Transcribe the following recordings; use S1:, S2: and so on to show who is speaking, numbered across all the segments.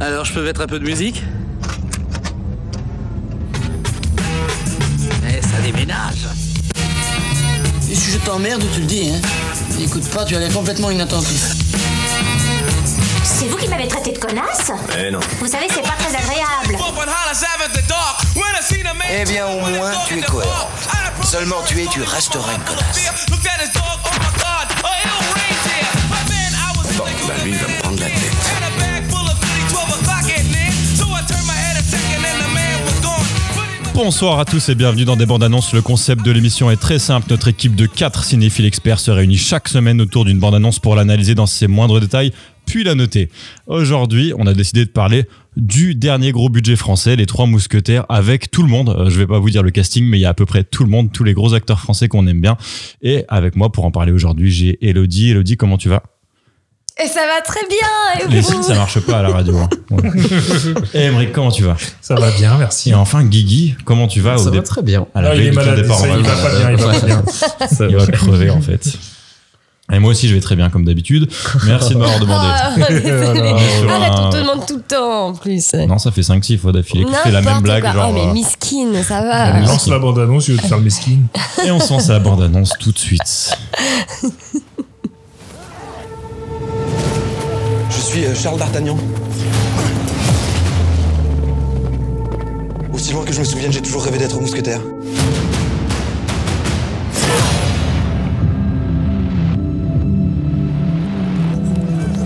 S1: Alors je peux mettre un peu de musique Eh, ça déménage
S2: Et si je t'emmerde, tu le dis, hein. Écoute pas, tu as l'air complètement inattentif.
S3: C'est vous qui m'avez traité de connasse
S4: Eh non.
S3: Vous savez, c'est pas très agréable.
S4: Eh bien, au moins, tu es cohérent. Seulement tu es, tu resteras une connasse. oh Bon, bah lui, il va me prendre la tête.
S5: Bonsoir à tous et bienvenue dans des bandes annonces. Le concept de l'émission est très simple. Notre équipe de 4 cinéphiles experts se réunit chaque semaine autour d'une bande annonce pour l'analyser dans ses moindres détails, puis la noter. Aujourd'hui, on a décidé de parler du dernier gros budget français, Les Trois Mousquetaires, avec tout le monde. Euh, Je vais pas vous dire le casting, mais il y a à peu près tout le monde, tous les gros acteurs français qu'on aime bien. Et avec moi pour en parler aujourd'hui, j'ai Elodie. Elodie, comment tu vas
S6: Et ça va très bien. Et
S5: Les
S6: vous
S5: signes, ça marche pas à la radio. hein. Ouais. Et Emmerich, comment tu vas
S7: Ça va bien, merci. hein.
S5: Et enfin, Guigui, comment tu vas au
S8: Ça va
S5: dé-
S8: très bien.
S5: à la
S7: Ah,
S5: veille
S7: il est
S5: de ton
S7: malade,
S5: départ en
S7: ça, il va
S5: vacances
S7: pas bien, il va pas bien.
S8: Ça
S5: Il
S8: va.
S5: va crever en fait. Et moi aussi je vais très bien comme d'habitude. Merci de m'avoir demandé. Euh,
S6: Ah, désolé.
S5: Sur
S6: Arrête, on
S5: un-
S6: te demande tout le temps en plus.
S5: Non, ça fait 5-6 fois d'affilée que tu fais la même
S6: N'importe
S5: blague.
S6: quoi.
S5: Genre,
S6: Oh, mais
S5: euh,
S6: miskin, ça
S5: Ah,
S6: va.
S5: oui.
S7: Lance la bande-annonce, je vais te faire le mesquine.
S5: et on se lance à la bande-annonce tout de suite.
S4: Je suis euh, Charles d'Artagnan. Aussi loin que je me souvienne, j'ai toujours rêvé d'être mousquetaire.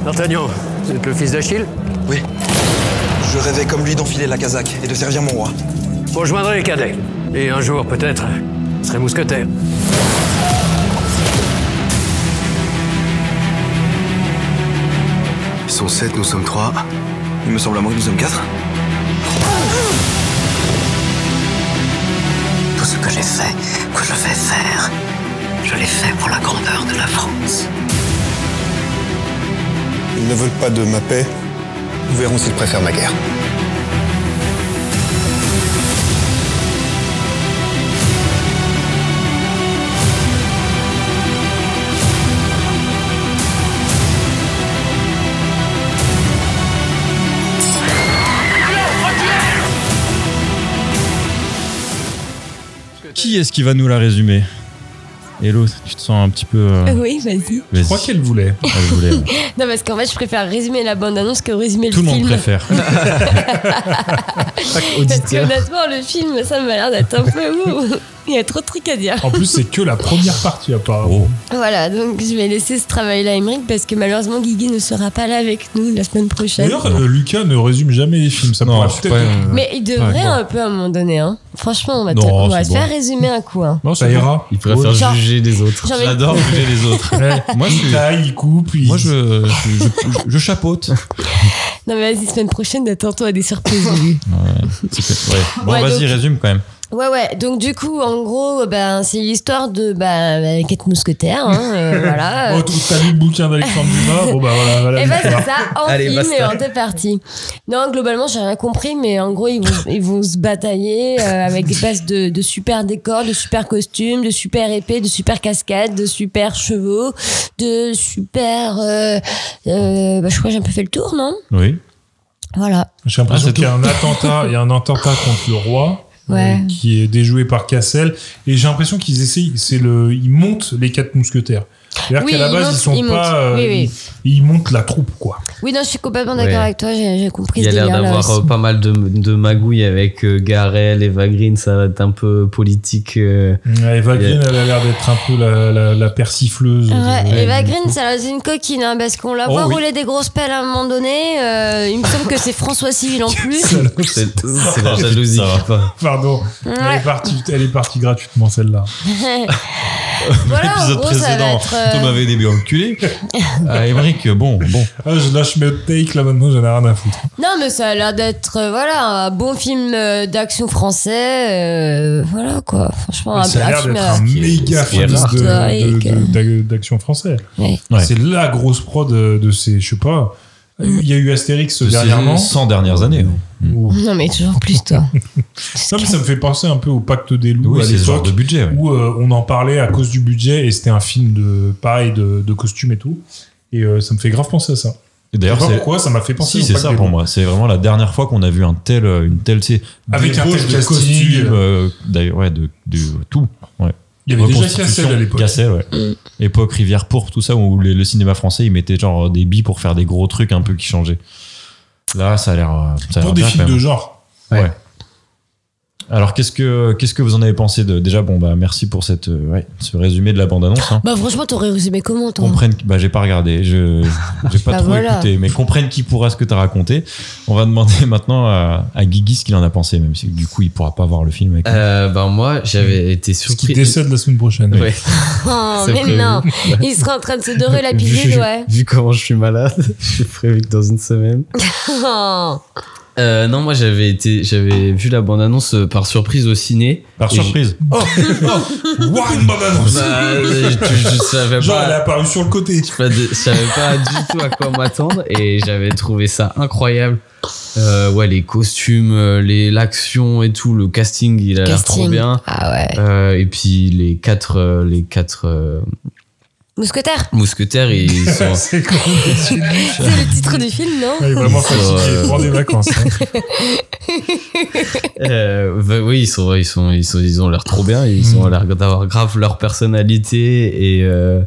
S9: D'Artagnan, vous êtes le fils d'Achille
S4: Oui. Je rêvais comme lui d'enfiler la casaque et de servir mon roi.
S9: Vous rejoindrez les cadets. Et un jour, peut-être, vous serez mousquetaire.
S4: Ils sont sept, nous sommes trois. Il me semble à moi que nous sommes quatre.
S10: Tout ce que j'ai fait, que je vais faire, je l'ai fait pour la grandeur de la France.
S4: Ils ne veulent pas de ma paix. Nous verrons s'ils préfèrent ma guerre.
S5: Qui est-ce qui va nous la résumer Hello, tu te sens un petit peu. euh,
S6: Oui, vas-y.
S5: vas-y.
S7: Je crois qu'elle voulait.
S5: Ah, je voulais, ouais.
S6: Non, parce qu'en fait, je préfère résumer la bande-annonce que résumer
S5: Tout le
S6: le
S5: monde
S6: film.
S5: préfère.
S6: parce que honnêtement, le film, ça m'a l'air d'être un peu mou. Il y a trop de trucs à dire.
S7: En plus, c'est que la première partie,
S5: Oh.
S7: apparemment.
S6: Voilà, donc je vais laisser ce travail-là à Emmerich parce que malheureusement, Guigui ne sera pas là avec nous la semaine prochaine.
S7: D'ailleurs, euh, Lucas ne résume jamais les films. Ça
S5: Non,
S7: pourrait
S5: je suis
S7: peut-être.
S5: pas. euh,
S6: Mais il devrait
S5: Ouais, bon.
S6: un peu à un moment donné. Hein. Franchement, on va, te-
S5: Non,
S6: on va
S5: c'est bon.
S6: te faire résumer un coup. Hein.
S7: Non, ça ira.
S8: Il préfère
S6: Genre-
S8: juger des autres.
S6: Genre-
S5: J'adore juger les autres. Moi, je,
S7: Il
S5: suis-
S7: taille, il coupe, il.
S5: moi je, je, je- je chapeaute.
S6: Non, mais vas-y, semaine prochaine, attends-toi à des surprises. Guigui.
S5: C'est- ouais. Bon,
S6: Ouais,
S5: vas-y,
S6: donc-
S5: résume quand même.
S6: Ouais, ouais. Donc, du coup, en gros, ben, c'est l'histoire de ben, les quatre mousquetaires. Hein, euh, voilà.
S7: Oh, tout- t'as lu le bouquin d'Alexandre Dumas Bon, bah voilà, voilà.
S6: Et ben, c'est
S7: l'histoire.
S6: ça, en
S8: Allez,
S6: film
S8: basta.
S6: et en deux parties. Non, globalement, j'ai rien compris, mais en gros, ils vont, ils vont se batailler euh, avec des passes de, de super décors, de super costumes, de super épées, de super cascades, de super chevaux, de super. Euh, euh, bah, je crois que j'ai un peu fait le tour, non
S5: Oui.
S6: Voilà.
S7: J'ai l'impression
S5: Ah, c'est
S7: qu'il y a un attentat, il y a un attentat contre le roi.
S6: Ouais.
S7: euh, qui est déjoué par Cassel et j'ai l'impression qu'ils essayent c'est le ils montent les quatre mousquetaires c'est-à-dire
S6: Oui,
S7: qu'à la
S6: ils
S7: base
S6: montent-
S7: ils sont
S6: ils montent.
S7: pas euh,
S6: Oui, oui.
S7: Ils, ils montent la troupe quoi
S6: Oui, non, je suis complètement d'accord
S8: Ouais.
S6: avec toi, j'ai j'ai compris
S8: Il y a
S6: ce
S8: l'air
S6: délire-là
S8: d'avoir
S6: aussi.
S8: euh, pas mal de, de magouilles avec euh, Garel et Vagrine, ça va être un peu politique. euh.
S7: Ouais, Eva Green, elle a l'air d'être un peu la, la, la persifleuse. de-
S6: Ouais, Eva
S7: de-
S6: Green, ça reste une coquine, hein, parce qu'on la
S7: Oh
S6: voit
S7: oui.
S6: rouler des grosses pelles à un moment donné. euh, il me semble que c'est François Civil en plus.
S7: Salope.
S8: C'est c'est la jalousie.
S5: Ça va.
S8: qui parle.
S7: Pardon, elle,
S6: Ouais.
S7: est partie, elle est partie gratuitement celle-là.
S6: voilà, Ah, en
S5: L'épisode
S6: gros, ça va
S5: précédent,
S6: être. euh,
S5: Thomas avait des bébés enculés. Ah, Émeric, bon, bon.
S7: Ah, je lâche mes take là maintenant, j'en ai rien à foutre.
S6: Non, mais ça a l'air d'être euh, voilà, un bon film euh, d'action français. euh, voilà quoi, franchement, un,
S7: ça a
S6: un
S7: l'air
S6: film.
S7: d'être
S6: euh,
S7: un méga
S8: ce qui est
S7: film
S8: rare.
S7: de- de-
S6: Historique.
S7: de- d'ac- d'action français.
S6: euh, ouais.
S5: Ouais.
S7: C'est la grosse prod de, de ces, je sais pas. Il y a eu Astérix
S5: De ces
S7: dernièrement.
S5: 100 dernières années. hein.
S7: Ou-
S6: Non, mais toujours plus, toi.
S7: Non, mais ça me fait penser un peu au Pacte des loups
S5: Oui,
S7: à
S5: c'est ce genre
S7: l'époque.
S5: de budget. ouais.
S7: où euh, on en parlait à cause du budget et c'était un film de pareil de, de costume et tout et euh, ça me fait grave penser à ça
S5: Et
S7: Je sais
S5: D'ailleurs,
S7: pas
S5: c'est.
S7: pourquoi ça m'a fait
S5: Si,
S7: penser au
S5: c'est
S7: Pacte
S5: ça
S7: des
S5: pour
S7: Loups.
S5: moi. C'est vraiment la dernière fois qu'on a vu un tel, euh, une telle, c'est
S7: Avec un
S5: débauche
S7: tel
S5: de
S7: casting.
S5: costume, euh, d'ailleurs, ouais, de, de tout. Ouais.
S7: Il y avait déjà
S5: Reconstitution,
S7: Cassel à l'époque.
S5: Cassel, ouais. Époque Rivière Pourpre, tout ça, où les- le cinéma français, ils mettaient genre des billes pour faire des gros trucs un peu qui changeaient. Là, ça a l'air. euh, ça a l'air
S7: Pour des
S5: bien,
S7: films
S5: quand
S7: de
S5: même.
S7: genre.
S5: Alors, qu'est-ce que, qu'est-ce que vous en avez pensé de, Déjà, bon, bah, merci pour cette, euh, ouais, ce résumé de la bande-annonce. hein.
S6: Bah franchement, t'aurais résumé comment toi
S5: comprennent bah j'ai pas regardé je j'ai pas
S6: Bah
S5: trop
S6: voilà.
S5: écouté mais comprennent qui pourra ce que t'as raconté on va demander maintenant à, à Guigui ce qu'il en a pensé même si du coup il pourra pas voir le film avec
S8: Euh, ben moi, j'avais été
S7: Ce qui
S8: surpris.
S7: décède la semaine prochaine.
S8: Ouais.
S6: Oh,
S8: C'est
S6: mais
S8: prévu.
S6: non Il serait en train de se dorer la
S8: Vu-
S6: pilule,
S8: vu-
S6: ouais.
S8: Vu comment je suis malade, j'ai prévu que dans une semaine.
S6: Oh.
S8: Euh, non, moi j'avais été, j'avais vu la bande annonce par surprise au ciné.
S5: par
S8: Et
S5: surprise
S7: Warren Bobadon.
S8: je- Bah, je, je- je savais
S7: Genre, elle est
S8: pas.
S7: apparue sur le côté.
S8: Je savais pas- je savais pas du tout à quoi m'attendre et j'avais trouvé ça incroyable. Euh, ouais, les costumes, euh, les l'action et tout, le casting, il a l'air trop
S6: Casting.
S8: bien.
S6: Ah ouais.
S8: Euh, et puis les quatre, euh, les quatre euh,
S6: Mousquetaire
S8: mousquetaires, ils sont,
S7: C'est con. Il
S6: C'est le titre du film, non
S7: est vraiment fatigué.
S8: Euh,
S7: Prends des vacances. hein.
S8: Euh, bah oui, ils sont, ils sont, ils sont, ils ont l'air trop bien. Ils
S7: Mm.
S8: ont l'air d'avoir grave leur personnalité et euh,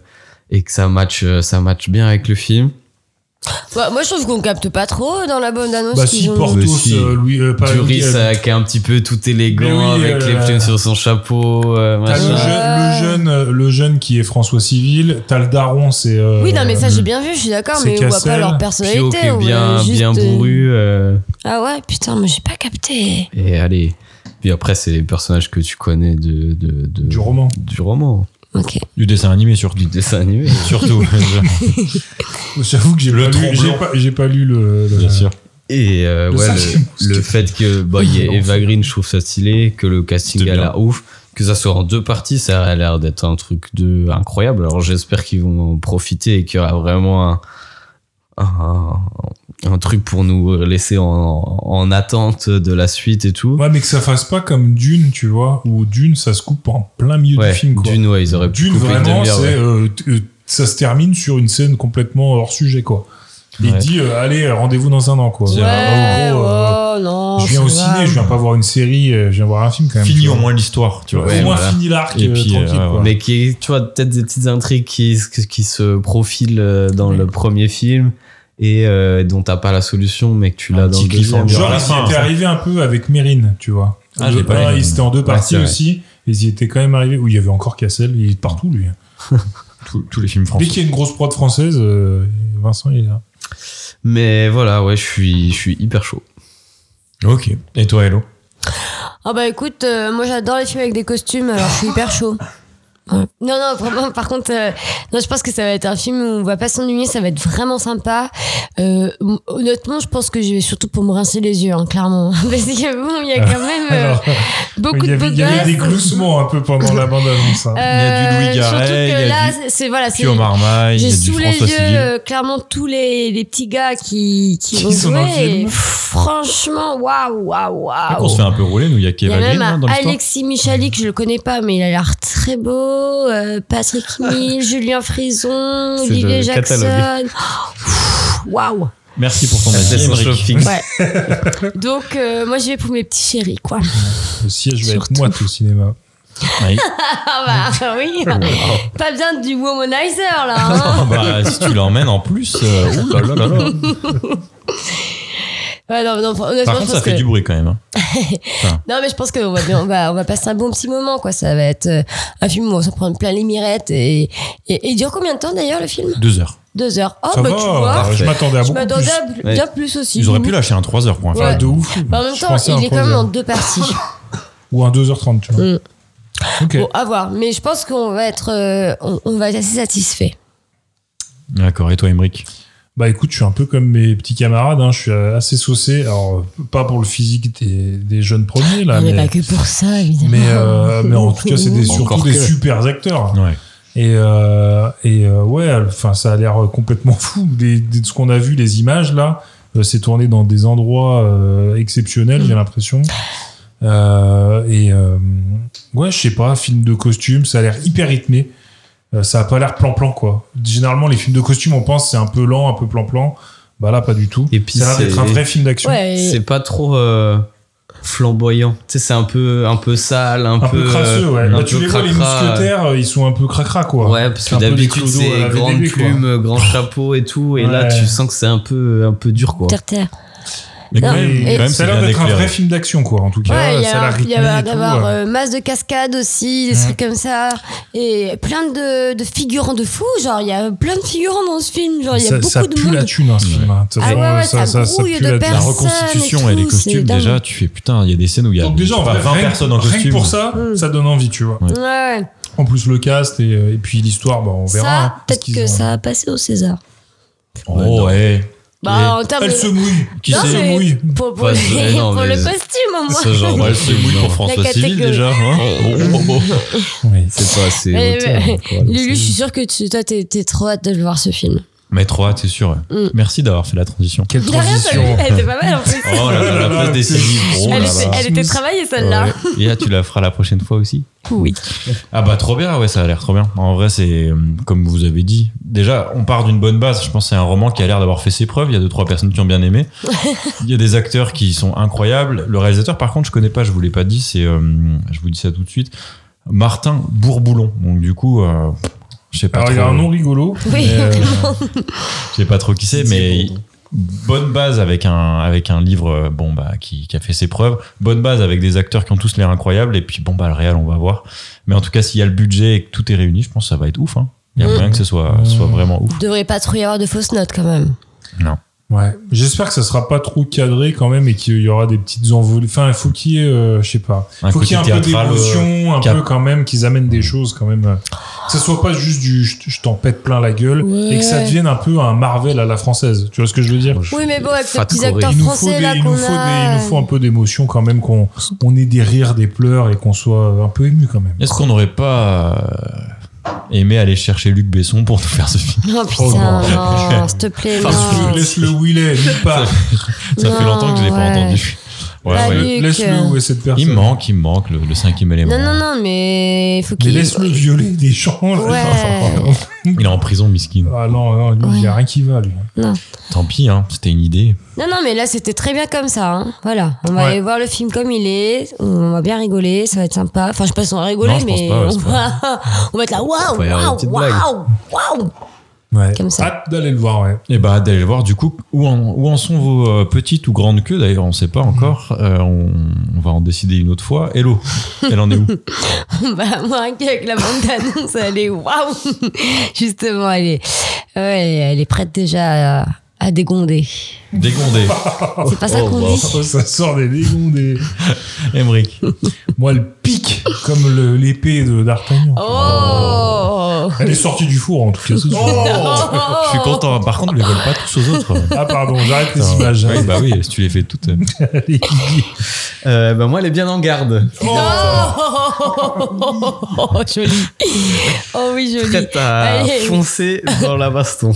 S8: et que ça match, euh, ça match bien avec le film.
S6: Ouais, Bah, Moi, je trouve qu'on capte pas trop dans la bande annonce
S7: Bah,
S6: qu'ils
S7: si
S6: ont.
S7: Portos,
S8: Mais si.
S7: euh, Louis, euh, pas Louis,
S8: Duris
S7: euh,
S8: euh, qui est un petit peu tout élégant
S7: Mais oui,
S8: avec
S7: euh,
S8: les plumes sur son chapeau, euh,
S7: T'as le,
S8: machin.
S6: Ouais.
S7: jeune, le, jeune, le jeune qui est François Civil, t'as le daron, c'est. euh,
S6: Oui, non, mais ça, j'ai bien vu, je suis d'accord,
S7: C'est
S6: mais on voit pas
S7: Cassel,
S6: leur
S8: Pio qui
S6: personnalité.
S8: est
S6: on
S8: bien,
S6: voit juste,
S8: bien
S6: euh,
S8: bourru. euh,
S6: Ah ouais, putain, mais j'ai pas capté.
S8: et allez. Puis après, c'est les personnages que tu connais de, de, de-
S7: Du roman.
S8: du roman,
S6: Ok.
S5: du dessin animé surtout
S8: du dessin animé.
S5: surtout
S7: J'avoue que j'ai
S5: Le
S7: pas, lu-
S5: tronc
S7: j'ai
S5: blanc.
S7: pas, j'ai pas lu le. le-
S5: bien sûr
S8: Et euh,
S7: Le
S8: ouais,
S7: cinquième
S8: le, le fait que bah, il y ait Eva Green, je trouve ça stylé, que le casting
S5: C'était
S8: a
S5: bien.
S8: l'air ouf, que ça soit en deux parties, ça a l'air d'être un truc de incroyable. Alors j'espère qu'ils vont en profiter et qu'il y aura vraiment un, un, un truc pour nous laisser en, en attente de la suite et tout.
S7: Ouais, mais que ça fasse pas comme Dune, tu vois, où Dune, ça se coupe en plein milieu
S8: Ouais,
S7: du film, quoi.
S8: Dune, ouais, ils auraient pu
S7: Dune,
S8: couper une
S7: vraiment,
S8: demi-heure,
S7: c'est.
S8: ouais.
S7: euh, t- euh, ça se termine sur une scène complètement hors sujet, quoi. Il
S5: Ouais.
S7: dit, euh, allez, rendez-vous dans un an, quoi.
S5: C'est
S6: Ouais,
S7: En gros, euh,
S6: oh non.
S7: je viens
S6: ça
S7: au
S6: va.
S7: ciné, je viens pas voir une série, euh, je viens voir un film quand même. tu
S5: fini au
S7: vois.
S5: moins l'histoire tu vois
S8: Ouais,
S7: au moins
S8: voilà.
S7: fini l'arc
S5: Et
S7: euh,
S5: puis, euh,
S7: tranquille,
S5: ouais,
S7: quoi.
S8: Mais qui est, tu vois, peut-être des petites intrigues qui, qui se profilent euh, dans le premier film et euh, dont t'as pas la solution, mais que tu
S5: Un
S8: l'as dans le
S5: petit
S8: deuxième.
S5: cliffhanger.
S7: Genre,
S5: la
S7: ils
S5: fin,
S7: y étaient
S5: ça.
S7: arrivés un peu avec Mérine, tu vois. Euh,
S5: Ah, je l'ai
S7: Le
S5: pas
S7: un,
S5: vu.
S7: Ils étaient en deux parties
S8: c'est vrai.
S7: aussi. Ils y étaient quand même arrivés. Où il y avait encore Cassel, il est partout, lui.
S5: tous tous les films
S7: Dès
S5: français
S7: qu'il y a une grosse prod française, euh, Vincent, il est là.
S8: Mais voilà, ouais, je suis, je suis hyper chaud.
S5: ok et toi Hello
S6: Ah bah écoute, euh, moi j'adore les films avec des costumes, alors je suis hyper chaud. Ouais. Non, non, vraiment, par contre, euh, non, je pense que ça va être un film où on va pas s'ennuyer, ça va être vraiment sympa. Euh, m- honnêtement, je pense que j'y vais surtout pour me rincer les yeux, hein, clairement. Parce que bon, il y a quand même euh,
S7: Alors,
S6: beaucoup
S7: il y
S6: de
S7: avait,
S6: beaux
S7: il y avait des
S6: gosses.
S7: gloussements un peu pendant la bande-annonce. hein.
S5: Il y a du Louis
S6: Euh, Surtout
S5: Garrel, il y
S6: que
S5: a
S6: là,
S5: du
S6: c'est- c'est voilà, c'est.
S5: Pio Marmaille il y
S6: J'ai
S5: a du
S6: sous les
S5: François
S6: yeux
S5: Civil
S6: euh, clairement tous les, les petits gars qui, qui,
S7: Qui
S6: vont
S7: sont
S6: jouer.
S7: dans le film.
S6: Et pff, franchement, waouh, waouh,
S5: Je crois
S6: waouh.
S5: qu'on se fait un peu rouler nous il y a
S6: ah, oh. Il y a
S5: Kevin
S6: même
S5: hein, dans l'histoire
S6: Alexis Michalik, je le connais pas, mais il a l'air très beau. euh, Patrick Hill, Julien Frison,
S8: C'est
S6: Olivier
S8: le
S6: Jackson.
S8: catalogue.
S6: Pff, Waouh!
S5: merci pour ton
S8: C'est
S5: avis
S8: son
S5: Émeric.
S8: shopping.
S6: Ouais. Donc, euh, moi, je vais pour mes petits chéris, quoi.
S7: Le siège va être
S6: Surtout.
S7: moite au cinéma.
S5: Ouais.
S6: Ah bah oui! Pas besoin du womanizer, là. hein.
S5: Ah bah, si tu l'emmènes en plus euh, ouh là là là là.
S6: Ouais, non, non, honnêtement,
S5: par
S6: je
S5: contre
S6: pense
S5: ça fait
S6: que-
S5: du bruit quand même hein.
S6: Non, mais je pense qu'on va, bien- on va, on va passer un bon petit moment, quoi. Ça va être euh, un film où on s'en prend plein les mirettes. Et, et, et il dure combien de temps, d'ailleurs, le film?
S5: deux heures
S6: Deux heures. Oh,
S7: Ça
S6: bah,
S7: va,
S6: tu vois.
S7: euh, je m'attendais à
S6: Je
S7: beaucoup
S6: m'attendais
S7: plus.
S6: à b- bien plus aussi.
S5: ils auraient pu lâcher un 3 heures pour un
S6: Ouais.
S5: film
S7: Ah, de ouf.
S6: Bah, en même
S7: Je
S6: temps,
S7: pensais à un
S6: il est quand même en
S7: 3h.
S6: deux parties.
S7: Ou un 2h30, tu vois.
S6: Mm.
S7: Ok.
S6: Bon, à voir. Mais je pense qu'on va être, euh, on, on va être assez satisfait.
S5: D'accord, et toi, Emmerich
S7: Bah écoute, je suis un peu comme mes petits camarades, hein, je suis assez saucé. Alors, pas pour le physique des, des jeunes premiers, là, Ah, mais,
S6: que pour ça, évidemment.
S7: mais, euh, mais en tout cas, c'est des, surtout
S8: Encore
S7: des
S8: que.
S7: super acteurs.
S5: Ouais.
S7: Et, euh, et euh, ouais, enfin, ça a l'air complètement fou. Des, des- de ce qu'on a vu, les images, là, euh, c'est tourné dans des endroits euh, exceptionnels,
S6: Mm.
S7: j'ai l'impression. Euh, et euh, ouais, je sais pas, film de costume, ça a l'air hyper rythmé. Euh, ça a pas l'air plan-plan, quoi. Généralement, les films de costume, on pense c'est un peu lent, un peu plan-plan. Bah là, pas du tout.
S8: Et puis
S7: ça a l'air d'être
S8: c'est-
S7: un vrai film d'action.
S6: Ouais, et-
S8: C'est pas trop euh, flamboyant. Tu sais, c'est un peu, un peu sale, un,
S7: Un peu crasseux, ouais.
S8: euh, un
S7: Là, tu
S8: peu
S7: les vois, les
S8: cracra.
S7: mousquetaires, euh, ils sont un peu cracra, quoi.
S8: Ouais, parce
S7: C'est
S8: que
S7: un peu des
S8: d'habitude,
S7: clodos à
S8: c'est
S7: la
S8: grande
S7: VDB, quoi.
S8: plume, euh, grand chapeau et tout. Et là,
S7: Ouais.
S8: tu sens que c'est un peu, un peu dur, quoi.
S6: Terre Terre.
S5: Mais
S6: Non,
S5: quand même,
S6: et-
S5: quand même,
S7: ça
S5: c'est
S7: a l'air
S5: bien
S7: d'être un
S5: éclairé.
S7: vrai film d'action, quoi. En tout cas,
S6: Ouais, il y
S7: ça a
S6: a
S7: l'air
S6: il y
S7: rythmé.
S6: a
S7: et tout,
S6: d'avoir
S7: ouais.
S6: euh, masse de cascades aussi, des
S7: Mhm.
S6: trucs comme ça, et plein de, de figurants de fous. Genre, il y a plein de figurants dans ce film. Genre, il y a
S7: Ça,
S6: beaucoup
S7: ça
S6: de
S7: pue
S6: monde.
S7: la thune, hein, ce film. hein.
S6: Ah ouais,
S7: vraiment,
S6: ouais, ça grouille de
S7: la thune.
S5: La
S6: personnes.
S5: reconstitution
S6: et
S5: et les
S6: tout, c'est
S5: costumes,
S6: dingue.
S5: déjà, tu fais putain, il y a des scènes où il y a
S7: Donc déjà, en
S5: pas
S7: vrai,
S5: 20
S7: rien que-
S5: personnes en
S7: rien que
S5: costume.
S7: pour ça,
S6: Mm.
S7: ça donne envie, tu vois.
S6: Ouais,
S7: En plus, le cast et, euh, et puis l'histoire, bah, on verra.
S6: ça,
S7: hein, parce
S6: peut-être
S7: qu'ils
S6: que
S7: ont-
S6: ça a passé au César.
S5: Oh, ouais.
S6: Bah, en termes
S7: Elle
S6: de.
S7: se mouille. Qui
S6: Non,
S7: se
S6: mais-
S7: mouille
S6: Pour, pour,
S8: Bah, c'est- non,
S6: pour le
S8: mais-
S6: costume, au moins.
S8: Ce genre
S5: Ouais,
S8: de
S5: c'est
S8: film,
S5: mouille pour
S8: non.
S5: François
S6: La
S5: Civil,
S6: catégorie.
S5: déjà. hein. Ah, Bon, bon, bon.
S8: C'est pas assez.
S6: Mais-
S8: hauteur,
S6: mais-
S8: quoi, là,
S6: Lulu, je suis
S8: c'est-
S6: sûre que tu, toi, t'es t'es trop hâte de le voir ce film.
S5: Mais trois, c'est sûr. ouais.
S6: Mm.
S5: Merci d'avoir fait la transition.
S7: Quelle
S6: Il a rien,
S7: transition.
S6: celle-là. Elle était pas mal en plus.
S5: Oh là là, la place décisive. Oh là
S6: elle,
S5: là.
S6: était, elle était travaillée celle-là.
S5: Ouais. Lia, tu la feras la prochaine fois aussi
S6: Oui.
S5: Ah bah trop bien, ouais, ça a l'air trop bien. En vrai, c'est euh, comme vous avez dit. Déjà, on part d'une bonne base. Je pense que c'est un roman qui a l'air d'avoir fait ses preuves. Il y a deux trois personnes qui ont bien aimé. Il y a des acteurs qui sont incroyables. Le réalisateur, par contre, je connais pas. Je vous l'ai pas dit. C'est, euh, je vous dis ça tout de suite. Martin Bourboulon. Donc du coup, euh, je sais pas.
S7: Alors, il y a
S5: trop-
S7: un nom rigolo.
S6: Oui,
S7: mais, euh,
S5: je sais pas trop qui c'est,
S8: C'est
S5: mais
S8: bon,
S5: bonne base avec un avec un livre euh, bon bah qui, qui a fait ses preuves, bonne base avec des acteurs qui ont tous l'air incroyables et puis bon bah le réel on va voir. Mais en tout cas s'il y a le budget et que tout est réuni, je pense que ça va être ouf. hein. Il y a
S6: Mm.
S5: moyen que ce soit
S7: Mm.
S5: soit vraiment ouf.
S6: Devrait pas trop y avoir de fausses notes quand même.
S7: Ouais. J'espère que ça sera pas trop cadré quand même et qu'il y aura des petites envolées. Enfin, il faut qu'il y ait, euh, je sais pas.
S5: Un
S7: faut qu'il y ait un
S5: côté
S7: peu
S5: théâtral, euh,
S7: d'émotion, un
S5: cap-
S7: peu quand même, qu'ils amènent des choses quand même. euh, Que ça soit pas juste du je je t'en pète plein la gueule
S6: Ouais.
S7: et que ça devienne un peu un Marvel à la française. Tu vois ce que je veux dire?
S6: Oui, mais bon, avec les
S8: Fat
S6: petits
S8: Corée.
S6: acteurs
S7: il nous, faut
S6: français
S7: des,
S6: là
S7: il,
S6: qu'on
S7: nous faut des- il
S6: a.
S7: nous faut un peu d'émotion quand même, qu'on on ait des rires, des pleurs et qu'on soit un peu ému quand même.
S5: Est-ce qu'on n'aurait pas euh, aimé aller chercher Luc Besson pour nous faire ce film
S6: Oh
S7: Oh,
S6: putain, non, s'il te plaît, non.
S7: Laisse-le- Laisse-le où il est, nulle part.
S5: Ça fait
S6: Non,
S5: longtemps que je l'ai pas
S6: ouais.
S5: entendu. Ouais,
S6: Bah,
S5: ouais.
S6: lui- Luc,
S7: Laisse-le où est cette personne.
S5: Il me manque, il me manque le, le cinquième élément.
S6: Non, non, non, mais faut
S7: Mais
S6: qu'il.
S7: laisse-le violer des gens. là.
S6: Ouais.
S5: Il est en prison, miskin.
S7: Ah non, non, lui, il n'y a rien qui va, lui.
S5: Tant pis, hein, c'était une idée.
S6: Non, non, mais là c'était très bien comme ça. hein. Voilà, on va
S7: Ouais.
S6: aller voir le film comme il est. On va bien rigoler, ça va être sympa. Enfin, je sais pas si on va rigoler,
S5: Non, je pense
S6: mais
S5: pas, ouais,
S6: on,
S5: c'est
S6: va... on va être là. Waouh,
S8: Faut y avoir une
S6: waouh,
S8: petite blague.
S6: waouh, waouh.
S7: Ouais.
S6: Comme ça.
S7: Hâte d'aller le voir, ouais.
S5: Et bah d'aller voir du coup où en, où en sont vos euh, petites ou grandes queues d'ailleurs on sait pas encore Euh, on, on va en décider une autre fois Hello elle en est où
S6: Bah, moi, rien qu'avec la bande d'annonce, elle est waouh! Justement, elle est, ouais, elle est prête déjà à, à dégonder.
S5: dégondée
S6: C'est pas ça
S5: Oh,
S6: qu'on
S5: wow.
S6: dit.
S7: Ça sort des dégons, des...
S5: Emmerich
S7: Moi, elle pique comme le- l'épée de d'Artagnan.
S6: Oh!
S7: Elle est sortie du four, en tout cas. c'est sûr.
S5: je suis content par contre ne les vole pas tous aux autres
S7: Ah, pardon, j'arrête les images. hein.
S5: oui, bah oui si tu les fais toutes euh.
S7: Allez, Guigui.
S8: Euh, bah, moi, elle est bien en garde.
S6: Oh, joli! Oh oui, joli!
S8: Prête à
S6: Allez.
S8: foncer dans la baston.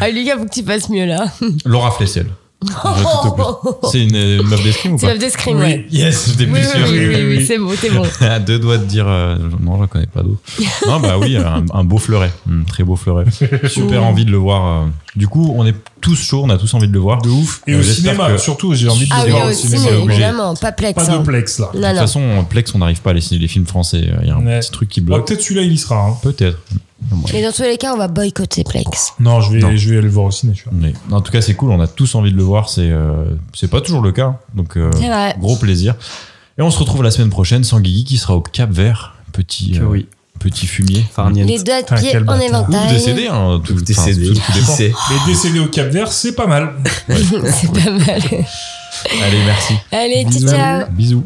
S6: Ah, Lucas, faut que tu fasses mieux là.
S5: Laura Flessel Je vais tout au plus. c'est une euh, meuf d'escrime ou
S6: Tu
S5: pas
S6: vas d'escrime, ouais.
S5: yes j'étais
S6: Oui,
S5: plus
S6: oui,
S5: sûr
S6: oui, oui,
S7: oui,
S6: oui,
S7: oui.
S6: c'est bon, c'est bon.
S5: à deux doigts de dire euh, non j'en connais pas d'autres non bah oui un, un beau fleuret un très beau fleuret super envie de le voir euh. du coup on est tous chauds on a tous envie de le voir Euh, de ouf
S7: Et au cinéma, surtout, j'ai envie de
S6: Ah
S7: le
S6: oui,
S7: voir au
S6: aussi,
S7: cinéma.
S5: obligé.
S6: évidemment, pas plex.
S7: Pas
S6: hein.
S7: de plex, là.
S5: De
S6: Non,
S5: toute
S6: non.
S5: façon, Plex, on n'arrive pas à les, les films français. Il y a un
S7: Ouais.
S5: petit truc qui
S7: Ah,
S5: bloque.
S7: Peut-être celui-là, il y sera. hein.
S5: Peut-être.
S6: Mais dans tous les cas, on va boycotter plex.
S7: Non, je vais,
S5: Non.
S7: Je vais aller le voir au ciné, tu vois.
S5: Mais en tout cas, c'est cool. On a tous envie de le voir. C'est euh, c'est pas toujours le cas. Donc, euh,
S6: C'est vrai.
S5: gros plaisir. Et on se retrouve la semaine prochaine sans Guigui qui sera au Cap Vert. Petit, euh,
S8: oui.
S5: petit fumier.
S8: Farniente.
S6: Les doigts de
S7: Putain,
S6: pied
S7: quel
S6: en
S7: bâtard.
S5: Ou
S6: éventail.
S5: décédé. Hein, tout,
S8: Ou
S5: enfin,
S8: décédé.
S5: tout- tout
S8: Qui
S5: dépend.
S8: sait
S7: Mais décédé au Cap Vert, c'est pas mal.
S6: C'est pas mal.
S5: Allez, merci.
S6: Allez, ciao, ciao.
S5: Bisous.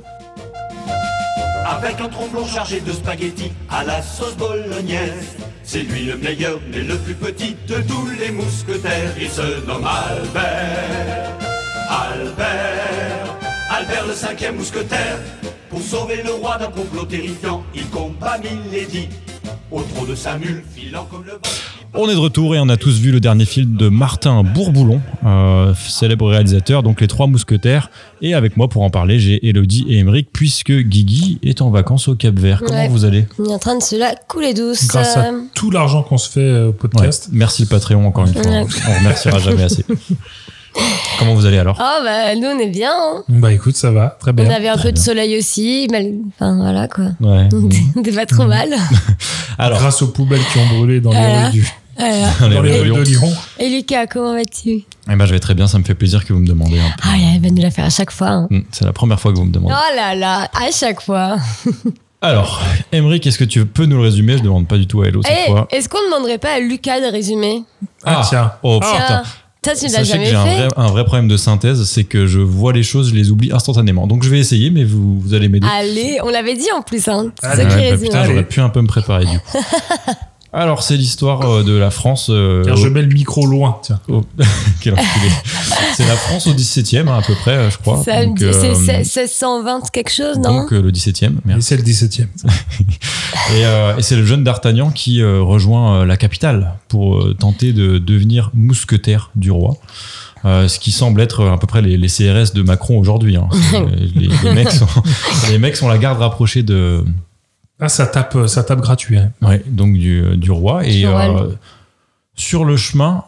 S11: Avec un tromblon chargé de spaghettis à la sauce bolognaise. C'est lui le meilleur, mais le plus petit de tous les mousquetaires. Il se nomme Albert, Albert, Albert le cinquième mousquetaire. Pour sauver le roi d'un complot terrifiant, il combat Milady. Au trot de sa mule, filant comme le vent.
S5: On est de retour et on a tous vu le dernier film de Martin Bourboulon, euh, célèbre réalisateur, donc Les Trois Mousquetaires. Et avec moi pour en parler, j'ai Elodie et Émeric, puisque Guigui est en vacances au Cap Vert. Comment
S6: Ouais.
S5: vous allez
S6: On est en train de se la couler douce.
S7: Grâce à
S6: Euh,
S7: tout l'argent qu'on se fait euh, au podcast.
S5: Merci le Patreon encore une fois.
S6: Ouais.
S5: On remerciera jamais assez. Comment vous allez alors
S6: Oh, bah, nous, on est bien. hein.
S7: Bah écoute, ça va, très bien.
S6: On avait un
S5: Très
S6: peu de
S5: bien.
S6: soleil aussi. mal- Enfin, voilà, quoi.
S5: Ouais.
S6: On était pas trop mal.
S5: Alors,
S7: Grâce aux poubelles qui ont brûlé dans les
S6: Voilà.
S7: rues, du-
S6: Voilà.
S5: dans les
S7: dans les rues
S5: rébellions.
S7: de Lyon.
S6: Et Lucas, comment vas-tu
S5: Eh ben, je vais très bien, ça me fait plaisir que vous me demandez. un peu.
S6: Ah, là, elle va nous la faire à chaque fois. hein.
S5: Mm, C'est la première fois que vous me demandez.
S6: Oh là là, à chaque fois.
S5: Alors, Émeric, est-ce que tu peux nous le résumer Je demande pas du tout à Hello cette
S6: Eh,
S5: fois.
S6: Est-ce qu'on demanderait pas à Lucas de résumer
S7: Ah, tiens.
S5: Oh
S7: Ah.
S5: putain.
S6: Tiens, Ça, tu l'as
S5: Sachez que
S6: jamais
S5: j'ai un vrai,
S6: fait.
S5: un vrai problème de synthèse, c'est que je vois les choses, je les oublie instantanément. Donc je vais essayer, mais vous, vous allez m'aider.
S6: Allez, on l'avait dit en plus. Hein. Ah, C'est
S7: Allez.
S6: ça qui
S5: Ouais, bah,
S6: résume.
S5: putain, j'aurais pu un peu me préparer du coup. Alors c'est l'histoire euh, de la France. euh,
S7: Tiens, je mets le micro loin, tiens.
S5: au- Quel enculé. c'est la France au 17e hein, à peu près, euh, je crois.
S6: Ça me
S5: Donc,
S6: dit-
S5: euh,
S6: c'est c'est- 1620 quelque chose, non
S5: donc, euh, le 17e,
S7: Et
S5: merci.
S7: c'est le 17 e
S5: Et, euh, et c'est le jeune d'Artagnan qui euh, rejoint euh, la capitale pour euh, tenter de devenir mousquetaire du roi. Euh, ce qui semble être euh, à peu près les, les CRS de Macron aujourd'hui. hein. Euh, les, les mecs sont, les mecs sont la garde rapprochée de,
S7: Ah, ça tape, euh, ça tape gratuit. hein.
S5: ouais, donc du, euh, du roi. Et
S6: Floral.
S5: euh, sur le chemin,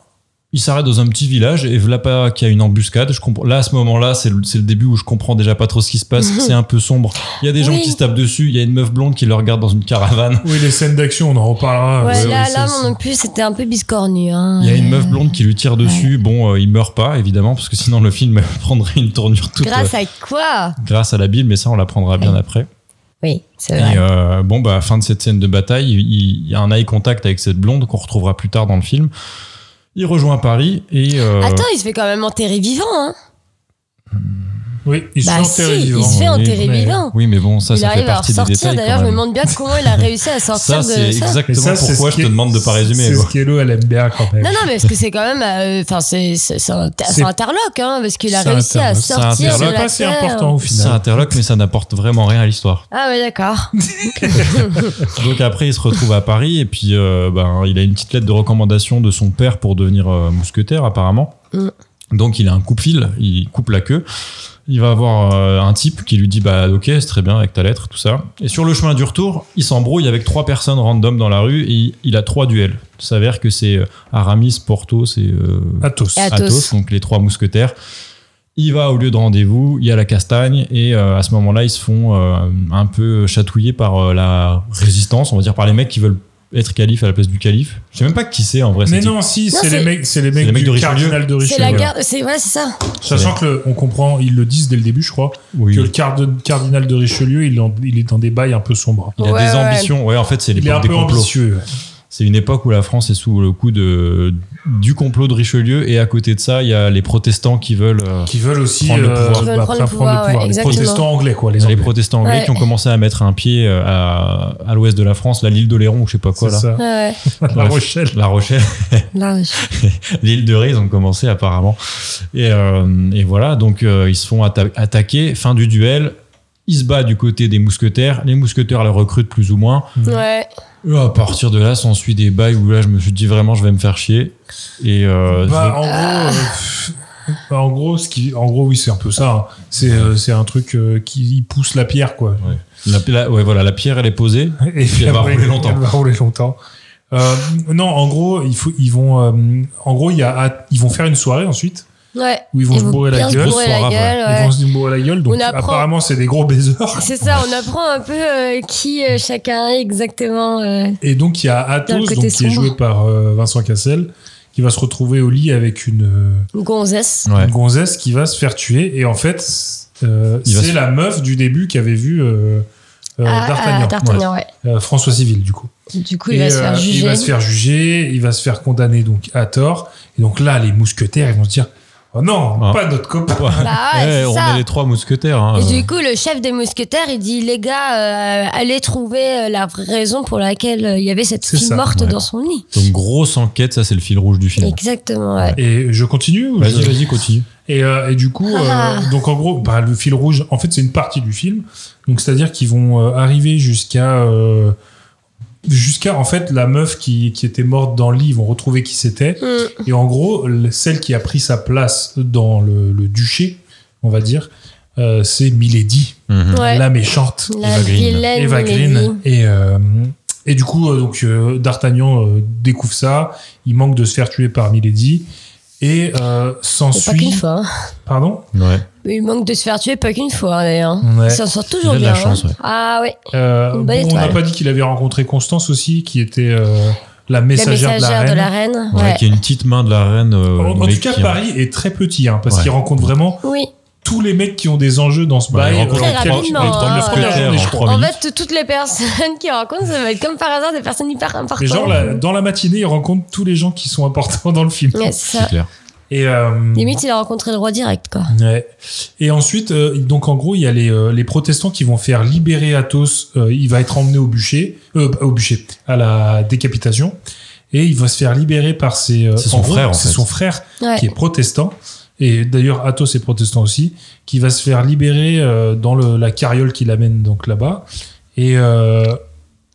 S5: il s'arrête dans un petit village et voilà pas qu'il y a une embuscade. Je comprends. Là, à ce moment-là, c'est le, c'est le début où je comprends déjà pas trop ce qui se passe. c'est un peu sombre. Il y a des gens
S6: Oui.
S5: qui se tapent dessus. Il y a une meuf blonde qui le regarde dans une caravane.
S7: Oui, les scènes d'action, on en
S5: euh,
S7: reparlera.
S6: Ouais,
S7: Ouais,
S6: là,
S7: ouais,
S6: là,
S7: ça,
S6: moi non plus, c'était un peu biscornu. hein.
S5: Il y a une meuf blonde qui lui tire dessus. Bon, euh, il meurt pas, évidemment, parce que sinon le film prendrait une tournure toute
S6: Grâce
S5: euh,
S6: à quoi
S5: grâce à la Bible, mais ça, on l'apprendra bien
S6: Ouais.
S5: après.
S6: Oui, c'est
S5: Et
S6: vrai.
S5: euh, bon, bah, fin de cette scène de bataille, il- il y a un eye contact avec cette blonde qu'on retrouvera plus tard dans le film. Il rejoint Paris et. euh,
S6: Attends, il se fait quand même enterrer vivant. Hein.
S7: Oui, ils
S6: Bah
S7: sont enterrés
S6: si, il
S7: vivants.
S6: se
S5: oui,
S6: fait enterrer
S7: mais-
S6: vivant.
S5: Oui, mais bon, ça,
S6: il
S5: ça fait
S6: arrive à
S5: partie des
S6: ressortir.
S5: détails. quand
S6: D'ailleurs, je me
S5: même.
S6: demande bien comment il a réussi à
S5: ça,
S6: sortir
S5: c'est
S6: de ça.
S7: Mais
S5: exactement
S7: ça, c'est
S5: pourquoi
S7: ce
S5: je
S7: qui
S5: te
S7: est-
S5: demande de pas résumer.
S7: C'est
S5: quoi.
S7: ce qu'Elo, elle aime bien quand même.
S6: Non, non, mais parce que c'est quand même. euh, Enfin, c'est c'est- c'est un c'est un interloque, hein, parce qu'il a
S7: C'est un
S6: réussi à
S7: interloque. Ah,
S5: C'est un
S6: sortir de
S5: interloque.
S7: c'est
S6: la
S7: pas si
S6: terre.
S7: important au
S5: C'est un
S7: final.
S5: interloque, mais ça n'apporte vraiment rien à l'histoire.
S6: Ah, ouais, d'accord.
S5: Donc après, il se retrouve à Paris et puis euh, ben, il a une petite lettre de recommandation de son père pour devenir euh, mousquetaire apparemment.
S6: Mm.
S5: Donc il a un coupe-fil, il coupe la queue. Il va avoir euh, un type qui lui dit bah ok c'est très bien avec ta lettre tout ça. Et sur le chemin du retour, il s'embrouille avec trois personnes random dans la rue et il, il a trois duels. Il s'avère que c'est euh, Aramis, Porthos et euh,
S7: Athos.
S6: Et Athos.
S5: Athos, donc les trois mousquetaires. Il va au lieu de rendez-vous, il y a la castagne, et euh, à ce moment-là, ils se font euh, un peu chatouiller par euh, la résistance, on va dire par les mecs qui veulent être calife à la place du calife. Je sais même pas qui c'est en vrai.
S7: Mais
S5: ce type.
S7: non, si,
S6: Non,
S7: c'est
S6: c'est-
S7: les mecs, c'est les
S5: les
S7: mecs
S5: mecs de
S7: du
S5: Richelieu.
S7: cardinal de
S6: C'est la
S7: Richelieu.
S6: garde. c'est- Ouais, c'est ça.
S7: Sachant que le- on comprend, ils le disent dès le début, je crois,
S5: Oui.
S7: que le card- cardinal de Richelieu, il, en- il est dans des bails un peu sombres.
S5: Il a
S6: Ouais,
S5: des
S6: ouais.
S5: ambitions. Ouais, en fait, c'est
S7: Il est un
S5: l'époque des
S7: peu
S5: complots.
S7: ambitieux. ouais.
S5: C'est une époque où la France est sous le coup de, du complot de Richelieu, et à côté de ça, il y a les protestants qui veulent. euh,
S7: Qui veulent aussi bah,
S5: Prendre le pouvoir.
S6: Qui veulent prendre le
S7: enfin,
S6: pouvoir, ouais,
S7: Les
S6: exactement.
S7: protestants anglais, quoi, les
S5: les
S7: anglais.
S5: protestants anglais
S6: Ouais.
S5: qui ont commencé à mettre un pied euh, à, à l'ouest de la France, la l'île d'Oléron ou je sais pas quoi
S7: C'est
S5: là. Ah.
S7: ça.
S6: Ouais, ouais.
S7: La
S5: Bref.
S7: Rochelle.
S5: La Rochelle.
S6: Là, je-
S5: l'île de Ré, ils ont commencé apparemment. Et, euh, et voilà, donc euh, ils se font atta- attaquer. Fin du duel, ils se battent du côté des mousquetaires. Les mousquetaires les recrutent plus ou moins.
S6: Ouais.
S5: Et à partir de là, s'ensuit des bails où là, je me suis dit vraiment, je vais me faire chier. Et euh,
S7: Bah, en gros, euh, pff, bah, en gros, ce qui, en gros, oui, c'est un peu ça. hein. C'est, euh, c'est un truc euh, qui pousse la pierre, quoi.
S5: je- la, la- ouais, voilà, la pierre, elle est posée.
S7: Et
S5: puis elle va rouler longtemps.
S7: Elle va rouler longtemps. Euh, non, en gros, il faut, ils vont, euh, en gros, il y a, ils vont faire une soirée ensuite
S6: Ouais.
S7: où ils vont se bourrer la
S6: bien se
S7: gueule.
S6: bourrer la
S5: soir, ouais.
S6: gueule,
S7: Ils
S6: ouais.
S7: vont se bourrer la gueule. Donc,
S6: On apprend.
S7: apparemment, c'est des gros baiseurs.
S6: C'est ça, on apprend un peu euh, qui euh, chacun est exactement. euh.
S7: Et donc, il y a
S6: Dans le
S7: Athos,
S6: côté
S7: donc, qui est
S6: sombre.
S7: joué par euh, Vincent Cassel, qui va se retrouver au lit avec une, euh,
S6: Une gonzesse.
S5: Ouais.
S7: une gonzesse qui va se faire tuer. Et en fait, euh,
S5: Il va
S7: c'est
S5: se-
S7: la meuf du début qui avait vu euh, euh,
S6: Ah,
S7: D'Artagnan.
S6: ah, D'Artagnan, ouais.
S7: Euh, François Civil, du coup.
S6: Du coup, il va
S7: Et,
S6: se faire
S7: euh, Il
S6: juger.
S7: va se faire juger, il va se faire condamner donc à tort. Et donc là, les mousquetaires, ils vont se dire Oh non,
S5: Ah.
S7: pas notre copain.
S6: Bah ouais, c'est
S5: on
S6: ça.
S5: est les trois mousquetaires. hein.
S6: Et du coup, le chef des mousquetaires, il dit les gars, euh, allez trouver euh, la vraie raison pour laquelle euh, il y avait cette
S7: C'est
S6: fille
S7: ça,
S6: morte
S5: ouais.
S6: dans son lit.
S5: Donc, grosse enquête, ça, c'est le fil rouge du film.
S6: Exactement. Ouais.
S7: Et je continue ou
S5: Vas-y,
S7: je-
S5: vas-y, continue.
S7: Et, euh, et du coup,
S6: Ah.
S7: euh, donc en gros, bah, le fil rouge, en fait, c'est une partie du film. Donc c'est-à-dire qu'ils vont euh, arriver jusqu'à. euh, jusqu'à en fait la meuf qui, qui était morte dans le lit, ils vont retrouver qui c'était.
S6: Mm.
S7: Et en gros, le- celle qui a pris sa place dans le, le duché, on va dire, euh, c'est Milady,
S5: Mhm.
S6: Mm, Ouais.
S7: la méchante.
S6: La
S5: Eva Green.
S6: vilaine
S7: Eva Green.
S6: Milady.
S7: Et, euh, et du coup, euh, donc euh, D'Artagnan euh, découvre ça. Il manque de se faire tuer par Milady. Et euh,
S6: Et Pas qu'une
S7: s'ensuit.
S6: fois. hein.
S7: Pardon
S5: Ouais.
S6: Il manque de se faire tuer pas qu'une fois hein, d'ailleurs.
S7: Ouais.
S6: Il s'en sort toujours
S5: Il a de
S6: bien.
S5: la chance,
S6: hein.
S5: ouais.
S6: Ah ouais.
S7: Euh,
S6: Une belle
S7: bon, on n'a
S6: étoile.
S7: pas dit qu'il avait rencontré Constance aussi, qui était euh, la messagère,
S6: la messagère de la reine.
S5: Ouais,
S6: Ouais.
S5: qui a une petite main de la reine. euh,
S7: En, en
S5: mais
S7: tout cas,
S5: qui-
S7: Paris est très petit, hein, parce
S5: Ouais.
S7: qu'il rencontre vraiment
S6: Oui.
S7: tous les mecs qui ont des enjeux dans ce
S5: Bah,
S7: bail.
S5: il rencontre
S7: euh,
S6: Très
S7: quel-
S6: rapidement,
S7: les trois-
S6: hein,
S7: la première
S6: ouais.
S7: journée, je
S5: En
S7: crois.
S5: trois
S6: En
S5: minutes.
S6: fait, toutes les personnes qui rencontrent, ça va être comme par hasard des personnes hyper importantes.
S7: Mais genre, la- dans la matinée, il rencontre tous les gens qui sont importants dans le film.
S6: Ouais,
S5: C'est
S6: c'est ça.
S5: clair.
S7: Et, euh,
S6: Limite, il a rencontré le roi direct, quoi.
S7: Ouais. Et ensuite, euh, donc en gros, il y a les, euh, les protestants qui vont faire libérer Athos. euh, il va être emmené au bûcher, euh, au bûcher, à la décapitation, et il va se faire libérer par ses. euh,
S5: C'est son
S7: en gros,
S5: frère, en
S7: C'est
S5: fait.
S7: son frère
S6: Ouais.
S7: qui est protestant. Et d'ailleurs, Athos est protestant aussi, qui va se faire libérer euh, dans le- la carriole qui l'amène donc là-bas. Et, euh,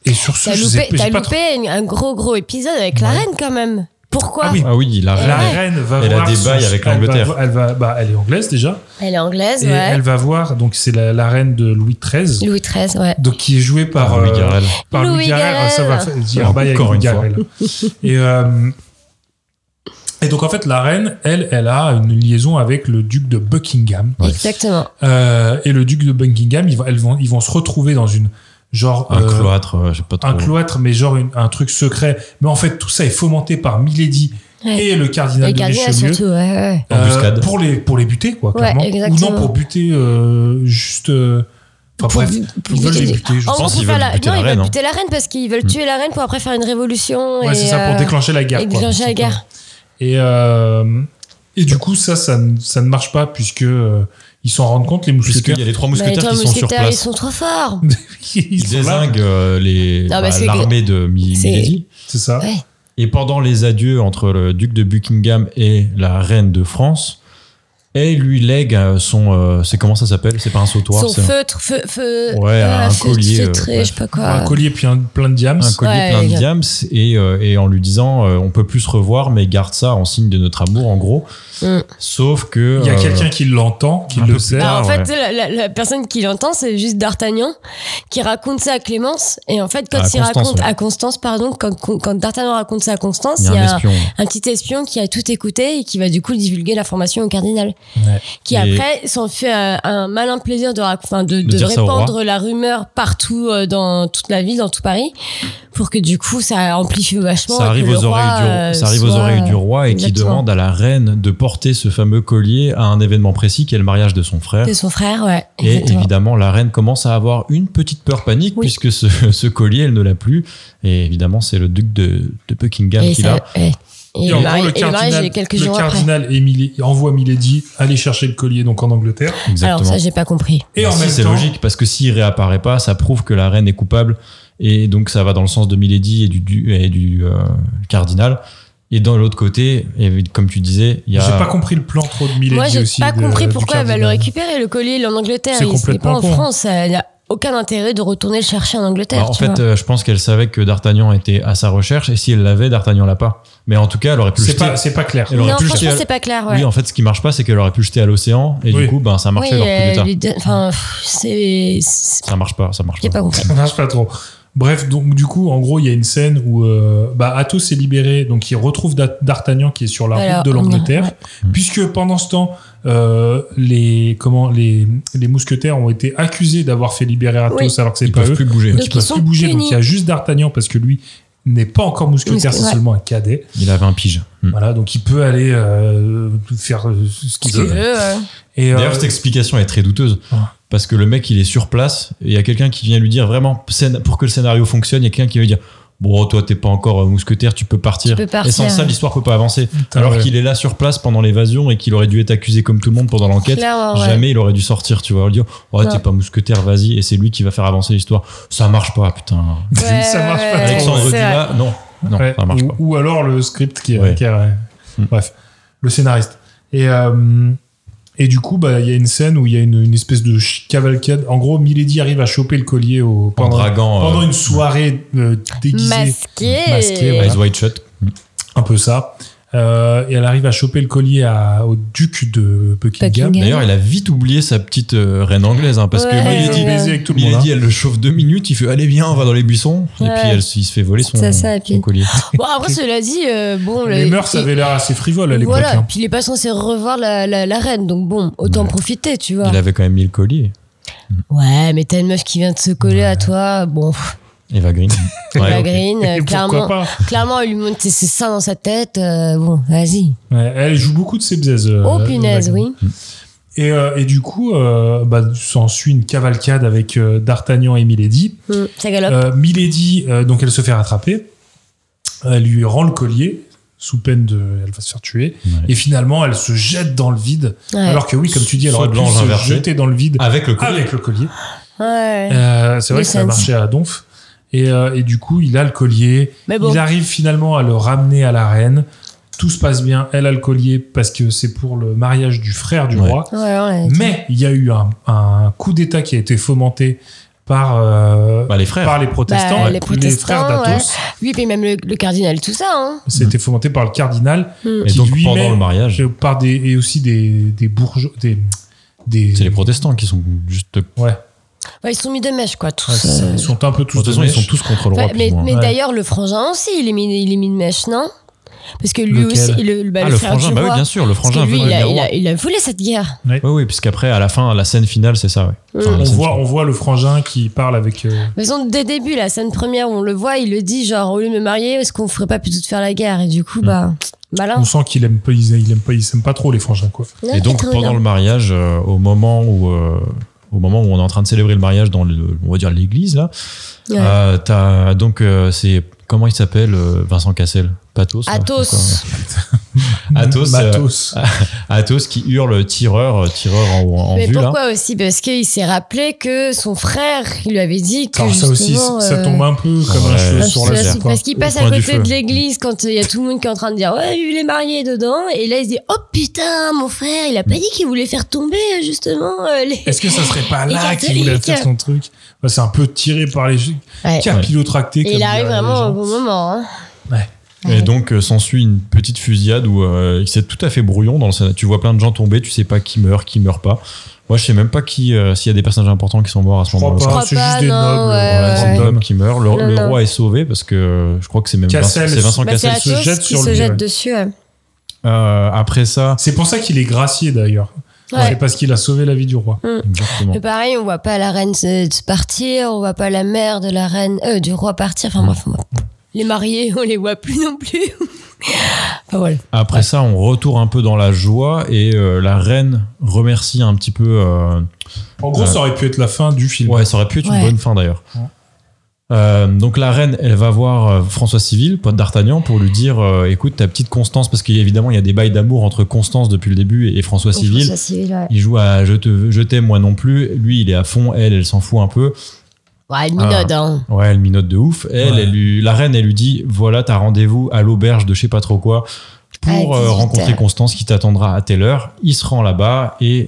S7: et sur ce,
S6: T'as
S7: je sais
S6: loupé,
S7: pas- j'ai
S6: t'as
S7: pas trop-
S6: loupé une- un gros gros épisode avec la
S7: Ouais.
S6: reine quand même. Pourquoi
S7: Ah oui.
S5: Ah oui, la
S7: La
S5: reine.
S7: reine va
S5: Elle a
S7: voir
S5: des
S7: son-
S5: bails avec
S7: elle va-
S5: l'Angleterre.
S7: Elle, va, bah, elle est anglaise déjà.
S6: Elle est anglaise,
S7: Et
S6: ouais.
S7: elle va voir, donc c'est la, la reine de Louis XIII.
S6: Louis XIII, ouais.
S7: donc qui est joué par
S5: Louis
S7: euh,
S5: Garrel.
S7: par Louis
S6: Louis
S7: Garrel. Ah,
S6: Garrel.
S7: ça va faire dire
S5: Encore
S7: bail avec
S5: une
S7: Louis
S5: fois.
S7: Garrel. et euh, et donc en fait la reine elle elle a une liaison avec le duc de Buckingham
S6: Exactement.
S7: Euh, et le duc de Buckingham ils vont, elles vont ils vont se retrouver dans une genre
S5: Un
S7: euh,
S5: cloître, euh, j'ai pas trop.
S7: un cloître mais genre une- un truc secret mais en fait tout ça est fomenté par Milady
S6: Ouais.
S7: et le cardinal
S6: Et
S7: de
S6: Gardien
S7: Richelieu
S6: surtout, ouais, ouais.
S7: euh,
S5: Embuscade.
S7: pour les pour les buter quoi
S6: Ouais,
S7: clairement ou
S6: exactement.
S7: non pour buter euh, juste euh, enfin
S6: Pour
S7: bref
S6: bu- pour
S7: ils veulent
S6: buter
S7: les
S6: des-
S7: buter je
S6: En
S7: pense.
S6: gros,
S5: qu'ils
S6: pour
S5: veulent
S6: faire la...
S5: buter
S6: Non,
S5: la
S6: ils veulent
S5: reine, hein. Hmm.
S6: buter la reine parce qu'ils veulent tuer la reine pour après faire une révolution.
S7: Ouais,
S6: et,
S7: c'est ça, pour
S6: euh,
S7: déclencher la guerre.
S6: et
S7: quoi.
S6: déclencher la guerre.
S7: Et, euh, et du coup, ça, ça, ne- ça ne marche pas puisque euh, ils s'en rendent compte, les mousquetaires.
S5: Puisqu'il y a les trois
S6: Bah, les
S5: mousquetaires
S6: trois
S5: qui sont sur
S6: mousquetaires,
S5: place.
S6: ils sont trop forts.
S7: Ils
S5: Ils
S7: sont là,
S5: désinguent euh, les-
S6: Non,
S5: bah,
S6: parce que-
S5: l'armée de Mi-
S6: c'est-
S5: Milady.
S7: C'est ça.
S6: Ouais.
S5: Et pendant les adieux entre le duc de Buckingham et la reine de France, elle lui lègue euh, son. euh, c'est comment ça s'appelle C'est pas un sautoir
S6: Son
S5: c'est
S6: feutre, feu, feu.
S5: Ouais, un
S6: feu
S5: collier,
S6: feutré,
S5: euh,
S6: je sais pas quoi.
S7: Un collier puis un, plein de diams.
S5: un collier
S6: Ouais,
S5: plein de
S6: les gars.
S5: diams et, euh, et en lui disant euh, on peut plus se revoir mais garde ça en signe de notre amour en gros
S6: Mm.
S5: sauf que
S7: Il y a
S5: euh,
S7: quelqu'un qui l'entend, qui
S5: un peu
S7: le
S5: plus
S7: sait.
S5: tard.
S6: Bah, en
S5: ouais.
S6: fait, tu sais, la, la- la personne qui l'entend, c'est juste D'Artagnan qui raconte ça à Clémence. Et en fait, quand
S5: À
S6: il
S5: Constance,
S6: raconte
S5: ouais.
S6: à Constance, pardon, quand, quand D'Artagnan raconte ça à Constance,
S5: il y a un espion
S6: un petit espion qui a tout écouté et qui va du coup divulguer l'information au cardinal.
S7: Ouais.
S6: Qui
S5: Et-
S6: après s'en fait euh, un malin plaisir de, rac- enfin, de, de
S5: dire ça au roi.
S6: répandre la rumeur partout euh, dans toute la ville, dans tout Paris, pour que du coup ça amplifie vachement.
S5: ça
S6: et
S5: arrive
S6: que le
S5: aux
S6: roi,
S5: oreilles du
S6: euh,
S5: ça arrive aux
S6: soit,
S5: oreilles du roi et qui
S6: exactement.
S5: demande à la reine de porter ce fameux collier à un événement précis qui est le mariage de son frère
S6: euh, de son frère, ouais.
S5: Et
S6: exactement.
S5: évidemment, la reine commence à avoir une petite peur panique
S6: Oui.
S5: puisque ce, ce collier, elle ne l'a plus. Et évidemment, c'est le duc de, de Buckingham
S6: Et
S5: qui
S6: ça-
S5: l'a.
S6: ouais. Et
S7: Et
S6: le
S7: en
S6: mari-
S7: gros, le
S6: et le mariage, il
S7: cardinal,
S6: est quelques
S7: le
S6: jours après.
S7: cardinal et Milé- envoie Milady aller chercher le collier donc en Angleterre.
S5: Exactement.
S6: Alors ça, j'ai pas compris.
S7: Et
S5: Bah
S7: en
S5: si,
S7: même
S5: c'est
S7: temps,
S5: logique parce que s'il réapparaît pas, ça prouve que la reine est coupable. Et donc, ça va dans le sens de Milady et du, du- et du euh, cardinal. Et dans l'autre côté, et comme tu disais, il y
S7: j'ai
S5: a.
S7: pas compris le plan trop de Milady
S6: Moi, j'ai
S7: aussi
S6: pas
S7: de-
S6: compris
S7: du
S6: pourquoi elle va le
S7: cardinal.
S6: récupérer le collier il est en Angleterre.
S7: C'est
S6: Il n'est pas
S7: complètement
S6: en
S7: con.
S6: France. Elle a aucun intérêt de retourner le chercher en Angleterre.
S5: Alors, en
S6: tu vois.
S5: fait, euh, je pense qu'elle savait que D'Artagnan était à sa recherche et si elle l'avait, D'Artagnan l'a pas. Mais en tout cas, elle aurait pu le
S7: C'est
S5: jeter.
S7: pas, c'est pas clair.
S5: elle aurait
S6: non,
S5: pu le jeter
S6: franchement,
S5: à-
S6: c'est pas clair. Ouais.
S5: Oui, en fait, ce qui marche pas, c'est qu'elle aurait pu le jeter à l'océan et
S7: Oui.
S5: du coup, ben, ça marchait
S6: Oui,
S5: alors que plus
S6: euh,
S5: tard.
S6: lui donne- Enfin, pff, c'est. c'est-
S5: Ça marche pas, ça marche
S6: J'ai
S5: pas.
S6: pas compris.
S7: Ça marche pas trop. Bref, donc du coup, en gros, il y a une scène où euh, bah, Athos est libéré, donc il retrouve Da- D'Artagnan qui est sur la
S6: Alors,
S7: route de l'Angleterre,
S5: Mm.
S7: puisque pendant ce temps, euh, les comment les, les mousquetaires ont été accusés d'avoir fait libérer Athos
S6: Oui.
S7: alors que c'est
S5: Ils
S7: pas
S5: peuvent
S7: eux.
S5: plus bouger.
S6: Donc,
S7: Ils
S6: ils
S7: peuvent
S6: sont
S7: plus bouger, donc
S6: punis.
S7: il y a juste D'Artagnan parce que lui n'est pas encore mousquetaire,
S6: Mousquet-
S7: c'est
S6: ouais.
S7: seulement un cadet.
S5: Il avait un pige. Hmm.
S7: Voilà, donc il peut aller euh, faire euh, ce qu'il
S6: Tu
S7: veut.
S6: veux, euh,
S7: Et, euh,
S5: D'ailleurs, cette explication est très douteuse.
S7: Ah.
S5: Parce que le mec, il est sur place et il y a quelqu'un qui vient lui dire vraiment, scén- pour que le scénario fonctionne, il y a quelqu'un qui va lui dire Bon, toi, t'es pas encore euh, mousquetaire, tu peux partir.
S6: Tu peux
S5: Et
S6: partir.
S5: sans ça, l'histoire peut pas avancer.
S7: Putain,
S5: Alors
S7: Ah ouais.
S5: qu'il est là sur place pendant l'évasion et qu'il aurait dû être accusé comme tout le monde pendant l'enquête.
S6: clairement, ouais.
S5: Jamais il aurait dû sortir, tu vois. On lui dit Oh,
S6: Non.
S5: t'es pas mousquetaire, vas-y. Et c'est lui qui va faire avancer l'histoire. Ça marche pas, putain.
S6: Ouais,
S7: ça marche pas
S6: ouais,
S7: trop.
S5: Alexandre
S6: c'est vrai.
S5: Dumas, non. Non,
S7: Ouais,
S5: ça marche
S7: ou,
S5: pas. Hmm.
S7: ou alors le script qui est.
S5: Ouais.
S7: qui est-
S5: Mm.
S7: Bref, le scénariste. Et, euh, Et du coup, bah, il y a une scène où il y a une, une espèce de ch- cavalcade. En gros, Milady arrive à choper le collier au, pendant,
S5: Pendragon,
S7: pendant
S5: euh,
S7: une soirée euh, déguisée.
S6: Masqué.
S7: Masqué, voilà.
S5: Eyes Wide Shut.
S7: Un peu ça. Euh, et elle arrive à choper le collier à- au duc de Buckingham.
S6: Buckingham.
S5: D'ailleurs, il a vite oublié sa petite euh, reine anglaise, hein, parce
S6: Ouais.
S5: que
S7: Il
S5: Milady,
S7: dit baiser avec tout le monde.
S5: Milady,
S7: hein.
S5: elle le chauffe deux minutes, il fait allez viens, on va dans les buissons, et
S6: Ouais.
S5: puis elle, il se fait voler son,
S6: C'est ça, et puis-
S5: son collier.
S6: Bon, après, cela dit, euh, bon.
S7: Les
S6: le-
S7: mœurs
S6: il-
S7: avaient l'air assez frivoles à l'époque.
S6: Voilà,
S7: hein.
S6: puis il est pas censé revoir la, la, la reine, donc bon, autant profiter, tu vois.
S5: Il avait quand même mis le collier.
S6: Ouais, mais t'as une meuf qui vient de se coller à toi, bon,
S5: Eva Green. Ouais.
S6: la green, euh,
S7: Et pourquoi
S6: clairement,
S7: pas
S6: clairement, elle lui monte ses ses seins dans sa tête, euh, bon, vas-y.
S7: Ouais, Elle joue beaucoup de ses baises. euh,
S6: oh
S7: la-
S6: punaise,
S7: la-
S6: oui.
S7: Et, euh, et du coup, euh, bah, s'ensuit une cavalcade avec euh, D'Artagnan et Milady.
S6: Mm, ça galope.
S7: Euh, Milady, euh, donc elle se fait rattraper. Elle lui rend le collier sous peine de, elle va se faire tuer.
S5: Ouais.
S7: Et finalement, elle se jette dans le vide.
S6: Ouais.
S7: Euh, Alors que oui, comme tu dis, elle
S5: Saut
S7: aurait
S5: de
S7: pu
S5: l'ange
S7: se
S5: inversé.
S7: jeter dans le vide
S5: Avec le collier.
S7: avec le collier.
S6: Ouais.
S7: Euh, c'est vrai
S6: Oui,
S7: que ça a
S6: ça-
S7: marché à Donf. Et, euh, et du coup, il a le collier.
S6: Mais bon.
S7: Il arrive finalement à le ramener à la reine. Tout se passe bien. Elle a le collier parce que c'est pour le mariage du frère du
S5: Ouais.
S7: roi.
S6: Ouais, ouais.
S7: Mais il y a eu un, un coup d'État qui a été fomenté par, euh,
S5: Bah, les frères.
S7: par les protestants,
S6: Bah, les protestants,
S7: frères d'Athos.
S6: Oui, puis même le, le cardinal, tout ça, hein.
S7: C'était fomenté par le cardinal,
S6: Hmm.
S5: Et
S7: qui
S5: donc
S7: lui
S5: pendant
S7: met-
S5: le mariage,
S7: par des, et aussi des, des bourgeois. Des, des,
S5: c'est les protestants qui sont juste. De
S7: Ouais,
S6: Ouais, ils se sont mis de mèche, quoi, tous.
S7: ouais, c'est ça.
S6: euh.
S7: ils sont un peu tous.
S5: toute façon,
S7: de
S5: ils sont
S7: mèche.
S5: tous contre le
S6: Ouais,
S5: roi. plus
S6: mais
S5: ou moins.
S6: mais
S7: ouais.
S6: d'ailleurs, le frangin aussi, il est mis, il est mis de mèche, non Parce que lui
S7: Lequel
S6: aussi, le, bah,
S5: Ah,
S6: le,
S5: le
S6: frère
S5: frangin,
S6: du
S5: bah oui,
S6: roi.
S5: bien sûr, le
S6: parce que
S5: frangin
S6: lui,
S5: veut
S6: il a,
S5: devenir
S6: il,
S5: roi.
S6: a, il a voulu cette guerre.
S5: Oui, oui, puisqu'après, à la fin, la scène finale, c'est ça, ouais. Enfin,
S6: Mm.
S5: la
S7: On
S5: scène
S7: voit,
S5: finale.
S7: on voit le frangin qui parle avec. euh,
S6: Mais son- dès le début, la scène première où on le voit, il le dit genre, au lieu de me marier, est-ce qu'on ferait pas plutôt de faire la guerre Et du
S5: Mm.
S6: coup, bah, malin.
S7: on sent qu'il aime pas, il il aime pas, il s'aime pas trop les frangins quoi.
S6: Ouais,
S5: Et donc,
S6: très
S5: pendant
S6: bien.
S5: le mariage, euh, au moment où. euh, au moment où on est en train de célébrer le mariage dans, le, on va dire, l'église, là,
S6: Ouais.
S5: euh, t'as donc, euh, c'est, comment il s'appelle, euh, Vincent Cassel Pathos là,
S6: Ah, Athos.
S5: je sais pas. Athos, euh,
S7: Matos.
S5: Athos qui hurle tireur, euh, tireur en, en
S6: Mais
S5: vue, là.
S6: pourquoi aussi Parce qu'il s'est rappelé que son frère, il lui avait dit que.
S7: Alors ça aussi,
S6: justement,
S7: ça
S6: euh,
S7: tombe un peu comme
S5: Ouais.
S7: un cheveu
S6: Ah,
S7: sur
S6: c'est
S5: la
S7: la
S6: parce-
S7: soupe, quoi.
S6: Parce qu'il
S5: au
S6: passe à
S5: coin du
S6: côté
S5: feu.
S6: de l'église quand euh, il y a tout le monde qui est en train de dire Ouais, il est marié dedans. Et là, il se dit Oh putain, mon frère, il a pas dit qu'il voulait faire tomber euh, justement euh, les.
S7: Est-ce que ça serait pas
S6: Les
S7: là qu'il voulait
S6: catholiques.
S7: faire son truc Bah, C'est un peu tiré par les
S6: Ouais.
S7: capillotracté.
S6: Et il arrive vraiment au bon moment. hein.
S5: Et donc euh, s'ensuit une petite fusillade où euh, c'est tout à fait brouillon. Dans le scénario. tu vois plein de gens tomber, tu sais pas qui meurt, qui meurt pas. Moi, je sais même pas qui euh, s'il y a des personnages importants qui sont morts à ce
S7: Je crois
S5: moment-là.
S6: crois
S7: pas, c'est
S6: pas,
S7: juste des
S6: non,
S7: nobles,
S6: ouais,
S7: voilà,
S5: Voilà,
S7: des
S5: c'est
S6: ouais.
S5: un
S7: nobles.
S5: homme qui meurt. Le,
S6: Non,
S5: le
S6: non.
S5: roi est sauvé parce que euh, je crois que c'est même
S7: Cassel.
S5: Vincent, c'est Vincent
S6: Bah,
S5: Cassel.
S7: se
S6: Athos
S7: jette
S6: qui
S7: sur
S6: se
S7: lui,
S6: jette
S7: ouais.
S6: dessus. ouais.
S5: Euh, après ça,
S7: C'est pour ça qu'il est gracié d'ailleurs.
S6: Ouais.
S7: C'est parce qu'il a sauvé la vie du roi.
S5: exactement.
S6: Mais pareil, on voit pas la reine se, se partir, on voit pas la mère de la reine, euh, du roi partir. Enfin bref, on voit- les mariés, on les voit plus non plus. enfin voilà.
S5: Après ça, on retourne un peu dans la joie et euh, la reine remercie un petit peu. euh,
S7: En gros,
S5: Ouais.
S7: ça aurait pu être la fin du film.
S5: Ouais, ça aurait pu être
S6: Ouais.
S5: une bonne fin d'ailleurs.
S7: bah, Ouais.
S5: Euh, donc la reine, elle va voir euh, François Civil, pote d'Artagnan, pour lui dire euh, écoute, ta petite Constance, parce qu'évidemment il y a des bails d'amour entre Constance depuis le début et, et François Civil.
S6: Ça, c'est- ouais.
S5: Il joue à je te veux, je t'aime, moi non plus. Lui, il est à fond, elle, elle s'en fout un peu.
S6: Ouais, elle minode, hein.
S5: Ouais, elle minote de ouf. Elle,
S7: Ouais.
S5: elle lui- la reine, elle lui dit voilà, t'as rendez-vous à l'auberge de je sais pas trop quoi pour
S6: À
S5: euh,
S6: 18
S5: rencontrer
S6: heures.
S5: Constance qui t'attendra à telle heure. Il se rend là-bas et,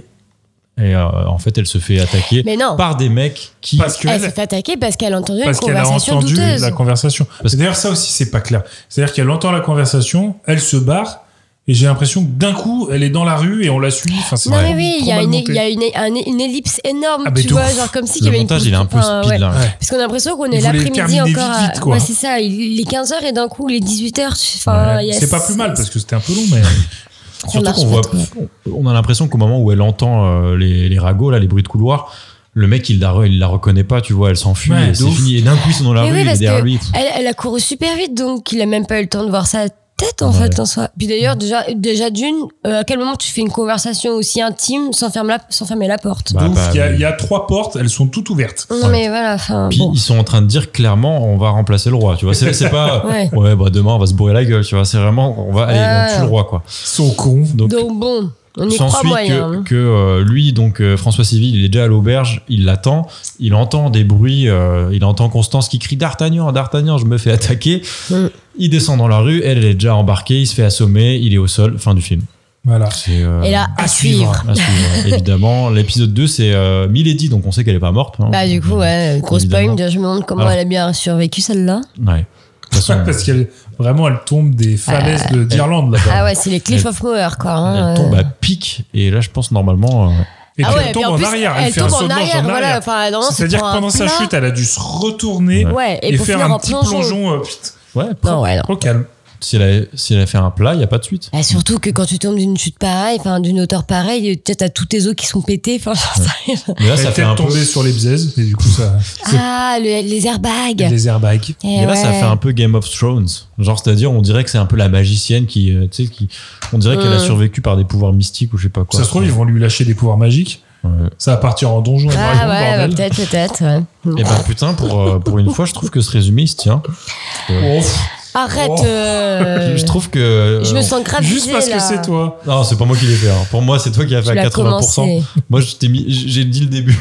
S5: et euh, en fait, elle se fait attaquer
S6: Mais non,
S5: par des mecs qui.
S7: Parce que
S6: elle
S7: elle-
S6: s'est fait attaquer parce qu'elle a entendu
S7: parce
S6: une
S7: qu'elle a
S6: conversation
S7: entendu
S6: douteuse.
S7: la conversation.
S5: Parce-
S7: Et D'ailleurs, ça aussi, c'est pas clair. C'est-à-dire qu'elle entend la conversation, elle se barre, et j'ai l'impression que d'un coup, elle est dans la rue et on la suit. Enfin, c'est
S6: Non mais
S7: vraiment
S6: oui, il y
S7: trop
S6: a,
S7: mal
S6: une,
S7: monté.
S6: il y a une, un- une ellipse énorme,
S7: Ah, mais
S6: tu
S7: de
S6: vois,
S7: ouf.
S6: genre comme si il y
S5: le
S6: avait une
S5: montage, il est un peu
S6: enfin,
S5: speed
S6: ouais.
S5: là.
S7: Ouais.
S6: Parce qu'on a l'impression qu'on est
S7: hein. Il voulait
S6: l'après-midi
S7: terminer
S6: encore.
S7: vite,
S6: à-
S7: vite, quoi.
S6: Ouais, c'est ça, il, il est 15h et d'un coup il est 18h.
S7: Ouais. C'est pas plus mal parce que c'était un peu long, mais
S5: Surtout qu'on voit, on a l'impression qu'au moment où elle entend euh, les, les ragots, là, les bruits de couloir, le mec il la, re- il la reconnaît pas, tu vois, elle s'enfuit,
S7: Ouais,
S5: et
S7: de
S5: c'est
S7: ouf.
S5: fini. Et d'un coup ils sont dans la
S6: Mais
S5: rue,
S6: oui,
S5: il est
S6: parce
S5: derrière
S6: que-
S5: lui. pff,
S6: Elle, elle a couru super vite, donc il a même pas eu le temps de voir sa tête en
S5: Ouais.
S6: fait en soi. Puis d'ailleurs, déjà, déjà d'une, euh, à quel moment tu fais une conversation aussi intime sans fermer la, sans fermer la porte
S5: bah,
S7: de ouf,
S5: bah,
S7: il y a-
S5: mais-
S7: il y, a trois portes, elles sont toutes ouvertes.
S6: Non mais voilà, enfin
S5: Puis
S6: bon.
S5: ils sont en train de dire clairement, on va remplacer le roi, tu vois. C'est c'est pas,
S6: Ouais.
S5: ouais, bah demain on va se bourrer la gueule, tu vois. C'est vraiment, on va aller, on tue le roi, quoi.
S7: Ils sont cons.
S5: Donc,
S6: Donc bon, on y croit
S5: s'ensuit
S6: moyen.
S5: que,
S6: hein.
S5: que, euh, lui, donc euh, François Civil, il est déjà à l'auberge, il l'attend, il entend des bruits, euh, il entend Constance qui crie D'Artagnan, D'Artagnan, je me fais attaquer.
S6: Mm.
S5: Il descend dans la rue, elle, elle est déjà embarquée, il se fait assommer, il est au sol, fin du film.
S7: Voilà.
S5: C'est, euh,
S12: Et là,
S7: Ah,
S12: à, suivre.
S5: à suivre, euh, évidemment. L'épisode 2, c'est euh, Milady, donc on sait qu'elle est pas morte. hein.
S6: Bah, du coup, ouais, gros
S5: Évidemment.
S6: spoil, je me demande comment
S5: Alors.
S6: elle a bien survécu celle-là.
S5: Ouais. De toute façon,
S7: Parce qu'elle vraiment elle tombe des falaises de- d'Irlande là-bas.
S6: Euh, Ah ouais, c'est les Cliff of Moher, quoi. hein,
S5: elle
S6: euh.
S5: tombe à pic, et là, je pense normalement. euh,
S7: Et
S6: Ah
S7: puis
S6: ouais,
S7: elle
S6: puis
S7: tombe
S6: en
S7: en
S6: plus,
S7: arrière,
S6: elle
S7: elle fait un
S6: tombe en
S7: saut de manche
S6: arrière,
S7: en
S6: voilà,
S7: arrière.
S6: enfin, normalement, c'est
S7: C'est-à-dire
S6: pour
S7: que
S6: un
S7: pendant sa
S6: plat.
S7: chute, elle a dû se retourner
S6: Ouais, et
S7: et
S6: pour
S7: faire
S6: finir
S7: un
S6: en
S7: petit
S6: plongeon.
S7: plongeon. euh, putain.
S5: Ouais,
S6: Non, ouais, non.
S7: Au calme.
S5: Si elle, a, si elle a fait un plat, il n'y a pas de suite.
S6: Et surtout que quand tu tombes d'une chute pareille, enfin d'une hauteur pareille, peut-être t'as tous tes os qui sont pétés. Enfin, j'en sais rien.
S5: Mais là,
S7: Elle
S5: ça
S7: est
S5: fait un
S7: peut-être
S5: peu.
S7: tombée sur les bzaises et du coup ça.
S6: ah, le- les airbags.
S7: Les airbags.
S6: Eh
S5: Et là, ça
S6: ouais.
S5: fait un peu Game of Thrones. Genre, c'est-à-dire, on dirait que c'est un peu la magicienne qui, euh, tu sais, qui, on dirait qu'elle a
S6: Mm.
S5: survécu par des pouvoirs mystiques ou je sais pas quoi.
S7: Ça se trouve ils vont lui lâcher des pouvoirs magiques.
S5: Ouais.
S7: Ça va partir en donjon. elle va
S6: Ah
S7: répondre,
S6: ouais, bah,
S7: bordel.
S6: peut-être, peut-être. ouais.
S5: Et ben putain, pour, euh, pour une fois, je trouve que ce résumé, il se tient.
S7: Oh, pff,
S6: Ah, Arrête.
S7: Oh.
S6: euh,
S5: je trouve que. euh,
S6: je me sens grave
S7: Juste
S6: visée,
S7: parce que
S6: là.
S7: c'est toi. Bah,
S5: Non, c'est pas moi qui l'ai fait. hein. Pour moi, c'est toi qui as
S6: Tu
S5: fait à
S6: l'as
S5: 80%.
S6: commencé.
S5: Moi, je t'ai mis, j'ai dit le début.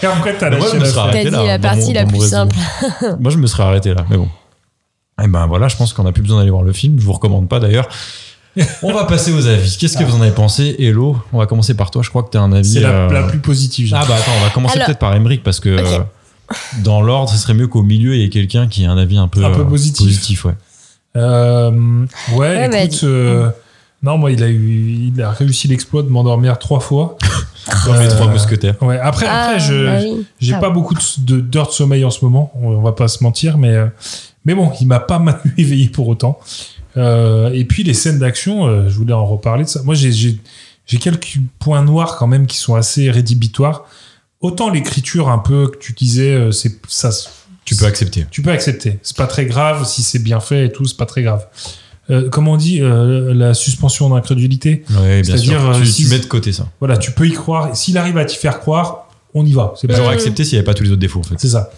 S7: Et après t'as
S5: Mais moi,
S7: lâché
S5: je me
S7: la
S5: serais
S7: fin.
S5: arrêté
S6: T'as dit
S5: là,
S6: la
S5: dans
S6: partie
S5: mon-
S6: la
S5: dans mon
S6: plus
S5: résumé. Moi, je me serais arrêté là, mais bon. Et ben voilà, je pense qu'on n'a plus besoin d'aller voir le film. Je vous recommande pas d'ailleurs. On va passer aux avis. Qu'est-ce que vous en avez pensé Hello, on va commencer par toi. Je crois que tu as un avis.
S7: Ah. C'est la,
S5: euh,
S7: la plus positive. j'ai
S5: Ah bah attends, on va commencer
S6: Alors-
S5: peut-être par Emmerich parce que
S6: Ok.
S5: euh, dans l'ordre, ce serait mieux qu'au milieu il y ait quelqu'un qui ait un avis un peu,
S7: Un peu
S5: euh,
S7: positif.
S5: ouais.
S7: Euh, ouais,
S6: Ouais, mais-
S7: écoute, euh, non, moi, il a, eu, il a réussi l'exploit de m'endormir trois fois.
S5: Comme les
S7: Euh,
S5: trois mousquetaires.
S7: Ouais, après,
S6: Ah,
S7: après je,
S6: bah oui.
S7: j'ai
S6: Ah.
S7: pas beaucoup de, de- d'heures de sommeil en ce moment, on, on va pas se mentir, mais, euh, mais bon, il m'a pas maintenu éveillé pour autant. Euh, et puis, les scènes d'action, euh, je voulais en reparler de ça. Moi, j'ai, j'ai, j'ai quelques points noirs quand même qui sont assez rédhibitoires. Autant l'écriture un peu que tu disais, euh, c'est, ça, se-
S5: Tu peux accepter.
S7: tu peux accepter. C'est pas très grave si c'est bien fait et tout, c'est pas très grave. Euh, comment on dit euh, la suspension d'incrédulité
S5: Ouais, bien sûr.
S7: C'est-à-dire, euh,
S5: tu,
S7: si-
S5: tu mets de côté ça.
S7: Voilà, tu peux y croire. Et S'il arrive à t'y faire croire, on y va. C'est pas
S5: Bah,
S6: Euh,
S5: J'aurais accepté s'il n'y avait pas tous les autres défauts en fait.
S7: C'est ça.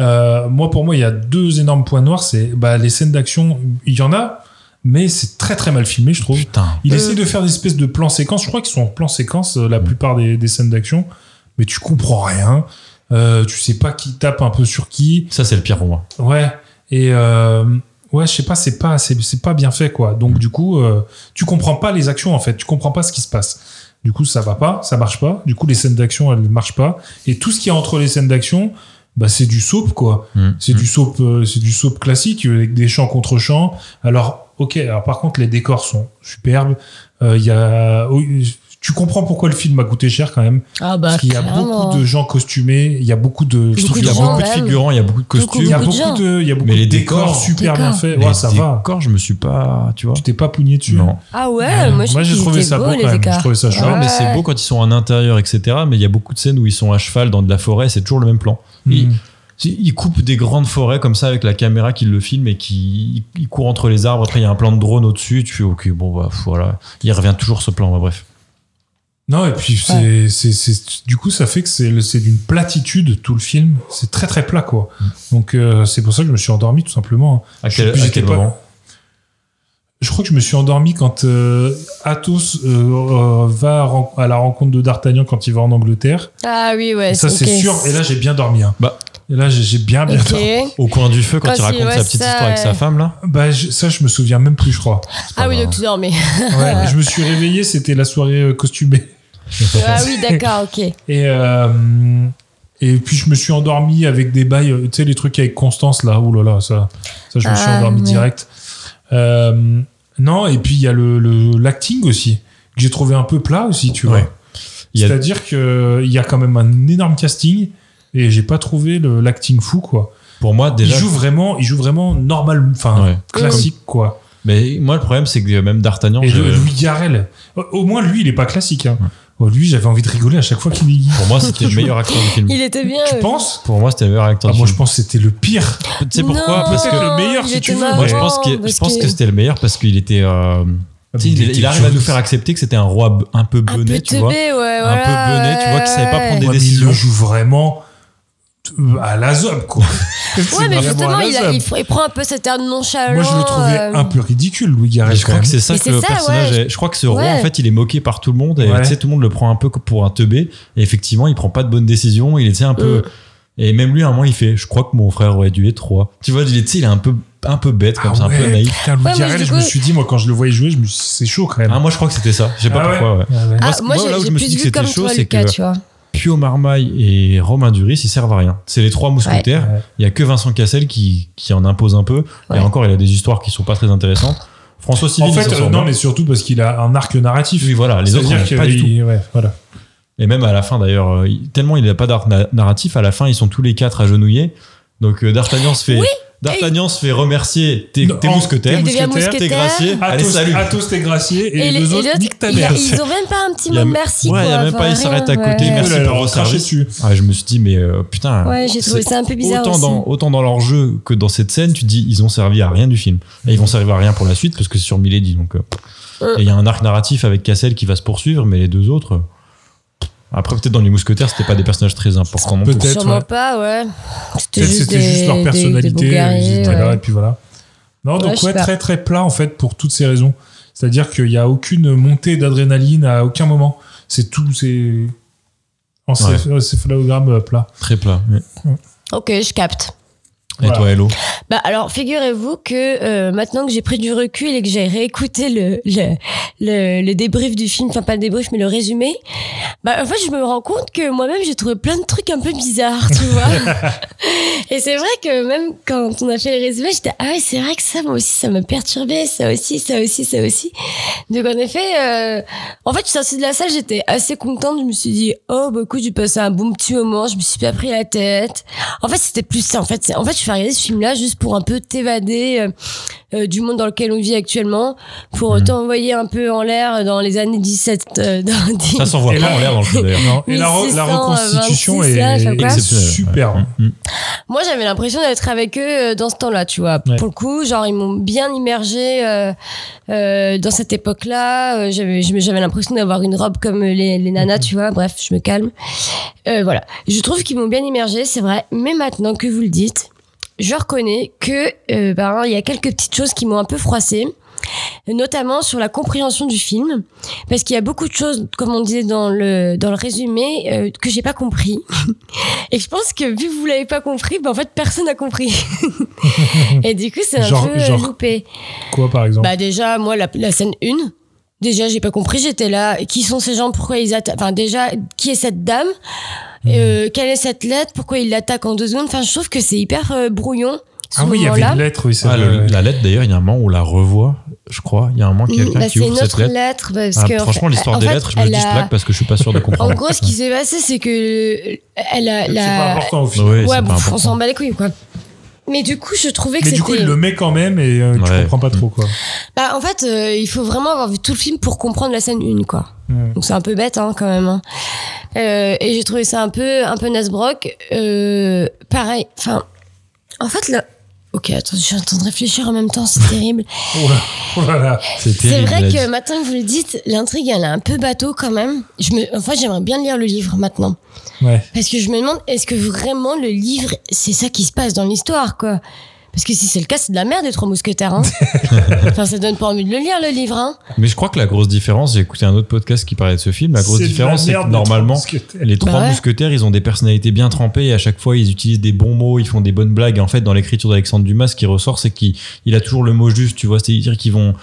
S7: Euh, moi, pour moi, il y a deux énormes points noirs. C'est bah, les scènes d'action, il y en a, mais c'est très très mal filmé, je trouve.
S5: Putain.
S7: Il essaie de faire des espèces de plans séquences. Je crois qu'ils sont en plan séquence euh, la plupart des, des scènes d'action, mais tu comprends rien. Euh, tu sais pas qui tape un peu sur qui.
S5: Ça c'est le pire pour moi.
S7: Ouais. Et euh, ouais, je sais pas, c'est pas, c'est, c'est pas bien fait, quoi. Donc du coup, euh, tu comprends pas les actions en fait. Tu comprends pas ce qui se passe. Du coup, ça va pas, ça marche pas. Du coup, les scènes d'action, elles marchent pas. Et tout ce qui est entre les scènes d'action, bah c'est du soap, quoi. C'est du soap, euh, c'est du soap classique euh, avec des champs contre champs. Alors, ok. Alors par contre, les décors sont superbes. Euh, Il y a oh, tu comprends pourquoi le film a coûté cher quand même.
S6: Ah bah,
S7: Parce qu'il y a
S6: clairement.
S7: beaucoup de gens costumés, il y a beaucoup de.
S5: Je trouve qu'il
S6: de
S5: y a
S6: gens,
S5: beaucoup de
S6: même.
S5: figurants, il y a beaucoup de
S7: Il y a
S5: costumes.
S6: de
S7: beaucoup
S6: gens.
S7: de, il y a beaucoup
S5: Mais les
S7: de décors,
S5: décors.
S7: super bien
S6: Décors.
S7: faits. Ouais, ça va.
S5: Encore, je me suis pas, tu vois.
S7: Tu t'es pas pougné dessus.
S5: Non.
S6: Ah ouais, moi, je trouve
S7: j'ai
S6: qu'ils
S7: trouvé
S6: étaient
S7: ça beau
S6: beaux,
S7: quand
S6: les
S7: même.
S6: écarts.
S7: Je trouvais ça
S5: Non,
S7: chouette.
S5: mais c'est beau quand ils sont en intérieur, etc. Mais il y a beaucoup de scènes où ils sont à cheval dans de la forêt, c'est toujours le même plan. Ils,
S7: Mm.
S5: ils coupent des grandes forêts comme ça avec la caméra qui le filme et qui ils courent entre les arbres. Après, il y a un plan de drone au-dessus. Tu fais, ok, bon, bah voilà. Il revient toujours ce plan, bah, bref.
S7: Non, et puis c'est, c'est, c'est- du coup, ça fait que c'est, le- c'est d'une platitude tout le film. C'est très très plat, quoi. Donc euh, c'est pour ça que je me suis endormi tout simplement.
S5: Mm.
S7: hein.
S5: À
S7: Je sais
S5: quel,
S7: plus,
S5: à
S7: j'étais
S5: quel
S7: pas-
S5: moment
S7: Je crois que je me suis endormi quand euh, Athos euh, euh, va à ren- à la rencontre de D'Artagnan quand il va en Angleterre.
S6: Ah oui, ouais.
S7: ça c'est
S6: ok.
S7: sûr. Et là j'ai bien dormi. hein.
S5: Bah.
S7: Et là j'ai, j'ai bien bien dormi.
S6: Ok.
S5: Au coin du feu, quand
S6: Quand
S5: il raconte
S6: il- Ah, ouais,
S5: sa petite
S6: ça,
S5: histoire avec
S6: ouais.
S5: sa femme, là.
S7: Bah je- ça je me souviens même plus, je crois.
S6: Ah oui, donc tu dormais.
S7: Ouais, je me suis réveillé, c'était la soirée euh, costumée.
S6: ah oui, d'accord, ok.
S7: Et, euh, et puis je me suis endormi avec des bails, euh, tu sais, les trucs avec Constance là, oh là là, ça, ça je me suis
S6: Ah,
S7: endormi
S6: ouais.
S7: direct. Euh, non, et puis il y a l'acting le, l'acting aussi, que j'ai trouvé un peu plat aussi, tu vois.
S5: Ouais. Il y a-
S7: C'est-à-dire qu'il y a quand même un énorme casting et j'ai pas trouvé le- l'acting fou, quoi.
S5: Pour moi, déjà.
S7: il, joue vraiment, il joue vraiment normal, enfin,
S5: Ouais.
S7: classique, quoi.
S5: Mais moi, le problème, c'est que même D'Artagnan,
S7: Et
S5: je-
S7: le- Louis Garrel, au- au moins lui, il est pas classique. hein. Oh, lui, j'avais envie de rigoler à chaque fois qu'il est.
S5: pour moi, c'était le meilleur acteur du film.
S6: Il était bien.
S7: Tu
S6: euh.
S7: penses
S5: Pour moi, c'était le meilleur acteur
S7: Ah,
S5: du
S7: moi, je
S5: film.
S7: pense que c'était le pire.
S5: Tu sais pourquoi
S6: Non,
S5: Parce que.
S7: le meilleur,
S6: il
S7: si tu
S6: était
S7: veux, mais-
S5: Moi, je
S6: marrant,
S5: pense que,
S6: Ah, parce
S5: je pense que c'était le meilleur parce qu'il était. euh, tu sais, il,
S7: était
S5: il arrive à
S7: joli.
S5: nous faire accepter que c'était un roi b- un peu
S6: un peu
S5: bonnet, tu vois.
S6: teubé, ouais,
S5: Un peu
S6: voilà,
S5: bonnet, tu vois, qui savait pas
S6: ouais.
S5: prendre
S7: Ouais,
S5: des
S7: mais il
S5: décisions.
S7: le joue vraiment euh, à la zob, quoi. C'est
S6: Ouais, mais
S7: vraiment
S6: justement,
S7: à la
S6: il, a-
S7: zob.
S6: il, f- il prend un peu cette air nonchalant.
S7: Moi, je le trouvais
S6: euh,
S7: un peu ridicule, Louis
S5: Et
S7: Garrel.
S5: je crois que c'est ça
S6: Mais
S5: que
S6: c'est
S5: le
S6: ça,
S5: personnage
S6: ouais.
S5: est. Je crois que ce roi,
S6: Ouais.
S5: en fait, il est moqué par tout le monde et
S7: Ouais.
S5: tu sais, tout le monde le prend un peu pour un teubé. Et effectivement, il prend pas de bonnes
S6: Mm.
S5: décisions. Il était un peu. Et même lui, à un moment, il fait Je crois que mon frère aurait dû être roi. Tu vois, il est, tu sais, il est un peu un peu bête, comme
S7: Ah
S5: ça, un peu
S7: ouais,
S5: naïf.
S7: Putain, Louis
S6: Ouais, mais
S7: Carrel,
S6: du
S7: je
S6: coup-
S7: me suis dit, moi, quand je le voyais jouer, je me suis dit, c'est chaud quand même.
S5: Ah, moi, je crois que c'était ça. Je sais pas
S7: Ah ouais.
S5: pourquoi. ouais.
S7: Ah ouais.
S6: Ah,
S5: ce-
S6: moi,
S5: là où
S6: j'ai
S5: je
S6: j'ai
S5: me suis dit
S6: plus
S5: que
S6: vu
S5: c'était
S6: comme
S5: chaud,
S6: toi,
S5: c'est
S6: Lucas,
S5: que-
S6: tu vois.
S5: Pio Marmaille et Romain Duris, ils servent à rien. C'est les trois mousquetaires.
S7: Ouais. Ouais.
S5: Il y a que Vincent Cassel qui, qui en impose un peu.
S6: Ouais.
S5: Et encore, il a des histoires qui sont pas très intéressantes. François Civil, il
S7: en fait,
S5: s'en
S7: euh,
S5: sort
S7: non,
S5: bien.
S7: mais surtout parce qu'il a un arc narratif.
S5: Oui, voilà, les autres,
S7: C'est-à-dire
S5: euh, pas du tout.
S7: qu'il- ouais, voilà.
S5: Et même à la fin, d'ailleurs, euh, il- tellement il n'a pas d'art na- narratif, à la fin, ils sont tous les quatre agenouillés. Donc, euh, D'Artagnan se fait.
S6: Oui.
S5: D'Artagnan se fait remercier tes,
S7: Non,
S5: tes
S7: en-
S5: mousquetaires,
S6: Il devient
S7: mousquetaire,
S5: tes
S6: mousquetaire.
S5: graciers. Allez,
S7: Athos,
S5: salut.
S7: Athos t'es gracier et, les deux autres, nique ta
S6: il y a-
S7: mère.
S6: ils ont même pas un petit
S5: Il y
S6: mot
S5: a
S6: de
S5: m-
S6: merci.
S5: ouais,
S6: quoi,
S5: il y a même
S6: enfin,
S5: pas, ils
S6: rien,
S5: s'arrêtent à côté,
S6: ouais.
S5: merci
S7: Ouais,
S5: pour
S7: alors,
S5: votre
S7: cracher
S5: service.
S7: dessus.
S5: Ah, je me suis dit, mais euh, putain.
S6: Ouais, j'ai trouvé
S5: c'est-
S6: ça un peu bizarre
S5: Autant,
S6: aussi.
S5: Dans, autant dans leur jeu que dans cette scène, tu te dis, ils ont servi à rien du film. Et ils vont servir à rien pour la suite parce que c'est sur Milady. Donc, euh,
S6: Euh.
S5: et il y a un arc narratif avec Cassel qui va se poursuivre, mais les deux autres. euh, Après, peut-être dans les mousquetaires, c'était pas des personnages très importants non plus.
S7: Peut-être,
S6: Sûrement
S7: ouais.
S6: pas, ouais. C'était
S7: Peut-être
S6: juste,
S7: c'était
S6: des-
S7: juste
S6: des-
S7: leur
S6: des
S7: personnalité.
S6: Bulgariens,
S7: ils étaient là,
S6: ouais.
S7: et puis voilà. Non,
S6: Ouais,
S7: donc
S6: je sais
S7: ouais,
S6: pas.
S7: très très plat en fait pour toutes ces raisons. C'est-à-dire qu'il n'y a aucune montée d'adrénaline à aucun moment. C'est tout, c'est en céph- euh, céphalogramme euh, plat.
S5: Très plat. ouais.
S6: Ok, je capte.
S5: Et
S7: Voilà.
S5: toi, Hello
S6: Bah alors, figurez-vous que euh, maintenant que j'ai pris du recul et que j'ai réécouté le, le, le, le débrief du film, enfin pas le débrief, mais le résumé, bah en fait, je me rends compte que moi-même, j'ai trouvé plein de trucs un peu bizarres, tu vois. et c'est vrai que même quand on a fait le résumé, j'étais, ah ouais, c'est vrai que ça, moi aussi, ça m'a perturbé, ça aussi, ça aussi, ça aussi. Donc en effet, euh, en fait, je suis sortie de la salle, j'étais assez contente, je me suis dit, oh, bah écoute, j'ai passé un bon petit moment, je me suis pas pris la tête. En fait, c'était plus ça. En fait, c'est- en fait, je fais regarder ce film-là juste pour un peu t'évader euh, euh, du monde dans lequel on vit actuellement, pour
S5: Mhm.
S6: t'envoyer un peu en l'air dans les années 17. euh, dans
S5: Ça s'envoie
S7: Et
S5: pas
S7: là-
S5: en l'air dans le jeu d'ailleurs.
S7: Non, et la, re-
S6: 1626,
S7: la reconstitution
S6: là,
S7: est,
S6: je sais pas.
S7: est
S5: Exceptionnel, ouais.
S7: super. hein.
S5: Mm, mm.
S6: Moi, j'avais l'impression d'être avec eux euh, dans ce temps-là, tu vois.
S7: Ouais.
S6: Pour le coup, genre, ils m'ont bien immergé euh, euh, dans cette époque-là. Euh, J'avais j'avais- j'avais l'impression d'avoir une robe comme les, les
S7: Mhm.
S6: nanas, tu vois. Bref, je me calme. Euh, voilà. Je trouve qu'ils m'ont bien immergé, c'est vrai. Mais maintenant que vous le dites, je reconnais que euh, ben, il y a quelques petites choses qui m'ont un peu froissée notamment sur la compréhension du film parce qu'il y a beaucoup de choses comme on disait dans le dans le résumé euh, que j'ai pas compris et je pense que vu que vous l'avez pas compris ben en fait personne n'a compris et du coup c'est un
S7: Genre-
S6: peu euh,
S7: genre-
S6: loupé
S7: Quoi par exemple
S6: bah déjà moi la, la scène 1 déjà j'ai pas compris j'étais là qui sont ces gens pourquoi ils attaquent enfin déjà qui est cette dame
S5: Hmm.
S6: Euh, quelle est cette lettre pourquoi ils l'attaquent en deux secondes enfin je trouve que c'est hyper euh, brouillon ce
S7: Ah oui, il y avait
S6: moment-là.
S7: une lettre, oui, c'est
S5: Ah,
S7: vrai,
S5: le-
S7: ouais.
S5: la lettre d'ailleurs, il y a un moment où on la revoit, je crois. Il y a un moment, quelqu'un
S6: Bah,
S5: qui
S6: c'est
S5: ouvre
S6: une
S5: cette
S6: autre
S5: lettre.
S6: lettre parce
S5: Ah,
S6: que en
S5: franchement,
S6: fait-
S5: l'histoire
S6: en
S5: des
S6: fait,
S5: lettres, je me
S6: elle
S5: dis, je
S6: a-
S5: plaque parce que je suis pas sûr de
S6: En
S5: comprendre.
S6: gros, ce qui s'est passé, c'est que elle a
S7: C'est pas
S6: la.
S7: important au final.
S5: Ouais, c'est
S6: ouais,
S5: pas
S6: bon, on
S5: important.
S6: s'en bat les couilles, quoi. Mais du coup, je trouvais que
S7: Mais du coup,
S6: c'était.
S7: il le met quand même et euh, tu
S5: Ouais.
S7: comprends pas trop quoi.
S6: Bah, en fait, euh, il faut vraiment avoir vu tout le film pour comprendre la scène une, quoi.
S7: Mm.
S6: Donc c'est un peu bête, hein, quand même. hein. Euh, et j'ai trouvé ça un peu, un peu Nasbrock. Euh, pareil. Enfin, en fait, là. Ok, attends, je suis en train de réfléchir en même temps, c'est terrible.
S7: Oh là, oh là là.
S5: C'est
S6: C'est
S5: terrible,
S6: vrai
S5: la-
S6: que maintenant que vous le dites, l'intrigue, elle est un peu bateau quand même. Je me... Enfin, j'aimerais bien lire le livre maintenant.
S7: Ouais.
S6: Parce que je me demande, est-ce que vraiment le livre, c'est ça qui se passe dans l'histoire, quoi Parce que si c'est le cas, c'est de la merde, les trois mousquetaires. Hein enfin, ça donne pas envie de le lire, le livre. Hein
S5: Mais je crois que la grosse différence, j'ai écouté un autre podcast qui parlait de ce film, la grosse
S7: de
S5: différence, c'est
S7: merde,
S5: que
S7: les
S5: normalement,
S7: transquêtes.
S5: les trois
S6: Bah ouais.
S5: mousquetaires, ils ont des personnalités bien trempées et à chaque fois, ils utilisent des bons mots, ils font des bonnes blagues. Et en fait, dans l'écriture d'Alexandre Dumas, ce qui ressort, c'est qu'il il a toujours le mot juste, tu vois, c'est-à-dire qu'ils vont,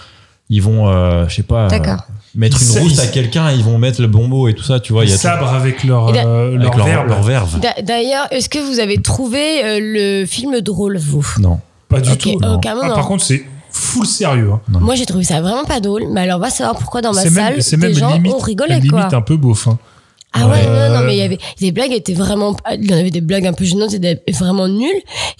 S5: ils vont, euh, je sais pas, euh,
S6: D'accord.
S5: mettre
S7: Ils
S5: une
S7: sa-
S5: rousse
S7: ils-
S5: à quelqu'un, ils vont mettre le bon mot et tout ça, tu vois. Il y a
S7: Ils sabrent avec leur,
S6: Et là-
S7: euh,
S5: tout-
S7: leur,
S5: avec
S7: verbe.
S5: leur verve.
S6: D'a- D'ailleurs, est-ce que vous avez trouvé euh, le film drôle, vous
S5: Non.
S7: Pas du
S6: Ok,
S7: tout.
S6: à aucun
S7: Ah,
S6: moment.
S7: par contre, c'est full sérieux. hein.
S6: Moi, j'ai trouvé ça vraiment pas drôle, mais alors va savoir pourquoi dans ma
S7: C'est même,
S6: salle,
S7: c'est
S6: les
S7: même
S6: gens
S7: limite,
S6: ont rigolé,
S7: limite
S6: quoi.
S7: un peu beauf. hein.
S6: Ah ouais,
S7: Ouais.
S6: non, non, mais il y avait les blagues étaient vraiment, il y en avait des blagues un peu gênantes et des- vraiment nulles,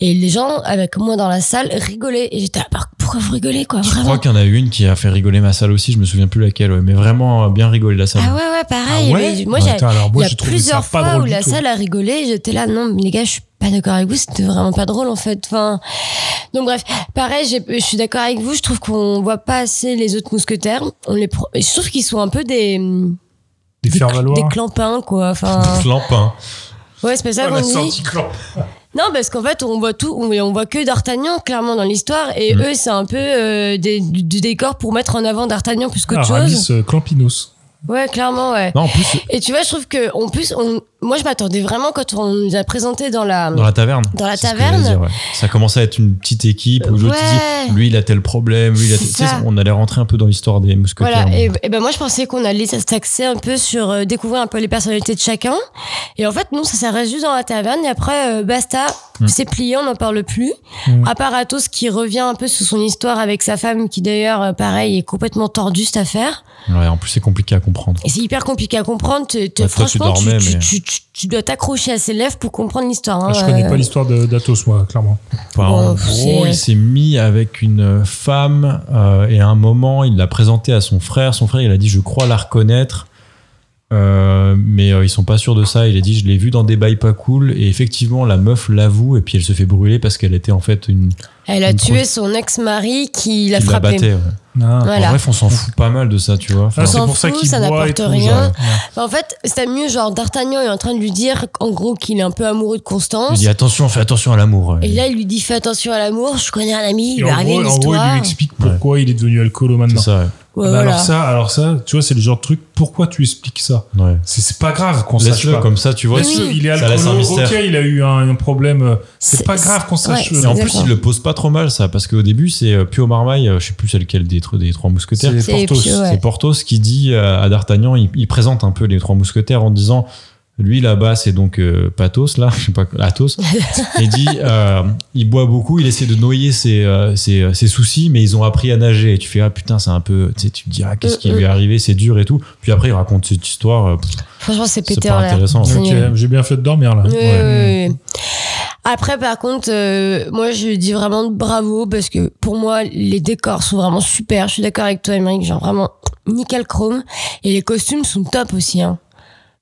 S6: et les gens avec moi dans la salle rigolaient et j'étais, ah, par- pourquoi vous rigolez quoi,
S5: Je crois
S6: vraiment
S5: qu'il y en a eu une qui a fait rigoler ma salle aussi, je me souviens plus laquelle, ouais, mais vraiment euh, bien rigoler la salle.
S6: Ah ouais, ouais, pareil.
S7: Ah ouais
S6: mais moi,
S7: Ah,
S6: j'ai-
S7: putain, alors moi,
S6: il y
S7: j'ai
S6: a
S7: trouvé
S6: plusieurs
S7: ça
S6: fois
S7: pas
S6: où
S7: drôle du
S6: la
S7: tout.
S6: salle a rigolé. J'étais là, non, mais les gars, je suis pas d'accord avec vous. C'était vraiment pas drôle, en fait. Enfin, donc bref, pareil, j'ai- je suis d'accord avec vous. Je trouve qu'on voit pas assez les autres mousquetaires. On les, pro- je trouve qu'ils sont un peu des
S7: Des faire valoir.
S6: des clampins, quoi. Enfin,
S5: Clampin.
S6: ouais, c'est pas ça
S7: Ah,
S6: qu'on
S7: la
S6: dit.
S7: sortie clan.
S6: Non, parce qu'en fait, on voit tout, on, on voit que D'Artagnan clairement dans l'histoire,
S7: Mm.
S6: et eux, c'est un peu euh, des- du, du décor pour mettre en avant D'Artagnan plus
S7: Ah,
S6: qu'autre chose.
S7: Aramis euh, Clampinos.
S6: Ouais, clairement, ouais.
S5: Non, en plus-
S6: Et tu vois, je trouve que, en plus, on, moi, je m'attendais vraiment quand on nous a présenté dans la,
S5: Dans la taverne.
S6: Dans la
S5: C'est ce que j'allais
S6: taverne.
S5: dire, ouais. Ça commence à être une petite équipe où l'autre
S6: Ouais.
S5: dit lui il a tel problème, lui il a tel-
S6: C'est
S5: tu sais,
S6: ça.
S5: On allait rentrer un peu dans l'histoire des mousquetaires.
S6: Voilà,
S5: mais-
S6: et, et ben moi je pensais qu'on allait s'axer un peu sur euh, découvrir un peu les personnalités de chacun. Et en fait, non, ça s'arrête juste dans la taverne. Et après, euh, basta,
S5: Mm.
S6: c'est plié, on n'en parle plus.
S7: Mm.
S6: À part Athos qui revient un peu sur son histoire avec sa femme, qui d'ailleurs, euh, pareil, est complètement tordue cette affaire.
S5: Ouais, en plus c'est compliqué à comprendre.
S6: Et c'est hyper compliqué à comprendre. Tu- tu-
S5: Bah, toi, tu
S6: franchement, tu,
S5: dormais,
S6: tu-
S5: mais-
S6: tu- tu- tu dois t'accrocher à ses lèvres pour comprendre l'histoire. hein.
S7: Ah, je connais
S6: Euh,
S7: pas l'histoire de- d'Athos, moi, clairement.
S5: Enfin, en
S6: Bon,
S5: gros,
S6: c'est-
S5: il s'est mis avec une femme euh, et à un moment, il l'a présenté à son frère. Son frère, il a dit, je crois la reconnaître, Euh, mais euh, ils sont pas sûrs de ça. Il a dit, je l'ai vue dans des bails pas cool. Et effectivement, la meuf l'avoue et puis elle se fait brûler parce qu'elle était en fait une.
S6: Elle a
S5: une
S6: tué son ex-mari qui l'a
S5: qui la
S6: frappé.
S5: battait. ouais.
S6: Voilà.
S5: En bref, on s'en fout pas mal de ça, tu vois. Enfin,
S7: Ah,
S6: On
S7: c'est
S6: s'en
S7: pour ça
S6: fout,
S7: qu'il
S6: ça
S7: boit et
S6: n'apporte
S7: tout,
S6: rien.
S7: genre. Ouais.
S6: Bah, En fait, c'était mieux, genre, D'Artagnan est en train de lui dire, en gros, qu'il est un peu amoureux de
S5: il
S6: Constance.
S5: dit attention, fais attention à l'amour.
S6: Et là, il lui dit, fais attention à l'amour, je connais un ami, il
S7: Et
S6: lui est
S7: en,
S6: arrivé
S7: gros,
S6: une
S7: en gros, il
S6: histoire.
S7: lui explique pourquoi il est devenu alcoolo
S5: C'est
S7: maintenant.
S5: ça. ouais.
S6: Ouais,
S7: Bah
S6: voilà.
S7: alors, ça, alors ça, tu vois, c'est le genre de truc. Pourquoi tu expliques ça
S5: Ouais.
S7: C'est- C'est pas grave qu'on sache
S5: Laisse-le
S7: pas.
S5: comme ça, tu vois.
S6: Oui,
S5: tu-
S7: Laisse-le, Il est
S5: Ça laisse un
S7: alcoolo.
S5: mystère.
S7: Ok, il a eu un, un problème. euh,
S6: C'est-
S7: C'est pas grave qu'on sache.
S6: ouais,
S7: euh,
S5: Et en
S6: C'est
S5: plus,
S6: ça.
S5: il le pose pas trop mal, ça, parce qu'au début, c'est euh, Pio Marmaille, euh, je sais plus c'est lequel des, tr- des trois mousquetaires,
S7: C'est
S6: C'est
S7: Porthos.
S6: Pio, ouais.
S5: c'est Porthos qui dit euh, à D'Artagnan, il, il présente un peu les trois mousquetaires en disant, lui là-bas, c'est donc euh, Pathos, là, je sais pas, Athos, et dit, euh, il boit beaucoup, il essaie de noyer ses, euh, ses, euh, ses soucis, mais ils ont appris à nager. Et tu fais, ah putain, c'est un peu, tu sais, tu te dis, ah,
S6: Euh,
S5: qu'est-ce qui lui est arrivé, c'est dur et tout. Puis après, il raconte cette histoire, euh, pff,
S6: Franchement, c'est
S5: c'est
S6: pété
S5: pas
S6: en l'air.
S5: intéressant.
S6: C'est
S7: Ok,
S6: nul.
S7: j'ai bien fait de dormir là.
S6: Ouais,
S7: Ouais.
S6: ouais, ouais. Après, par contre, euh, moi, je dis vraiment bravo parce que pour moi, les décors sont vraiment super. Je suis d'accord avec toi, Émeric, genre vraiment nickel chrome. Et les costumes sont top aussi. Hein.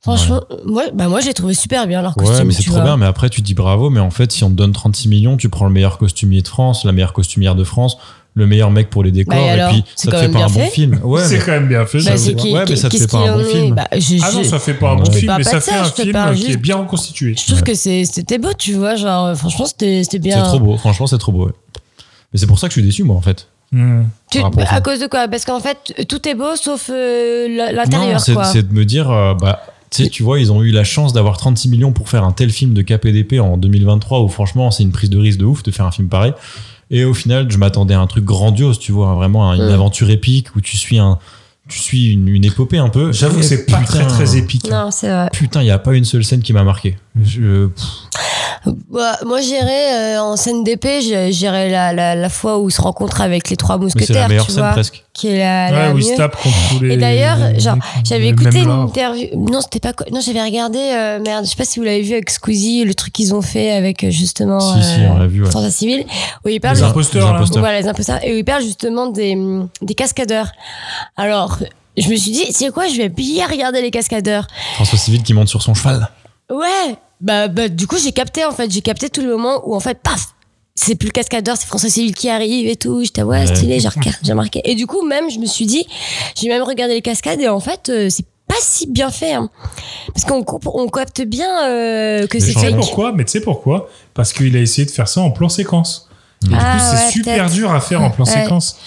S6: Franchement, moi, bah moi, j'ai trouvé super bien leurs costumes.
S5: Ouais, mais c'est
S6: tu
S5: trop
S6: vois.
S5: bien. Mais après, tu te dis bravo. Mais en fait, si on te donne 36 millions, tu prends le meilleur costumier de France, la meilleure costumière de France, le meilleur mec pour les décors,
S6: Bah, et alors,
S5: et puis
S6: c'est
S5: ça te
S6: quand
S5: fait
S6: même
S5: pas un
S6: bien
S5: bon
S6: fait.
S5: film. Ouais,
S7: c'est
S5: mais-
S7: quand même bien fait.
S6: Bah,
S7: ça,
S6: c'est
S7: ouais.
S6: qui-
S5: Ouais, mais ça te
S6: qu'est-ce
S5: fait pas un
S6: qu'il
S5: bon
S6: en est
S5: film.
S6: Bah, je-
S7: Ah non,
S6: je-
S7: ça fait pas un bon
S5: Ouais.
S7: film,
S6: Bah,
S7: mais
S6: pas
S7: ça
S6: de
S7: fait
S6: ça,
S7: un
S6: je te
S7: film
S6: parle
S7: qui est
S6: juste-
S7: bien reconstitué.
S6: Je trouve que c'est- c'était beau, tu vois. Genre, euh, franchement, c'était c'était bien.
S5: c'est trop beau. Franchement, c'est trop beau. ouais. Mais c'est pour ça que je suis déçu, moi, en fait.
S7: Hmm.
S6: Tu-
S5: par rapport au
S6: à
S5: film.
S6: cause de quoi Parce qu'en fait, tout est beau sauf euh, l-
S5: Non,
S6: l'intérieur,
S5: c'est
S6: quoi.
S5: c'est de me dire, euh, bah, tu sais, tu vois, ils ont eu la chance d'avoir 36 millions pour faire un tel film de KPDP en 2023, où franchement, c'est une prise de risque de ouf de faire un film pareil. Et au final, je m'attendais à un truc grandiose, tu vois, vraiment à une
S6: Ouais.
S5: aventure épique où tu suis un. Tu suis une, une épopée un peu.
S7: J'avoue
S5: Et
S7: que c'est pas très
S5: putain, euh,
S7: très épique. hein.
S6: Non, c'est vrai.
S5: Putain, il n'y a pas une seule scène qui m'a marqué. Je- pff,
S6: Bah, moi, j'irais euh, en scène d'épée, j'ai- j'irais la, la, la fois où il se rencontre avec les trois
S5: mais c'est
S6: mousquetaires,
S5: la meilleure
S6: tu
S5: scène
S6: vois,
S5: presque.
S6: qui est la, la
S7: Ouais, où il se
S6: mieux.
S7: tape contre tous les.
S6: Et d'ailleurs, genre, J'avais
S7: les-
S6: écouté
S7: même
S6: une
S7: là.
S6: interview. Non, c'était pas. quoi- Non, j'avais regardé. euh, merde, je sais pas si vous l'avez vu avec Squeezie, le truc qu'ils ont fait avec euh, justement.
S5: Si, si, on l'a vu, ouais.
S6: Fantasy Civil, où ils parlent
S7: Les
S6: de-
S7: imposteurs,
S5: Les
S7: là.
S5: imposteurs.
S6: Voilà, les imposteurs. Et où il parle justement des, hum, des cascadeurs. Alors, je me suis dit, c'est quoi, je vais bien regarder les cascadeurs.
S5: François Civil qui monte sur son cheval.
S6: Ouais, bah, bah du coup, j'ai capté en fait. J'ai capté tout le moment où en fait, paf c'est plus le cascadeur, c'est François Civil qui arrive et tout. J'étais, ouais,
S5: Ouais.
S6: stylé, j'ai remarqué- j'ai remarqué. Et du coup, même, je me suis dit, j'ai même regardé les cascades et en fait, euh, c'est pas si bien fait. hein. Parce qu'on coupe- on capte bien euh, que
S5: Les
S6: c'est
S7: Tu sais
S5: changements.
S6: fake.
S7: pourquoi Mais tu sais pourquoi Parce qu'il a essayé de faire ça en plan séquence. Et du coup,
S6: Ah
S7: c'est
S6: ouais,
S7: super
S6: peut-être.
S7: dur à faire en plan
S6: Ouais.
S7: séquence.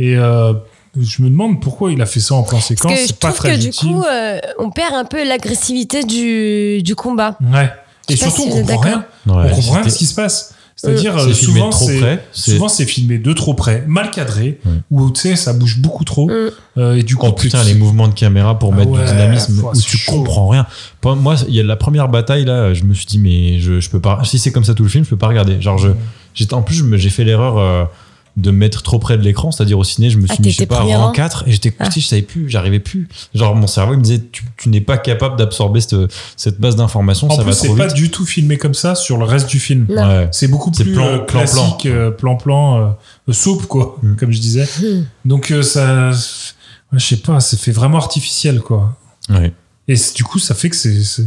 S7: Et euh, je me demande pourquoi il a fait ça en plan séquence.
S6: Parce que je
S7: C'est pas
S6: trouve
S7: très
S6: que du
S7: utile.
S6: coup, euh, on perd un peu l'agressivité du, du combat.
S7: Ouais.
S6: Je
S7: Et
S6: sais pas si
S7: surtout, on
S6: vous êtes
S7: comprend
S6: d'accord.
S7: rien. on comprend rien de ce qui se passe. C'est-à-dire,
S5: C'est
S7: euh,
S5: filmé
S7: souvent,
S5: de trop
S7: c'est-
S5: près, c'est-
S7: souvent, c'est filmé de trop près, mal cadré,
S5: Ouais.
S7: ou tu sais, ça bouge beaucoup trop.
S6: Mm.
S7: Euh, et du coup,
S5: Oh
S7: tu-
S5: putain, les mouvements de caméra pour
S7: Ah
S5: mettre
S7: ouais,
S5: du dynamisme
S7: faut-
S5: où
S7: c'est
S5: tu
S7: chaud.
S5: comprends rien. Pour Moi, il y a la première bataille là, je me suis dit, mais je, je peux pas. Si c'est comme ça tout le film, je peux pas regarder. Genre, je, j'étais, en plus, je me- j'ai fait l'erreur euh, de me mettre trop près de l'écran, c'est-à-dire au ciné, je me
S6: Ah,
S5: suis mis, je
S6: t'étais Ah.
S5: sais pas,
S6: premier
S5: en
S6: rang
S5: 4 et j'étais couché, je savais plus, j'arrivais plus. Genre, mon cerveau, il me disait, tu, tu n'es pas capable d'absorber cette, cette base d'informations,
S7: en
S5: ça
S7: plus,
S5: va
S7: c'est
S5: trop
S7: pas
S5: vite.
S7: du tout filmé comme ça sur le reste du film.
S6: Non.
S5: Ouais.
S7: C'est beaucoup
S5: C'est
S7: plus
S5: plan-
S7: euh,
S5: plan- plan.
S7: classique, euh, plan-plan, euh, soupe, quoi,
S5: Mm.
S7: comme je disais.
S6: Mm.
S7: Donc, euh, ça. ouais, je sais pas, ça fait vraiment artificiel, quoi.
S5: Ouais.
S7: Et c'est- du coup, ça fait que c'est- c'est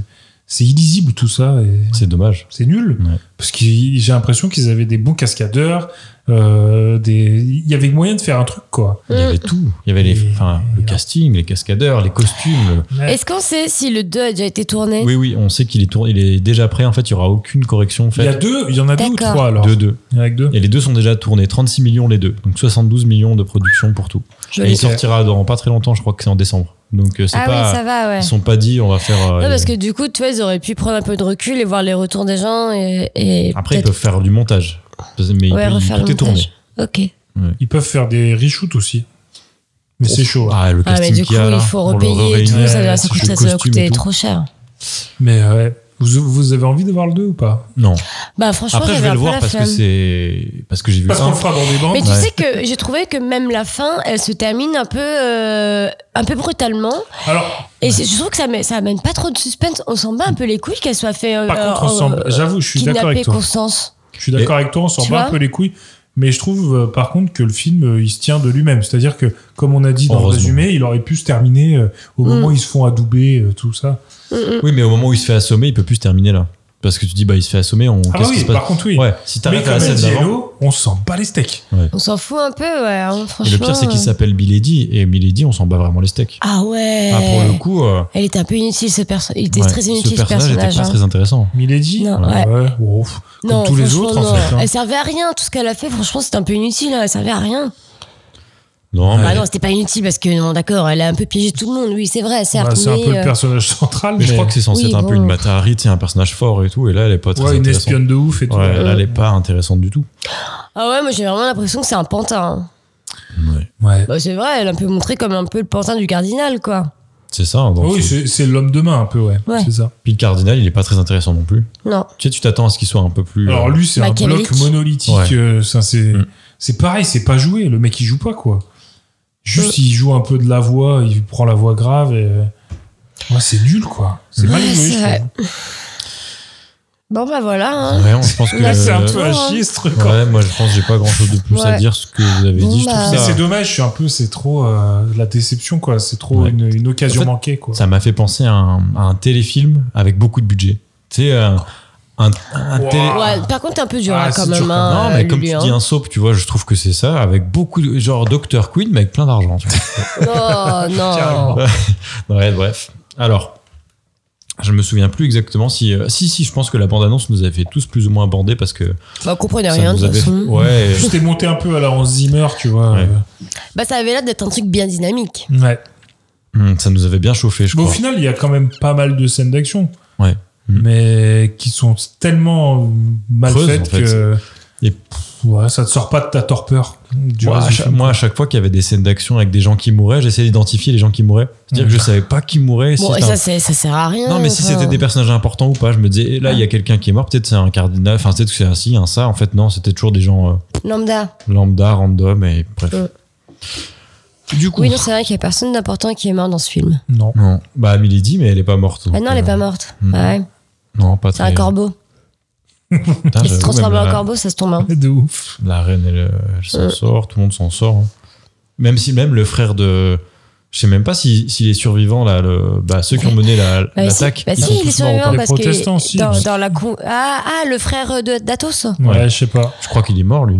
S7: c'est illisible tout ça. Et...
S5: C'est dommage.
S7: c'est nul.
S5: Ouais.
S7: Parce que j'ai l'impression qu'ils avaient des bons cascadeurs, euh, des... il y avait moyen de faire un truc, quoi.
S5: Il y
S6: Mm.
S5: avait tout. Il y avait les,
S7: Et-
S5: enfin, le casting, les cascadeurs, les costumes.
S6: Est-ce qu'on sait si le 2 a déjà été tourné
S5: Oui, oui, on sait qu'il est, tourné, il est déjà prêt. En fait, il y aura aucune correction
S7: Il y a
S5: faite.
S7: deux, il y en a deux ou
S6: D'accord.
S7: trois alors
S5: de deux.
S7: Il y en a que deux.
S5: Et les deux sont déjà tournés, 36 millions les deux. Donc 72 millions de production pour tout.
S6: Je
S5: et il
S7: Ok.
S5: sortira dans pas très longtemps, je crois que c'est en décembre. Donc euh, c'est
S6: Ah
S5: pas,
S6: oui, ça va, ouais.
S5: ils sont pas dit on va faire. euh,
S6: Non,
S5: les-
S6: parce que du coup, tu vois, ils auraient pu prendre un peu de recul et voir les retours des gens et, et
S5: Après ils
S6: peut-être-
S5: peuvent faire du montage, mais
S6: Ouais,
S5: ils-
S6: refaire
S5: tout
S6: le
S5: est tourné.
S6: montage. Ok.
S7: Ils peuvent faire des reshoots aussi. Mais c'est chaud. hein.
S5: Ah le
S6: Ah, mais
S5: casting
S6: du coup,
S5: qu'il y a là,
S6: il faut
S5: pour le
S6: repayer et
S5: re-réunir,
S6: tout. Ça doit ça
S5: si
S6: coûte-
S5: je
S6: ça doit
S5: costume et
S6: coûter
S5: tout.
S6: trop cher.
S7: Mais euh, ouais. Vous, vous avez envie de voir le 2 ou pas
S5: Non.
S6: Bah, franchement,
S5: Après je
S6: j'avais
S5: vais
S6: un
S5: le
S6: peu
S5: voir
S6: la
S5: parce que
S6: flemme.
S5: c'est parce que j'ai vu.
S7: Parce qu'on
S5: un.
S7: le fera dans des bandes.
S6: Mais tu
S5: Ouais.
S6: sais que j'ai trouvé que même la fin, elle se termine un peu, euh, un peu brutalement.
S7: Alors,
S6: Et c'est- je trouve que ça, met- ça amène pas trop de suspense. On s'en bat un peu les couilles qu'elle soit fait. euh,
S7: par contre, on
S6: euh,
S7: s'en- j'avoue, je suis d'accord avec
S6: kidnapper
S7: toi.
S6: Constance.
S7: Je suis d'accord avec toi, on s'en
S6: tu
S7: bat un
S6: vois
S7: peu les couilles. Mais je trouve, euh, par contre, que le film, euh, il se tient de lui-même. C'est-à-dire que, comme on a dit dans le
S5: Heureusement.
S7: résumé, il aurait pu se terminer euh, au
S6: Mm.
S7: moment où ils se font adouber, euh, tout ça.
S5: Oui mais au moment où il se fait assommer il peut plus se terminer là parce que tu dis bah il se fait assommer on
S7: Ah bah
S5: qu'est-ce qui
S7: oui,
S5: se passe
S7: par contre, oui.
S5: Ouais si
S7: mais
S5: t'arrêtes à
S7: comme
S5: la
S7: elle
S5: scène
S7: dit
S5: d'avant.
S7: Hello, on s'en bat les steaks.
S6: On s'en fout un peu, ouais. hein,
S5: Et
S6: franchement.
S5: le pire c'est qu'il s'appelle Milady et Milady on s'en bat vraiment les steaks.
S6: Ah ouais.
S5: Ah, pour le coup. euh,
S6: Elle était un peu inutile, ce personnage. Il était
S5: ouais,
S6: très inutile,
S5: ce personnage
S6: ce
S5: était
S6: personnage.
S5: pas
S6: hein.
S5: très intéressant.
S7: Milady
S6: Non, ouais.
S7: bon, pff, comme
S6: Non,
S7: tous les
S6: franchement,
S7: autres, en
S6: non.
S7: fait. hein.
S6: Elle servait à rien. Tout ce qu'elle a fait, franchement, c'était un peu inutile. hein, Elle servait à rien.
S5: Ah, Non,
S6: Bah
S5: mais-
S6: non, c'était pas inutile parce que, non, d'accord, elle a un peu piégé tout le monde. Oui, c'est vrai, certes.
S7: Bah, c'est un
S6: mais,
S7: peu le
S6: euh,
S7: personnage central.
S5: Mais je crois que c'est censé
S6: Oui,
S5: être un
S6: bon.
S5: peu une Matahari, tu sais, un personnage fort et tout, et là elle est pas très
S7: Ouais, une
S5: intéressante.
S7: espionne de ouf et tout.
S5: Ouais, là elle est pas intéressante du tout.
S6: Ah ouais, moi j'ai vraiment l'impression que c'est un pantin. hein.
S7: Ouais.
S6: Bah, c'est vrai, elle a un peu montré comme un peu le pantin du cardinal, quoi.
S5: C'est ça. hein, dans
S7: Oui,
S5: le film.
S7: c'est c'est l'homme de main, un peu, ouais.
S6: Ouais.
S7: C'est ça.
S5: Puis le cardinal, il est pas très intéressant non plus.
S6: Non.
S5: Tu sais, tu t'attends à ce qu'il soit un peu plus.
S7: Alors
S5: euh,
S7: lui, c'est un bloc
S6: Machiavélique.
S7: monolithique.
S5: Ouais.
S7: euh, ça, c'est
S5: Mm.
S7: c'est pareil, c'est pas joué. Le mec, il joue pas, quoi. Juste,
S6: Euh.
S7: il joue un peu de la voix, il prend la voix grave et. euh, Ouais, c'est nul, quoi. C'est mal
S6: Ouais,
S7: joué,
S6: c'est
S7: je
S6: vrai.
S7: trouve.
S6: Bon, bah voilà. hein.
S5: vraiment, je pense que.
S7: Là, c'est un
S5: euh,
S7: peu à
S6: Ouais.
S7: chier, ce truc. hein.
S5: Ouais, moi je pense que j'ai pas grand chose de plus à
S6: Ouais.
S5: dire ce que vous avez
S6: Bon,
S5: dit. Je trouve
S6: bah.
S7: Mais
S5: ça-
S7: c'est dommage, je suis un peu, c'est trop euh, la déception, quoi. C'est trop
S5: Ouais.
S7: une, une occasion
S5: En fait,
S7: manquée, quoi.
S5: Ça m'a fait penser à un, à un téléfilm avec beaucoup de budget. Tu sais, un, un, un
S7: Wow.
S5: télé-
S7: Ah.
S6: Ouais, par contre, t'es un peu dur
S7: Ah,
S6: là,
S7: c'est
S6: quand même.
S7: dur,
S6: hein,
S5: Non,
S6: euh,
S5: mais comme
S6: Lulu,
S5: tu
S6: hein.
S5: dis un soap, tu vois, je trouve que c'est ça, avec beaucoup de. Genre Dr. Queen, mais avec plein d'argent. tu vois.
S6: Non, non.
S7: Carrément.
S5: Ouais, bref. Alors, je me souviens plus exactement si. euh, si, si, je pense que la bande-annonce nous avait tous plus ou moins bandés parce que.
S6: Bah, on comprenait
S5: ça
S6: rien, de
S5: nous
S6: toute
S5: avait-
S6: façon.
S5: Ouais.
S7: Juste, t'es monté un peu à la Hans Zimmer, tu vois.
S5: Ouais.
S7: euh,
S6: Bah, ça avait l'air d'être un truc bien dynamique.
S7: ouais.
S5: Hum, ça nous avait bien chauffé, je
S7: Mais au
S5: crois.
S7: final, il y a quand même pas mal de scènes d'action.
S5: Ouais. Mm.
S7: Mais qui sont tellement mal
S5: Creuses,
S7: faites
S5: en fait.
S7: que.
S5: Et-
S7: Ouais, ça te sort pas de ta torpeur. Du
S5: Moi,
S7: reste
S5: à
S7: du
S5: chaque-
S7: film.
S5: moi, à chaque fois qu'il y avait des scènes d'action avec des gens qui mouraient, j'essayais d'identifier les gens qui mouraient. C'est-à-dire
S7: Mm.
S5: que je savais pas qui mourait. si
S6: Bon, et
S5: c'était un-
S6: ça, c'est- ça sert à rien.
S5: non, mais si
S6: enfin.
S5: c'était des personnages importants ou pas, je me disais, eh, là, il y a quelqu'un qui est mort, peut-être c'est un cardinal, enfin, peut-être que c'est un ci, un ça. En fait, non, c'était toujours des gens euh,
S6: Lambda.
S5: lambda, random, et bref.
S6: Mm.
S5: Du coup.
S6: Oui, non, c'est vrai qu'il y a personne d'important qui est mort dans ce film.
S7: Non.
S5: non, bah, Milady, mais elle est pas morte.
S6: Ah
S5: donc,
S6: non, elle est
S5: euh,
S6: pas morte.
S5: Mm.
S6: Ah ouais.
S5: Non, pas
S6: C'est un
S5: très-
S6: corbeau.
S5: Putain,
S6: Il se
S5: j'avoue,
S6: transforme
S5: même
S6: en
S5: la-
S6: corbeau, ça se tombe. hein.
S7: De ouf.
S5: La reine, elle, euh, elle s'en
S6: Euh.
S5: sort, tout le monde s'en sort. hein. Même si même le frère de... Je sais même pas si- s'il est survivant, là, le- bah, ceux qui ont mené la-
S6: Bah, si,
S5: l'attaque.
S6: bah,
S5: ils sont
S6: si, il est
S5: tous morts ou
S6: survivant
S5: pas
S7: Les
S6: parce que
S7: protestants, si.
S6: dans, dans la con- ah, ah, le frère de d'Athos.
S7: Ouais,
S5: Ouais.
S7: je sais pas.
S5: Je crois qu'il est mort, lui.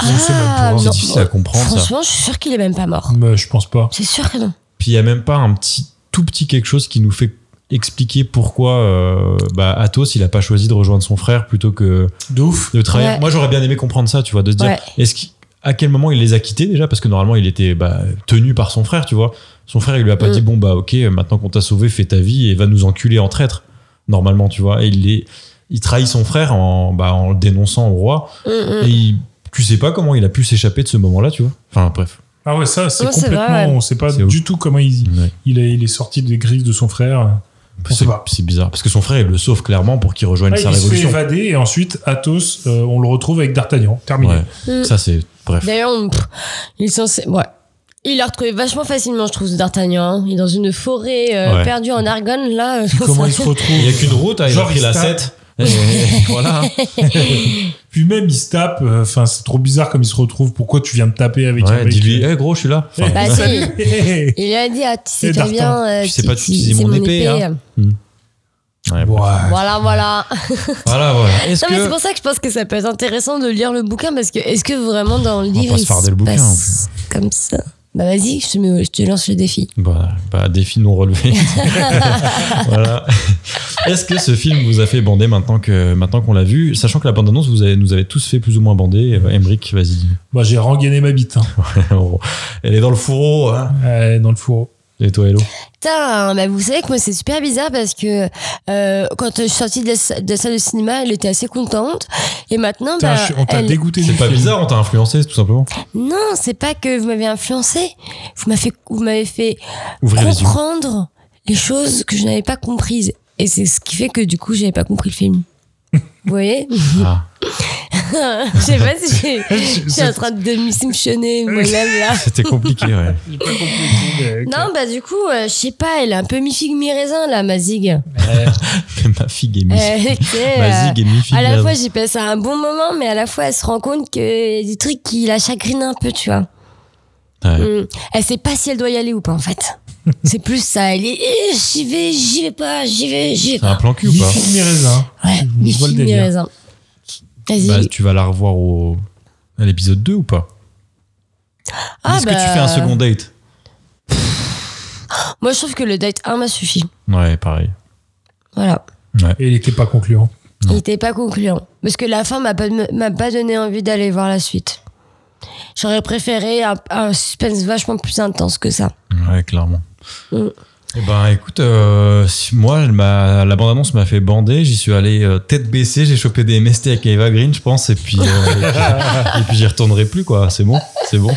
S7: Je sais même pas.
S5: C'est
S6: Ah, non.
S5: difficile à comprendre, ça.
S6: Franchement, je suis sûr qu'il est même pas mort.
S7: Mais je pense pas.
S6: C'est sûr que non.
S5: Puis il y a même pas un petit, tout petit quelque chose qui nous fait expliquer pourquoi euh, bah, Athos, il a pas choisi de rejoindre son frère plutôt que
S7: De ouf.
S5: de trahir.
S6: Ouais.
S5: Moi, j'aurais bien aimé comprendre ça, tu vois, de se dire,
S6: Ouais.
S5: est-ce qu'il- à quel moment il les a quittés déjà Parce que normalement, il était bah, tenu par son frère, tu vois. Son frère, il lui a pas
S6: Mm.
S5: dit, bon, bah, ok, maintenant qu'on t'a sauvé, fais ta vie et va nous enculer en traître, normalement, tu vois. Et il, les- il trahit son frère en, bah, en le dénonçant au roi.
S6: Mm, mm.
S5: Et il- tu sais pas comment il a pu s'échapper de ce moment-là, tu vois. Enfin, bref.
S7: Ah ouais, ça, c'est
S6: Ouais, c'est
S7: complètement.
S6: vrai, ouais.
S7: On sait pas
S5: C'est
S7: du tout comment il,
S5: Ouais.
S7: il, est, il est sorti des griffes de son frère. On
S5: C'est
S7: sait pas.
S5: c'est bizarre. Parce que son frère, il le sauve clairement pour qu'il rejoigne
S7: Ouais,
S5: sa
S7: Ah, il se fait
S5: révolution.
S7: évader et ensuite, Athos, euh, on le retrouve avec D'Artagnan. Terminé.
S5: Ouais.
S6: Mm.
S5: Ça, c'est. Bref.
S6: D'ailleurs, on- pff, il est censé. Ouais. Il l'a retrouvé vachement facilement, je trouve, ce d'Artagnan. hein. Il est dans une forêt euh,
S5: Ouais.
S6: perdue en Argonne, là. euh,
S7: Puis comment il se retrouve
S5: Il n'y a qu'une route, hein, il a
S7: Genre,
S5: pris
S7: il
S5: la
S7: se tape.
S5: 7. Et voilà.
S7: Puis même, il se tape. euh, Enfin, c'est trop bizarre comme il se retrouve. Pourquoi tu viens me taper avec un
S5: Ouais,
S7: mec
S5: dis-lui, Eh, gros, je suis là. Enfin,
S6: Bah,
S7: Eh,
S6: si.
S7: salut. Eh, eh.
S6: Il a dit, ah, tu sais
S7: Et
S6: très
S7: D'Artagnan.
S6: bien. euh,
S5: Je sais
S6: tu-
S5: pas, tu
S6: tu-
S5: utilises
S6: c'est
S5: mon épée, hein. ouais,
S7: Ouais.
S6: Voilà, voilà.
S5: Voilà, voilà. Est-ce
S6: Non, mais c'est
S5: que.
S6: pour ça que je pense que ça peut être intéressant de lire le bouquin, parce que est-ce que vraiment dans le
S5: va
S6: livre,
S5: pas se
S6: il
S5: farder le bouquin,
S6: passe comme ça Bah vas-y, je te, mets- je te lance le défi.
S5: Bah, bah, défi non relevé. voilà. Est-ce que ce film vous a fait bander maintenant que maintenant qu'on l'a vu, sachant que la bande-annonce vous avez, nous avait tous fait plus ou moins bander. Euh, Emric, vas-y.
S7: Moi, j'ai rengainé ma bite hein.
S5: Elle est dans le fourreau. hein.
S6: Bah,
S7: Euh, dans le fourreau.
S5: Et toi, Hello
S6: Putain, bah vous savez que moi c'est super bizarre parce que euh, quand je suis sortie de la, sa- de la salle de cinéma, elle était assez contente. Et maintenant,
S7: Putain,
S6: bah,
S7: je suis- on t'a
S6: elle-
S7: dégoûté du
S5: C'est pas
S7: film.
S5: bizarre, on t'a influencé, tout simplement.
S6: Non, c'est pas que vous m'avez influencé. Vous m'avez fait, vous m'avez fait
S5: Ouvrir les yeux.
S6: comprendre les choses que je n'avais pas comprises. Et c'est ce qui fait que du coup, j'avais pas compris le film. Vous voyez
S5: Ah.
S6: Je sais pas si j'ai- je suis en
S7: c'est-
S6: train de m'impressionner moi-même là.
S5: C'était compliqué, ouais.
S7: J'ai pas compris le truc, mais-
S6: Non, bah du coup, euh, je sais pas, elle est un peu mi-figue, mi-raisin là, ma zig.
S5: Ma fille est
S6: Euh,
S5: mi
S6: tu sais, euh,
S5: Ma zig est mi
S6: à la fois, j'ai passé un bon moment, mais à la fois, elle se rend compte qu'il y a des trucs qui la chagrinent un peu, tu vois.
S5: Ouais.
S6: Mm. Elle sait pas si elle doit y aller ou pas, en fait. C'est plus ça. Elle est, Eh, j'y vais, j'y vais pas, j'y vais, j'y vais
S5: C'est
S6: pas.
S5: un plan cul ou
S7: Ni
S5: pas
S7: figue ni raisin.
S6: Ouais,
S7: Je
S6: ni
S7: vois le
S6: figue, ni
S7: délire.
S6: raisin. Vas-y.
S5: Bah, tu vas la revoir au... à l'épisode 2 ou pas
S6: Ah,
S5: Est-ce que
S6: bah,
S5: tu fais un second date
S6: Moi, je trouve que le date 1 m'a suffi.
S5: Ouais, pareil.
S6: Voilà.
S7: Et il était pas concluant.
S5: Non.
S6: Il était pas concluant. Parce que la fin m'a pas, m'a pas donné envie d'aller voir la suite. J'aurais préféré un, un suspense vachement plus intense que ça.
S5: Ouais, clairement.
S6: Mm.
S5: Eh ben, écoute, euh, si- moi, elle m'a- la bande-annonce m'a fait bander. J'y suis allé euh, tête baissée. J'ai chopé des MST avec Eva Green, je pense. Et puis, euh, et puis, et puis j'y retournerai plus, quoi. C'est bon, c'est bon.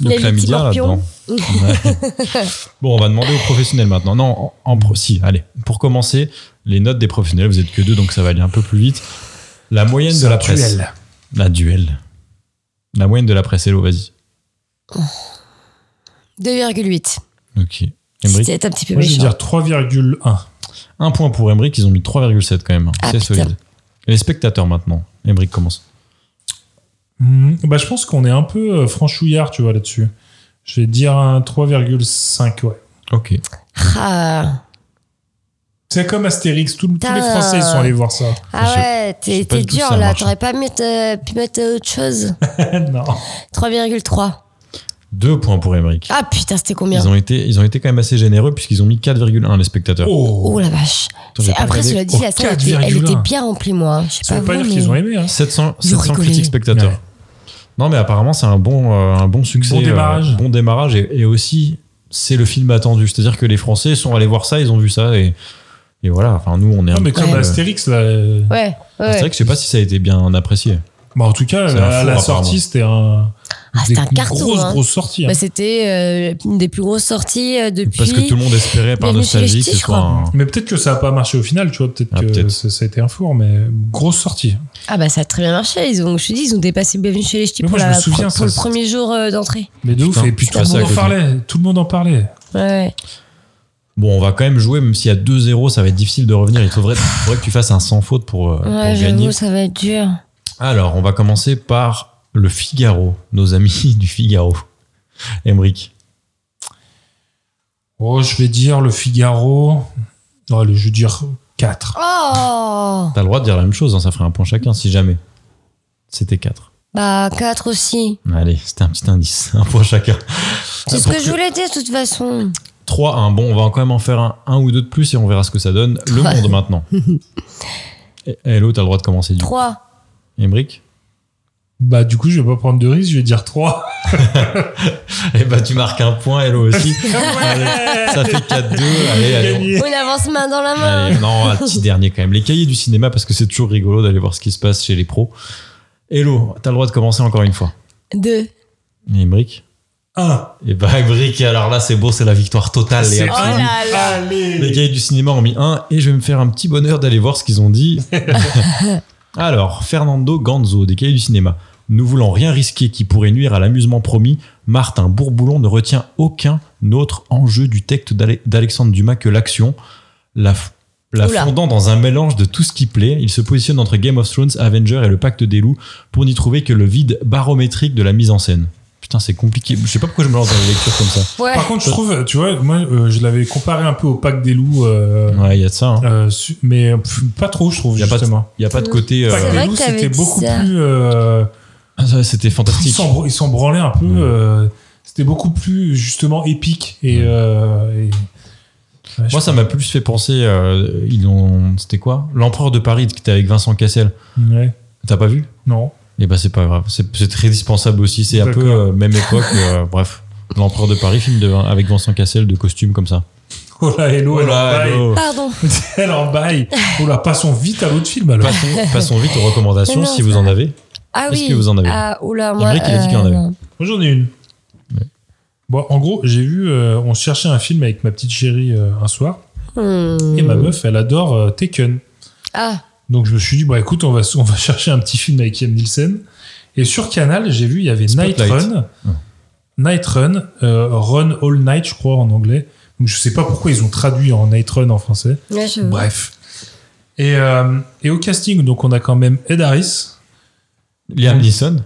S6: Il y a les petits morpions.
S5: là-dedans. Ouais. Bon, on va demander aux professionnels maintenant. Non, en, en pro- si, allez. Pour commencer, les notes des professionnels, vous êtes que deux, donc ça va aller un peu plus vite. La moyenne
S7: C'est
S5: de
S7: un
S5: la presse.
S7: duel.
S5: La duel. La moyenne de la presse, hello, vas-y.
S6: 2,8.
S5: Ok. Emmerich
S6: C'était un petit peu
S7: Moi, je vais
S6: méchant.
S7: dire 3,1.
S5: Un point pour Emmerich, ils ont mis 3,7 quand même. hein.
S6: Ah,
S5: c'est
S6: putain.
S5: solide. Et les spectateurs maintenant. Emmerich commence.
S7: Hmm, bah, je pense qu'on est un peu euh, franchouillard, tu vois, là-dessus. Je vais dire un 3,5, ouais.
S5: Ok.
S6: Ah,
S7: C'est comme Astérix, tout- tous les
S6: Putain.
S7: Français sont allés voir ça.
S6: Ah
S5: Je-
S6: ouais,
S5: je sais
S6: t'es
S5: pas
S6: t'es
S5: du tout si
S6: dur
S5: ça
S6: là.
S5: marche.
S6: T'aurais pas mis, euh, pu mettre autre chose.
S7: non.
S6: 3,3.
S5: Deux points pour Emmerich.
S6: Ah putain, c'était combien
S5: Ils ont, été, ils ont été quand même assez généreux puisqu'ils ont mis 4,1 les spectateurs.
S7: Oh,
S6: Oh la vache.
S5: Attends, j'ai
S6: C'est-
S5: pas
S6: Après,
S5: regardé.
S6: cela dit,
S7: Oh,
S6: la salle était, elle
S7: 4,1.
S6: était bien remplie, moi. hein. Je sais
S7: ça
S6: pas
S7: veut pas
S6: vous,
S7: dire
S6: mais-
S7: qu'ils ont aimé. Hein.
S5: 700,
S6: Ils ont
S5: 700
S6: rigolé.
S5: critiques spectateurs.
S7: Ouais.
S5: Non, mais apparemment, c'est un bon, euh, un bon succès. euh,
S7: Bon démarrage.
S5: bon démarrage. Et, et aussi, c'est le film attendu. C'est-à-dire que les Français sont allés voir ça, ils ont vu ça. Et, et voilà. Enfin, nous, on est
S7: Non,
S5: un
S7: mais
S5: peu-
S7: comme
S5: euh,
S7: Astérix, là. euh,
S6: Ouais,
S5: Ah, C'est vrai
S6: ouais.
S5: que je sais pas si ça a été bien apprécié.
S7: Bah, en tout cas,
S5: C'est un four,
S7: à la
S5: apparemment.
S7: sortie, c'était un.
S6: Ah, c'était
S7: des-
S6: un
S7: une
S6: carton,
S7: Grosse,
S6: hein.
S7: grosse sortie. hein.
S6: Bah, c'était euh, une des plus grosses sorties euh, depuis.
S5: Parce que tout le monde espérait par
S6: Bienvenue chez les
S5: nostalgie que ce
S6: Ch'tis, je
S5: soit
S6: crois.
S5: un,
S7: Mais peut-être que ça n'a pas marché au final, tu vois. Peut-être
S5: Ah,
S7: que
S5: peut-être.
S7: ça, ça a été un four, mais grosse sortie.
S6: Ah bah ça a très bien marché. Ils ont, je te dis, ils ont dépassé Bienvenue chez les Ch'tis
S7: Mais
S6: pour,
S7: moi,
S6: la-
S7: je me souviens,
S6: pour
S7: ça,
S6: le
S7: c'est-
S6: premier jour euh, d'entrée.
S7: Mais de ouf.
S5: Putain,
S7: Et puis
S5: je
S7: tout le
S5: passe à
S7: monde en
S5: côté.
S7: parlait. Tout le monde en parlait.
S6: Ouais, ouais.
S5: Bon, on va quand même jouer, même s'il y a 2-0, ça va être difficile de revenir. Il faudrait, faudrait que tu fasses un sans faute pour, euh,
S6: Ouais,
S5: pour gagner.
S6: j'avoue, ça va être dur.
S5: Alors, on va commencer par le Figaro, nos amis du Figaro. Emric.
S7: Oh, je vais dire le Figaro. Non, allez, je vais dire 4.
S6: Oh
S5: T'as le droit de dire la même chose, hein, ça ferait un point chacun si jamais. C'était 4.
S6: Bah, 4 aussi.
S5: Allez, c'était un petit indice, un point chacun.
S6: C'est ce
S5: Pour
S6: que je voulais dire de toute façon.
S5: 3 1. Bon, on va quand même en faire un, un ou deux de plus et on verra ce que ça donne. Le
S6: Ouais.
S5: monde maintenant. Et- Hello, t'as le droit de commencer du
S6: 3.
S5: Emric
S7: Bah, du coup, je vais pas prendre de risque, je vais dire 3.
S5: Eh bah, tu marques un point, Hello aussi. Allez, ça fait 4-2. Allez, allez. on-
S6: On avance main dans la main.
S5: Allez, non, un petit dernier quand même. Les cahiers du cinéma, parce que c'est toujours rigolo d'aller voir ce qui se passe chez les pros. Hello, t'as le droit de commencer encore une fois.
S6: 2.
S5: Et Emric
S7: 1.
S5: Et bah, Emric, alors là, c'est beau, c'est la victoire totale. Les,
S7: C'est
S6: Oh
S5: absolus.
S6: là là.
S5: Les cahiers du cinéma ont mis un, et je vais me faire un petit bonheur d'aller voir ce qu'ils ont dit. alors, Fernando Ganzo, des cahiers du cinéma. Ne voulant rien risquer qui pourrait nuire à l'amusement promis, Martin Bourboulon ne retient aucun autre enjeu du texte d'Ale- d'Alexandre Dumas que l'action. La, f- la
S6: Oula.
S5: fondant dans un mélange de tout ce qui plaît, il se positionne entre Game of Thrones, Avenger et le Pacte des Loups pour n'y trouver que le vide barométrique de la mise en scène. Putain, c'est compliqué. Je sais pas pourquoi je me lance dans les lectures comme ça.
S6: Ouais.
S7: Par contre, je trouve, tu vois, moi, euh, je l'avais comparé un peu au pack des loups. euh,
S5: Ouais, il y a de ça. hein.
S7: euh, su- mais pff, pas trop, je trouve,
S5: Y a pas de-
S7: justement.
S5: Il y a pas de côté.
S6: C'est
S5: euh,
S7: Pack
S6: vrai
S7: des
S6: que
S7: loups,
S6: t'avais
S7: c'était
S6: dit
S7: beaucoup
S6: ça.
S7: plus. euh,
S5: Ah, ça, C'était
S7: ils
S5: fantastique.
S7: s'en br- ils s'en branlaient un peu.
S5: Ouais.
S7: euh, c'était beaucoup plus, justement, épique. Et.
S5: Ouais.
S7: euh, et- Ouais, je-
S5: Moi, ça m'a plus fait penser. euh, ils ont. C'était quoi L'Empereur de Paris qui était avec Vincent Cassel.
S7: Ouais.
S5: T'as pas vu
S7: Non.
S5: Eh ben, c'est pas grave. C'est c'est très dispensable aussi. C'est un peu
S7: D'accord.
S5: euh, même époque. euh, bref. L'Empereur de Paris, film de, avec Vincent Cassel de costume comme ça.
S7: Oh là, hello, elle
S5: Hola,
S7: en baille.
S5: hello.
S6: Pardon.
S7: Elle en baille. Oh là, passons vite à l'autre film alors.
S5: Passons, passons vite aux recommandations
S6: Mais non,
S5: si vous en avez.
S6: Ah
S5: Est-ce
S6: oui.
S5: que vous en avez
S6: Ah, oula,
S5: Il
S6: moi.
S5: y en a qui a dit qu'il y en avait.
S6: non.
S7: Moi, j'en ai une. Bon, en gros, j'ai vu, euh, on cherchait un film avec ma petite chérie euh, un soir,
S6: Hmm.
S7: et ma meuf, elle adore euh, Taken.
S6: Ah,
S7: Donc je me suis dit, bon écoute, on va, on va chercher un petit film avec Liam Nielsen. Et sur Canal, j'ai vu, il y avait
S5: Spotlight. Ah.
S7: Night Run.
S5: Ouais.
S7: Night Run, euh, Run All Night, je crois, en anglais. Donc je sais pas pourquoi ils ont traduit en Night Run en français.
S6: ouais, je vois.
S7: Bref. Et, euh, et au casting, donc on a quand même Ed Harris,
S5: Liam Neeson.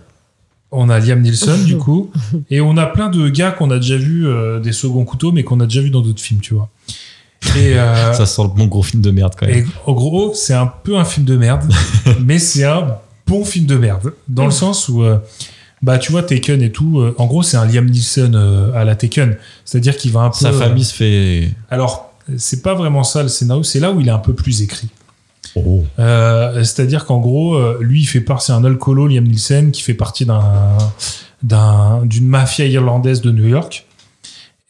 S7: on a Liam Nielsen, du coup, et on a plein de gars qu'on a déjà vu euh, des seconds couteaux, mais qu'on a déjà vu dans d'autres films, tu vois. Et, euh,
S5: Ça sent le bon gros film de merde quand même.
S7: Et en gros, c'est un peu un film de merde, mais c'est un bon film de merde. Dans le
S5: Mm.
S7: sens où, euh, bah, tu vois, Taken et tout, euh, en gros, c'est un Liam Neeson euh, à la Taken. C'est-à-dire qu'il va un peu.
S5: Sa
S7: euh,
S5: famille se fait.
S7: alors, c'est pas vraiment ça le scénario, c'est là où il est un peu plus écrit.
S5: Oh.
S7: Euh, c'est-à-dire qu'en gros, euh, lui, il fait partie, c'est un alcoolo, Liam Nielsen, qui fait partie d'un, d'un, d'une mafia irlandaise de New York.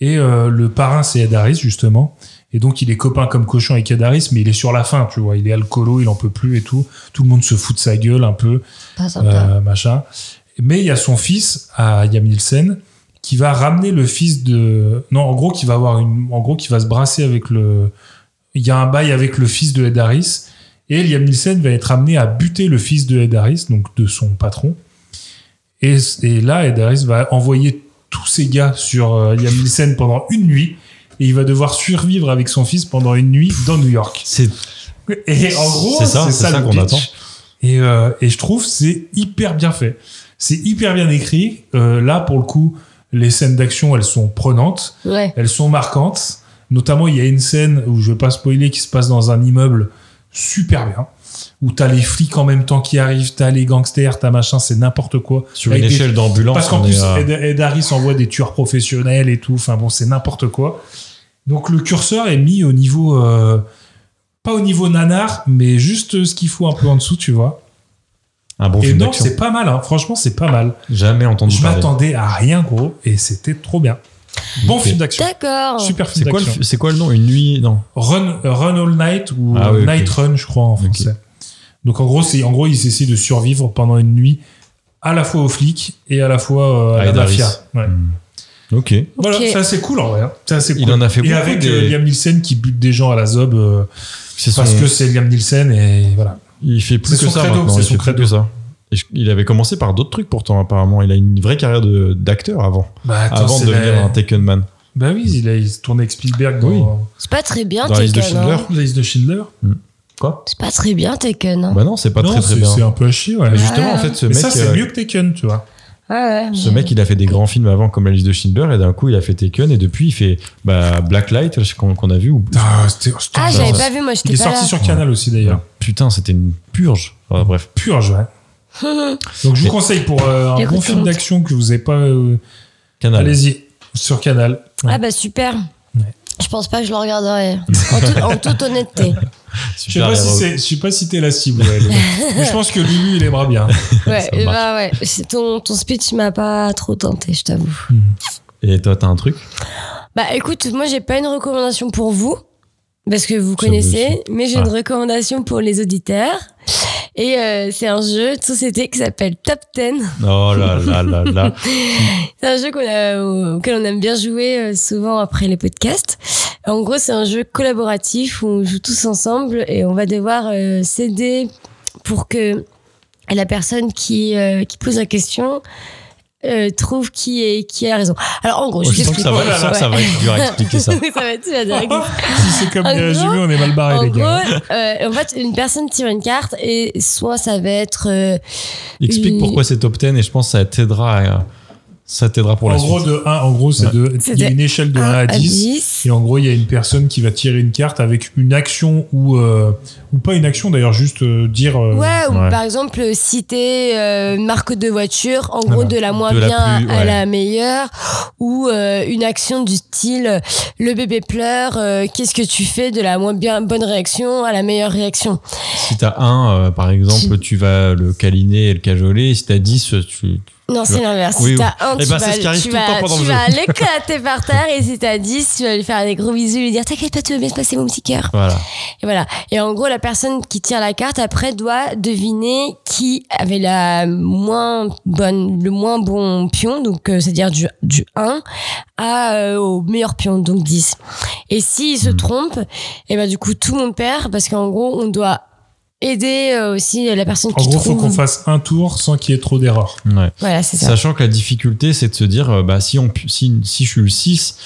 S7: Et euh, le parrain, c'est Ed Harris, justement. Et donc, il est copain comme cochon avec Ed Harris, mais il est sur la fin, tu vois. Il est alcoolo, il en peut plus et tout. Tout le monde se fout de sa gueule un peu,
S6: Pas sympa.
S7: euh, machin. Mais il y a son fils, à Liam Nielsen, qui va ramener le fils de. Non, en gros, qui va avoir une. En gros, qui va se brasser avec le. Il y a un bail avec le fils de Ed Harris. Et Liam Nielsen va être amené à buter le fils de Ed Harris, donc de son patron. Et, et là, Ed Harris va envoyer tous ses gars sur euh, Liam Nielsen pendant une nuit. Et il va devoir survivre avec son fils pendant une nuit dans New York.
S5: C'est
S7: Et en gros, c'est ça,
S5: c'est ça
S7: le
S5: qu'on
S7: pitch.
S5: attend.
S7: Et, euh, et je trouve c'est hyper bien fait. C'est hyper bien écrit. Euh, là, pour le coup, les scènes d'action, elles sont prenantes
S5: Euh.
S6: Ouais.
S7: elles sont marquantes. Notamment, il y a une scène où je vais pas spoiler qui se passe dans un immeuble super bien, où t'as les flics en même temps qui arrivent, t'as les gangsters, t'as machin, c'est n'importe quoi.
S5: sur une
S7: Avec des-
S5: échelle d'ambulance.
S7: Parce qu'en
S5: on est euh,
S7: plus,
S5: à-
S7: Ed, Ed Harris envoie des tueurs professionnels et tout. Enfin bon, c'est n'importe quoi. Donc le curseur est mis au niveau, euh, pas au niveau nanar, mais juste ce qu'il faut un peu en dessous, tu vois.
S5: un bon
S7: et
S5: film
S7: non,
S5: d'action.
S7: c'est pas mal. hein. Franchement, c'est pas mal.
S5: Jamais entendu
S7: Je
S5: parler.
S7: m'attendais à rien, gros, et c'était trop bien. Bon
S5: Ok.
S7: film d'action.
S6: D'accord.
S7: Super film
S5: C'est quoi,
S7: d'action.
S5: le fi- c'est quoi le nom Une nuit Non.
S7: Run, euh, Run All Night ou
S5: Ah oui, ok.
S7: Night Run, je crois, en français. Donc en gros, c'est en gros, ils essaient de survivre pendant une nuit à la fois aux flics et à la fois euh, à
S5: À
S7: la
S5: Ed Harris.
S7: mafia. Ouais.
S5: Hmm. Ok.
S7: Voilà,
S6: Ok.
S7: c'est assez cool en vrai. hein. C'est assez
S5: Il
S7: cool.
S5: en a fait
S7: et
S5: beaucoup.
S7: avec
S5: des-
S7: euh, Liam Nielsen qui bute des gens à la zob euh,
S5: c'est son-
S7: parce que c'est Liam Nielsen et voilà.
S5: Il fait plus
S7: c'est
S5: que
S7: son
S5: ça
S7: credo,
S5: maintenant.
S7: c'est
S5: Il
S7: son
S5: fait plus
S7: credo.
S5: que ça. Et je- Il avait commencé par d'autres trucs pourtant apparemment. Il a une vraie carrière de- d'acteur avant.
S7: Bah, attends,
S5: avant de
S7: c'est
S5: devenir
S7: la-
S5: un Taken Man.
S7: Bah oui, il a il se tournait avec Spielberg dans
S5: Oui.
S6: C'est pas très bien,
S5: Dans la liste de
S6: Taken. hein.
S5: Schindler.
S7: la liste de Schindler.
S6: C'est pas très bien, Taken. hein.
S5: Bah non, c'est pas
S7: non,
S5: très très
S7: c'est-
S5: bien.
S7: c'est un peu à chier. Ouais.
S5: Mais justement, en fait, ce
S7: Mais
S5: mec,
S7: ça, c'est
S5: euh,
S7: mieux que Taken, tu vois.
S6: Ouais, ouais.
S5: ce mec, il a fait des grands films avant, comme la liste de Schindler, et d'un coup, il a fait Taken, et depuis, il fait bah, Blacklight, je sais qu'on qu'on a vu. Ou...
S7: Ah, c'était- c'était-
S6: Ah,
S5: j'avais
S6: j'avais
S5: ça.
S6: pas vu, moi,
S7: il est
S6: j'étais pas là.
S7: sorti sur Canal aussi d'ailleurs.
S5: Ah, Putain, c'était une purge. Enfin, bref.
S7: purge. Ouais. Donc je vous
S5: Mais-
S7: conseille pour euh, un
S6: Écoute,
S7: bon film
S6: écoute.
S7: d'action que vous n'avez pas. euh,
S5: Canal.
S7: Allez-y sur Canal.
S6: Ah, bah super.
S7: Ouais.
S6: Je pense pas que je le regarderai. En, tout- en toute honnêteté.
S7: Je sais pas si c'est- je sais pas si t'es la cible. ouais, mais- mais je pense que Lulu il aimera bien.
S6: Ouais,
S5: marche.
S6: bah ouais. C'est Ton, ton speech m'a pas trop tenté, je t'avoue.
S5: Et toi, t'as un truc
S6: Bah écoute, moi, j'ai pas une recommandation pour vous, parce que vous
S5: Ça veut
S6: connaissez, mais j'ai
S5: Ah.
S6: une recommandation pour les auditeurs. Et euh, c'est un jeu de société qui s'appelle Top 10.
S5: Oh là là là là.
S6: C'est un jeu qu'on a- au- auquel on aime bien jouer euh, souvent après les podcasts. En gros, c'est un jeu collaboratif où on joue tous ensemble et on va devoir euh, s'aider pour que la personne qui, euh, qui pose la question euh, trouve qui, est, qui a raison. Alors, en gros,
S5: je
S6: je
S5: sens que
S6: t'explique.
S5: ça va, je sens que ça va être dur à expliquer ça. Ah,
S6: Oui, ça va être dur à dire.
S7: si c'est comme
S6: En
S7: les
S6: gros-
S7: résumés, on est mal barré
S6: En
S7: les
S6: gros,
S7: gars.
S6: euh, en fait, une personne tire une carte et soit ça va être euh,
S5: Explique
S6: Il-
S5: pourquoi c'est top 10 et je pense que ça t'aidera à- ça t'aidera pour
S7: en
S5: la
S7: gros,
S5: suite.
S7: de 1, en gros, c'est
S5: Ouais.
S7: de.
S6: C'est
S7: Il y a
S6: de
S7: une échelle de 1 à 10. Et en gros, il y a une personne qui va tirer une carte avec une action ou, euh, ou pas une action d'ailleurs, juste euh, dire. euh,
S6: Ouais, ou
S5: Ouais.
S6: par exemple citer euh, une marque de voiture, en gros
S7: Voilà.
S6: de la moins
S5: De la
S6: bien
S5: plus-
S6: à
S5: ouais.
S6: la meilleure, ou euh, une action du style euh, le bébé pleure, euh, qu'est-ce que tu fais de la moins bien bonne réaction à la meilleure réaction.
S5: Si t'as un, euh, par exemple, tu vas le câliner et le cajoler. Et si t'as 10, tu,
S6: Non,
S5: Tu
S6: c'est
S5: vois.
S6: l'inverse.
S5: Oui,
S6: Si
S5: oui.
S6: t'as un,
S5: Eh
S6: tu
S5: ben, c'est
S6: vas,
S5: ce qui arrive
S6: tu
S5: tout le
S6: vas-
S5: temps pendant
S6: tu
S5: le
S6: vas
S5: jeu.
S6: l'éclater par terre et si t'as 10, tu vas lui faire des gros bisous, lui dire T'inquiète pas, tout va bien se passer, mon petit cœur.
S5: Voilà.
S6: Et voilà. Et en gros, la personne qui tire la carte après doit deviner qui avait la moins bonne, le moins bon pion, donc euh, c'est-à-dire du, du 1 à euh, au meilleur pion, donc 10. Et s'il
S7: Hmm.
S6: se trompe, et ben du coup tout le monde perd parce qu'en gros on doit aider euh, aussi la personne
S7: En
S6: qui
S7: gros, faut
S6: trouve.
S7: qu'on fasse un tour sans qu'il y ait trop d'erreurs.
S5: Ouais.
S6: Voilà, c'est ça.
S5: Sachant que la difficulté, c'est de se dire, euh, bah, si, on, pu- si, si je suis le 6,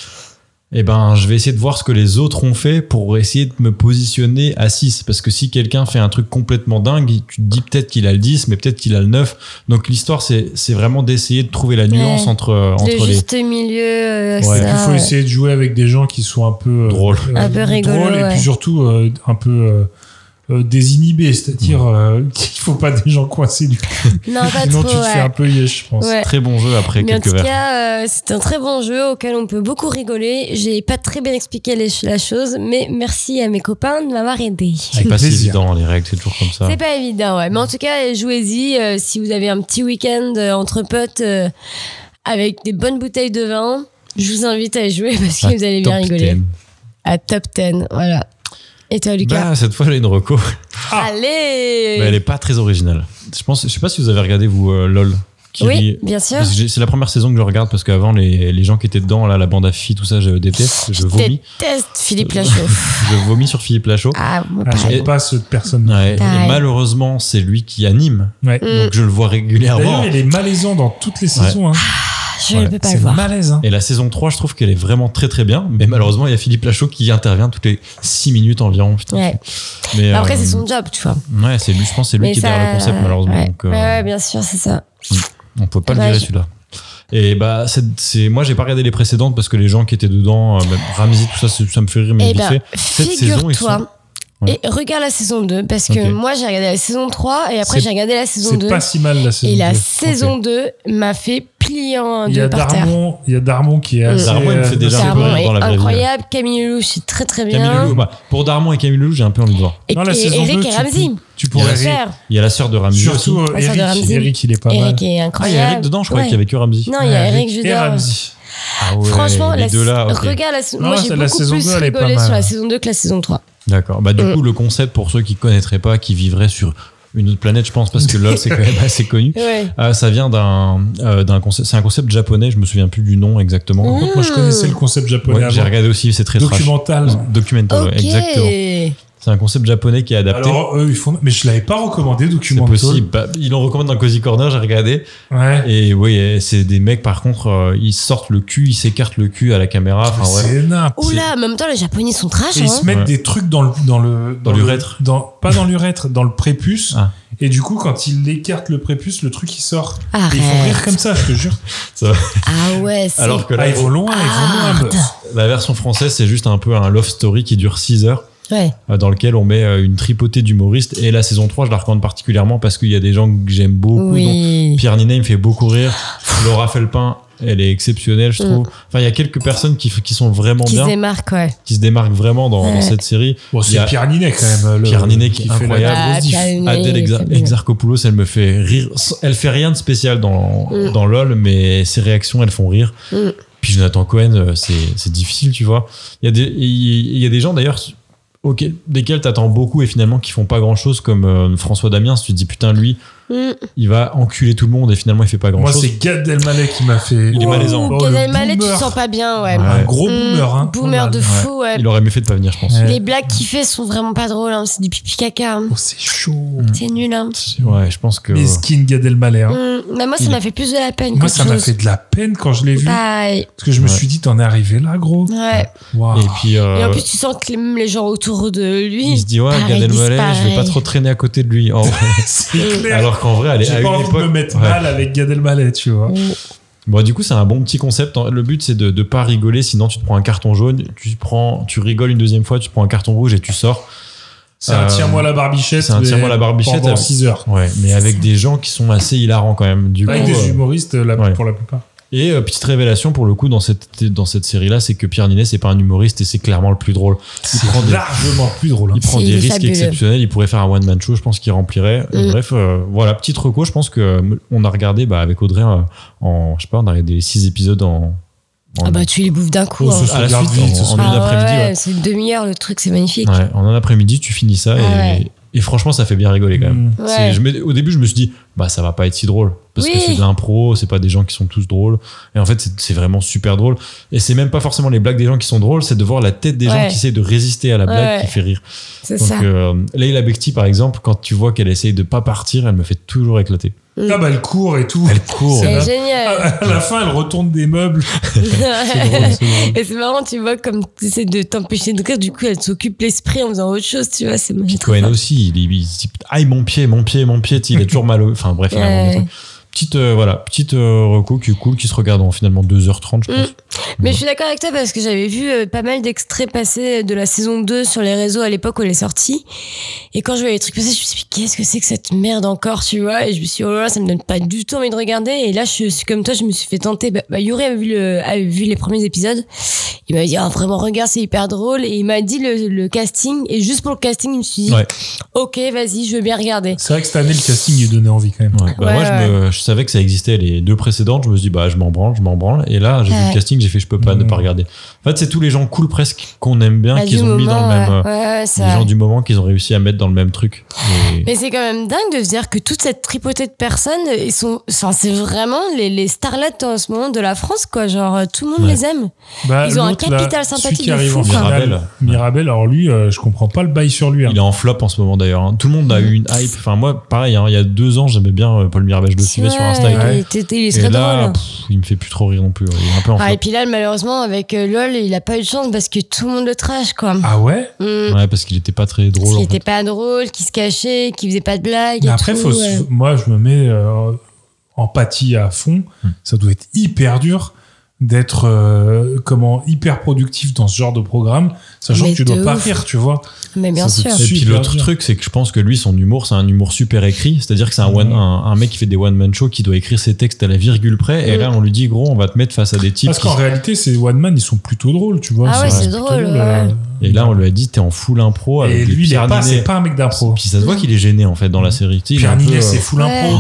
S5: eh ben, je vais essayer de voir ce que les autres ont fait pour essayer de me positionner à 6. Parce que si quelqu'un fait un truc complètement dingue, tu te dis peut-être qu'il a le 10, mais peut-être qu'il a le 9. Donc l'histoire, c'est c'est vraiment d'essayer de trouver la nuance
S6: Ouais.
S5: entre, euh,
S6: le
S5: entre les...
S6: juste milieu. euh,
S5: Ouais.
S7: Et puis,
S6: ça,
S7: il faut
S6: ouais.
S7: essayer de jouer avec des gens qui sont un peu euh,
S5: Drôles.
S7: euh,
S6: Un peu rigolos,
S7: drôles, et
S6: ouais.
S7: puis surtout euh, un peu euh, euh, désinhibés, c'est-à-dire euh, qu'il faut pas des gens coincés du cul.
S6: Non, pas
S7: Sinon,
S6: trop.
S7: tu te
S6: ouais.
S7: fais un peu yesh, je pense.
S6: Ouais.
S5: Très bon jeu après
S6: Mais en
S5: quelques
S6: tout
S5: verres.
S6: cas, euh, c'est un très bon jeu auquel on peut beaucoup rigoler. J'ai pas très bien expliqué les- la chose, mais merci à mes copains de m'avoir aidé.
S5: C'est pas si
S7: plaisir.
S5: évident, les règles, c'est toujours comme ça.
S6: C'est pas évident, ouais. Mais en tout cas, jouez-y euh, si vous avez un petit week-end euh, entre potes euh, avec des bonnes bouteilles de vin. Je vous invite à y jouer parce que vous allez bien
S5: Top
S6: rigoler.
S5: 10.
S6: À top 10, voilà. Et toi, Lucas
S5: Bah, cette fois, j'ai une reco.
S6: Allez
S5: Mais elle est pas très originale. Je pense, je sais pas si vous avez regardé, vous, euh, LOL. qui
S6: Oui,
S5: est-
S6: bien sûr.
S5: Parce que j'ai- c'est la première saison que je regarde parce qu'avant les, les gens qui étaient dedans, là, la bande à filles, tout ça, je déteste, je vomis.
S6: Déteste Philippe Lachaud.
S5: Je vomis sur Philippe Lachaud.
S6: ah, moi,
S7: Ah,
S6: pareil.
S7: j'aime pas cette personne.
S5: Ouais, et
S6: Pareil.
S5: malheureusement, c'est lui qui anime,
S7: Ouais.
S6: Mm.
S5: donc je le vois régulièrement.
S7: D'ailleurs, il est malaisant dans toutes les saisons. hein.
S6: Ah, je
S5: Ah, ouais,
S6: ne peux pas le
S7: C'est
S6: voir.
S7: malaise. hein.
S5: Et la saison 3, je trouve qu'elle est vraiment très très bien, mais malheureusement, il y a Philippe Lachaud qui intervient toutes les 6 minutes environ. Putain.
S6: Ouais.
S5: Mais,
S6: Après,
S5: euh,
S6: c'est son job, tu vois.
S5: Ouais, c'est lui, je pense, que c'est lui
S6: Mais
S5: qui est
S6: ça-
S5: derrière le concept, malheureusement.
S6: Ouais,
S5: donc, euh,
S6: Ouais, ouais, bien sûr, c'est ça.
S5: On peut pas le
S6: Bah,
S5: virer
S6: je-
S5: celui-là. Et bah, c'est, c'est- moi j'ai pas regardé les précédentes parce que les gens qui étaient dedans, euh, même Ramsey, tout ça, c'est- ça me fait rire, mais
S6: Eh
S5: vite
S6: ben,
S5: fait. Cette saison, ils
S6: figure-toi.
S5: sont- Ouais.
S6: Et regarde la saison 2, parce que
S5: Ok.
S6: moi j'ai regardé la saison 3 et après
S7: C'est-
S6: j'ai regardé la saison
S7: C'est
S6: 2.
S7: pas si mal la saison.
S6: Et la
S7: deux.
S6: saison
S7: Ok.
S6: 2 m'a fait plier en
S7: Il y
S6: deux
S7: a
S6: par terre.
S7: Darmon, il y a Darmon qui est assez.
S5: Darmon, il me fait
S7: euh,
S5: déjà
S6: Darmon
S5: rire
S6: est
S5: dans la vraie vie.
S6: incroyable, Camille Lelouch c'est très très bien.
S5: Camille Lelouch, bah, pour Darmon et Camille Lelouch, j'ai un peu envie de voir.
S6: Et,
S7: Non, la
S6: et
S7: saison
S6: Eric
S7: 2,
S6: et
S7: tu
S6: Ramsey.
S7: Tu
S5: Il y a
S7: pourrais
S5: la-
S7: rire.
S6: Super.
S5: Il y a la sœur de Ramsey
S7: Surtout
S5: aussi.
S7: euh,
S6: La sœur de
S7: Eric,
S6: Ramsey.
S7: Eric, il est pas mal.
S6: Eric est
S5: Ah, il y
S6: incroyable.
S5: a Eric dedans, je croyais
S6: Ouais.
S5: qu'il y avait que Ramsey.
S6: Non, il y a Eric, je euh,
S7: et Ramsey.
S5: Ah ouais,
S6: Franchement,
S5: les
S6: la
S5: deux là. ok.
S6: regarde la saison
S7: Non,
S6: Moi j'ai
S7: c'est
S6: beaucoup
S7: la saison
S6: plus
S7: 2, elle est pas
S6: rigolé
S7: mal.
S6: sur la saison 2 que la saison 3.
S5: D'accord. Bah, du
S6: Mm.
S5: coup, le concept, pour ceux qui connaîtraient pas, qui vivraient sur une autre planète, je pense, parce que LOL, c'est quand même assez connu.
S6: Ouais.
S5: Ah, ça vient d'un, euh, d'un concept, c'est un concept japonais, je me souviens plus du nom
S6: Mm.
S5: exactement.
S7: Par contre, moi, je connaissais le concept japonais
S5: Ouais, j'ai
S7: avant.
S5: regardé aussi, c'est très trash.
S7: Documental.
S5: Documental, ouais,
S6: Ok.
S5: exactement. C'est un concept japonais qui est adapté.
S7: Alors, eux, ils font. Mais je l'avais pas recommandé,
S5: c'est
S7: Documental.
S5: possible. Bah, ils en recommandent dans Cozy Corner, j'ai regardé.
S7: Ouais.
S5: Et oui, eh, c'est des mecs, par contre, euh, ils sortent le cul, ils s'écartent le cul à la caméra. Enfin, Ah ouais.
S7: C'est énorme.
S6: Oula, en même temps, les Japonais sont trash.
S7: Et ils se
S6: Hein.
S7: mettent
S5: Ouais.
S7: des trucs dans le dans le
S5: Dans
S7: le-
S5: l'urètre.
S7: dans pas dans l'urètre, dans le prépuce.
S5: Ah.
S7: Et du coup, quand ils écartent le prépuce, le truc il sort. Et ils font
S6: Arrête.
S7: rire comme ça, je te jure.
S6: Ah ouais, c'est.
S5: Alors que là,
S7: Ah, ils vont loin, ils vont loin. meuf.
S5: la version française, c'est juste un peu un love story qui dure 6 heures.
S6: Ouais.
S5: euh, dans lequel on met euh, une tripotée d'humoristes et la saison 3 je la recommande particulièrement parce qu'il y a des gens que j'aime beaucoup dont
S6: Oui.
S5: Pierre Ninet me fait beaucoup rire. Laura Felpin, elle est exceptionnelle, je trouve. Enfin, il y a quelques personnes qui, f- qui sont vraiment
S6: Mm. Qui se
S5: bien,
S6: démarque, ouais.
S5: qui se démarquent vraiment dans, dans
S6: Ouais.
S5: cette série.
S7: Bon,
S5: Il y
S7: c'est
S5: a
S7: Pierre Ninet quand même. le-
S5: Pierre Ninet qui est
S7: fait la
S5: incroyable.
S7: grosse
S6: Ah,
S7: diff.
S6: Pierre Ninet,
S5: Adèle Exa-
S6: fabuleux.
S5: Exarchopoulos, elle me fait rire. Elle fait rien de spécial dans,
S6: Mm.
S5: dans LOL, mais ses réactions, elles font rire.
S6: Mm.
S5: Puis Jonathan Cohen, euh, c'est c'est difficile, tu vois. Il y, a des- il y a des gens d'ailleurs auxquels- desquels t'attends beaucoup et finalement qui font pas grand chose, comme euh, François Damiens. Tu te dis putain, lui,
S6: Mm.
S5: il va enculer tout le monde et finalement il fait pas grand
S7: Moi,
S5: chose.
S7: c'est Gad Elmaleh qui m'a fait.
S5: Il est malaisant.
S7: Oh,
S6: Gad
S7: le
S6: Elmaleh, tu te
S7: boomer.
S6: sens pas bien, ouais.
S5: Ouais.
S7: Un gros
S6: Mm,
S7: boomer. Hein.
S6: Boomer de
S7: Ouais.
S6: fou, ouais.
S5: Il aurait mieux fait de pas venir, je pense.
S7: Ouais.
S6: Les blagues qu'il fait sont vraiment pas drôles, hein. c'est du pipi caca. hein.
S7: Oh, c'est chaud.
S6: C'est nul, hein.
S5: Ouais, je pense Mmh, que.
S7: Mes skins Gad Elmaleh. hein.
S6: Mm, mais moi, ça
S5: Il-
S6: m'a fait plus de la peine.
S7: Moi,
S6: qu'autre
S7: ça m'a
S6: Mmh, chose. Bah.
S7: fait de la peine quand je l'ai vu.
S6: Pareil.
S7: Parce que je me
S5: Ouais.
S7: suis dit, t'en es arrivé là, gros.
S6: Ouais.
S7: Waouh.
S5: Et puis.
S7: Ah,
S5: euh,
S6: Et en plus, tu sens que les- même les gens autour de
S5: il
S6: lui.
S5: se dit, ouais,
S6: pareil,
S5: Gad Elmaleh, je vais
S6: disparaît.
S5: pas trop traîner à côté de lui. En vrai.
S7: c'est clair.
S5: Alors qu'en vrai, elle est à
S7: J'ai pas
S5: une
S7: envie de
S5: époque.
S7: me mettre
S5: ouais.
S7: mal avec Gad Elmaleh, tu vois.
S5: Bon, du coup, c'est un bon petit concept. hein. Le but, c'est de ne pas rigoler, sinon tu te prends un carton jaune, tu, te prends, tu rigoles une deuxième fois, tu te prends un carton rouge et tu sors.
S7: C'est un
S5: Euh,
S7: tiens-moi la barbichette.
S5: c'est un
S7: mais
S5: tiens-moi la barbichette
S7: Pendant
S5: avec-
S7: 6 heures.
S5: Ouais, mais avec des gens qui sont assez hilarants quand même. Du
S7: Avec
S5: coup,
S7: des
S5: euh,
S7: humoristes, la-
S5: ouais.
S7: pour la plupart.
S5: Et euh, petite révélation pour le coup dans cette, dans cette série-là, c'est que Pierre Ninet, c'est pas un humoriste et c'est clairement le plus drôle. Il prend des,
S7: largement plus drôle. hein.
S5: il prend
S6: C'est-
S5: des
S6: il est
S5: risques
S6: fabuleux.
S5: exceptionnels. Il pourrait faire un one-man show, je pense qu'il remplirait. Et
S6: Mm.
S5: Bref, euh, voilà, petite reco. Je pense que euh, on a regardé bah, avec Audrey euh, en, je sais pas, on a regardé les six épisodes en. en-
S6: Ah bah tu les bouffes d'un coup.
S7: Oh, ce
S6: hein.
S7: soir,
S5: à la
S7: regarde
S5: suite,
S7: vite,
S5: en-
S7: ce
S5: en,
S7: soir.
S5: une
S6: Ah
S5: après-midi.
S6: ouais,
S5: ouais.
S6: C'est une demi-heure le truc, c'est magnifique.
S5: Ouais, en un après-midi, tu finis ça
S6: Ah
S5: et,
S6: ouais.
S5: et franchement, ça fait bien rigoler quand même.
S7: Mm.
S6: Ouais.
S5: C'est- je m'étais- au début, je me suis dit, bah ça va pas être si drôle parce que
S6: Oui.
S5: c'est de l'impro, c'est pas des gens qui sont tous drôles. Et en fait, c'est- c'est vraiment super drôle. Et c'est même pas forcément les blagues des gens qui sont drôles, c'est de voir la tête des gens
S6: Ouais.
S5: qui essaient de résister à la blague
S6: Ouais.
S5: qui fait rire.
S6: C'est
S5: Donc
S6: ça.
S5: euh, Leila Bekti, par exemple, quand tu vois qu'elle essaye de pas partir, elle me fait toujours éclater.
S7: Ah bah elle court et tout.
S5: Elle court.
S7: C'est
S6: C'est
S7: là.
S6: génial.
S7: À la fin, elle retourne des meubles.
S6: Et c'est marrant, tu vois, comme tu essaies de t'empêcher de rire, du coup, elle s'occupe l'esprit en faisant autre chose, tu vois, c'est
S5: Pete
S6: magnifique.
S5: Cohen aussi, il, il, il dit aïe mon pied, mon pied, mon pied, il est toujours mal. au- Enfin bref, il a vraiment des
S6: Ouais.
S5: trucs. petite euh, voilà, petite euh, reco qui est cool, qui se regarde en finalement 2h30 je
S6: Mm.
S5: pense.
S6: Mais je suis d'accord avec toi parce que j'avais vu euh, pas mal d'extraits passer de la saison 2 sur les réseaux à l'époque où elle est sortie. Et quand je voyais les trucs passer, je me suis dit, qu'est-ce que c'est que cette merde encore, tu vois Et je me suis dit, oh là là, ça me donne pas du tout envie de regarder. Et là, je suis comme toi, je me suis fait tenter. Bah, bah, Yuri avait vu, le, avait vu les premiers épisodes. Il m'a dit, ah, vraiment, regarde, c'est hyper drôle. Et il m'a dit le, le casting. Et juste pour le casting, je me suis dit,
S5: Ouais.
S6: ok, vas-y, je veux bien regarder.
S7: C'est vrai que cette année, le casting lui donnait envie quand même.
S5: Ouais. Bah,
S6: Ouais,
S5: moi
S6: Mm. ouais.
S5: Je, me- je savais que ça existait les deux précédentes, je me suis dit bah je m'en branle, je m'en branle et là j'ai vu
S6: Ouais.
S5: le casting, j'ai fait je peux pas ne
S7: Mm.
S5: pas regarder. En fait, c'est tous les gens cool presque qu'on aime bien
S6: Bah, du
S5: Hein, qu'ils ont mis dans le
S6: moment,
S5: même euh,
S6: ouais. Ouais, ouais, ça-
S5: les gens du moment qu'ils ont réussi à mettre dans le même truc. Et-
S6: Mais c'est quand même dingue de se dire que toute cette tripotée de personnes, euh, ils sont, enfin, c'est vraiment les, les starlettes en ce moment de la France, quoi. Genre, euh, tout le monde
S5: Ouais.
S6: les aime.
S7: Bah,
S6: Ils ont un
S7: l'autre, là,
S6: capital
S7: celui
S6: sympathique
S7: qui
S6: de
S7: arrive
S6: fou,
S7: en
S6: quoi.
S7: finale,
S5: Mirabel.
S7: Mirabel, alors lui, euh, je comprends pas le bail sur lui. hein.
S5: Il est en flop en ce moment d'ailleurs. hein. Tout le
S6: Mm.
S5: monde a eu une hype. Enfin, moi, pareil, hein, il y a deux ans, j'aimais bien euh, Paul Mirabel. Je le suivais sur Insta. et tout.
S6: Ouais, Il, était- il est
S5: Et
S6: très
S5: là,
S6: drôle.
S5: pff, il me fait plus trop rire non plus. Il est un peu en
S6: Ah, et
S5: flop.
S6: puis là, malheureusement, avec euh, LOL, il a pas eu de chance parce que tout le monde le trash, quoi.
S7: Ah ouais
S6: Hmm.
S5: Ouais, parce qu'il était pas très
S6: Parce
S5: drôle.
S6: qu'il
S5: en
S6: était
S5: fait.
S6: pas drôle, qu'il se cachait, qu'il faisait pas de blagues.
S7: Mais
S6: et
S7: après,
S6: tout,
S7: faut se-
S6: ouais.
S7: moi, je me mets euh, empathie à fond.
S5: Hmm.
S7: Ça doit être hyper dur d'être euh, comment hyper productif dans ce genre de programme, sachant
S6: Mais
S7: que tu
S6: de
S7: dois pas
S6: ouf.
S7: rire, tu vois.
S6: Mais bien
S7: ça, c'est
S6: sûr.
S7: sûr.
S5: Et puis
S7: Super
S5: l'autre
S7: bien.
S5: truc, c'est que je pense que lui, son humour, c'est un humour super écrit. C'est-à-dire que c'est un, one-
S7: Mhm.
S5: un, un mec qui fait des one-man shows qui doit écrire ses textes à la virgule près. Et
S6: Mhm.
S5: là, on lui dit, gros, on va te mettre face à des types.
S7: Parce qu'en
S5: qui-
S7: réalité, ces one man, ils sont plutôt drôles, tu vois.
S6: Ah ouais, c'est
S7: plutôt
S6: drôle,
S7: euh,
S5: Et là, on lui a dit, t'es en full impro
S7: Et
S5: avec les
S7: lui, il est
S5: Pierre
S7: pas,
S5: Ninet.
S7: c'est pas un mec d'impro.
S5: Puis ça se voit qu'il est gêné en fait dans la série. Tu sais, il est
S7: Pierre
S5: un peu,
S7: Ninet,
S5: euh,
S7: c'est full impro.
S6: Ouais.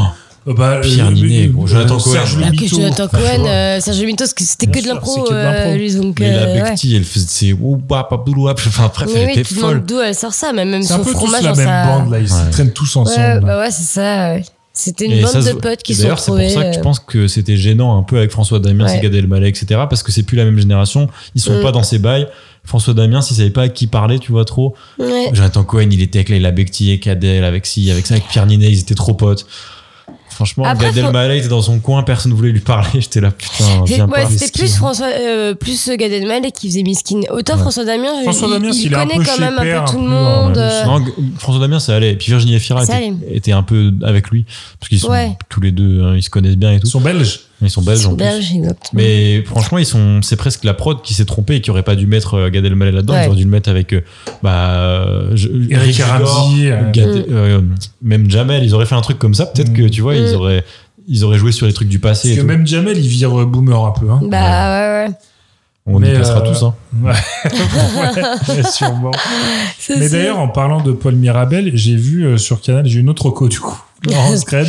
S7: Euh, bah,
S5: Pierre
S7: euh,
S5: Ninet,
S7: euh,
S5: gros,
S7: euh,
S5: Jonathan
S7: Serge
S5: Cohen. hein.
S7: Le
S6: Alors que
S7: Mito.
S6: Jonathan
S7: Enfin, tu
S6: Cohen,
S7: vois.
S6: euh, Serge Mito, c'était
S7: Bien
S6: que de
S7: sûr,
S6: l'impro,
S7: c'est que de
S6: euh,
S7: l'impro.
S6: lui, donc.
S5: Mais la
S6: euh, ouais.
S5: Bekti, elle faisait ses ouba, papoulouap. Enfin, bref,
S6: Mais
S5: elle
S6: oui,
S5: était
S6: tu te demandes
S5: folle.
S6: d'où elle sort ça, mais même
S7: C'est un
S6: son
S7: peu tous
S6: fromage
S7: la
S6: dans
S7: même
S6: sa-
S7: bande, là. Ils
S5: Ouais.
S7: traînent tous ensemble.
S6: Ouais,
S7: là.
S6: bah ouais, c'est ça. ouais. C'était une
S5: Et
S6: bande
S5: ça se
S6: de
S5: voit-
S6: potes qui
S5: et
S6: se sont
S5: D'ailleurs, c'est pour
S6: retrouvés.
S5: ça que je
S6: euh,
S5: pense que c'était gênant un peu avec François Damien,
S6: Ouais.
S5: Gad Elmaleh, etc. Parce que c'est plus la même génération. Ils sont
S6: Mm.
S5: pas dans ces bails. François Damien, s'il savait pas à qui parler, tu vois trop.
S6: euh, ouais.
S5: Jonathan Cohen, il était avec Leila Bekti, avec Adèle, avec si, avec ça, avec Pierre Ninet, ils étaient trop potes. Franchement,
S6: Après,
S5: Gad
S6: faut-
S5: Elmaleh était dans son coin, personne voulait lui parler. J'étais là, putain,
S6: C'est-
S5: viens
S6: ouais,
S5: pas.
S6: c'était plus
S7: Miskin.
S6: François, euh, plus Gad Elmaleh qui faisait Miskin. Autant
S5: Ouais.
S6: François Damien,
S7: François
S6: il,
S7: Damien,
S6: il
S7: s'il est un
S6: connaît
S7: peu
S6: quand
S7: chez
S6: même un
S7: Père,
S6: peu tout le
S7: un peu, hein,
S6: monde.
S7: même
S6: euh,
S5: Non, G- François Damien, ça allait. Et puis Virginie Efira était,
S6: Ça allait.
S5: était un peu avec lui. Parce qu'ils sont
S6: Ouais.
S5: tous les deux, hein, ils se connaissent bien et
S7: Ils
S5: tout.
S7: sont belges.
S5: Ils sont belges en plus.
S6: Berge, exactement.
S5: Mais franchement, ils sont, c'est presque la prod qui s'est trompée et qui aurait pas dû mettre euh, Gad Elmaleh là-dedans.
S6: Ouais.
S5: Ils auraient dû le mettre avec, euh, bah, euh, je-
S7: Eric
S5: Rigor,
S7: Ramsey. euh,
S5: Gad-
S6: Mm.
S5: euh, même Jamel. Ils auraient fait un truc comme ça. Peut-être
S7: Mm.
S5: que tu vois, ils
S6: Mm.
S5: auraient, ils auraient joué sur les trucs du passé.
S7: Parce
S5: Et
S7: que
S5: tout.
S7: même Jamel, il vire euh, boomer un peu. Hein.
S6: Bah ouais, ouais.
S5: On y
S7: Mais,
S5: passera
S7: euh,
S5: tous. Hein.
S7: Ouais, sûrement.
S6: Ça,
S7: Mais
S6: c'est-
S7: d'ailleurs, en parlant de Paul Mirabel, j'ai vu euh, sur Canal, j'ai une autre co du coup, Laurence Craig.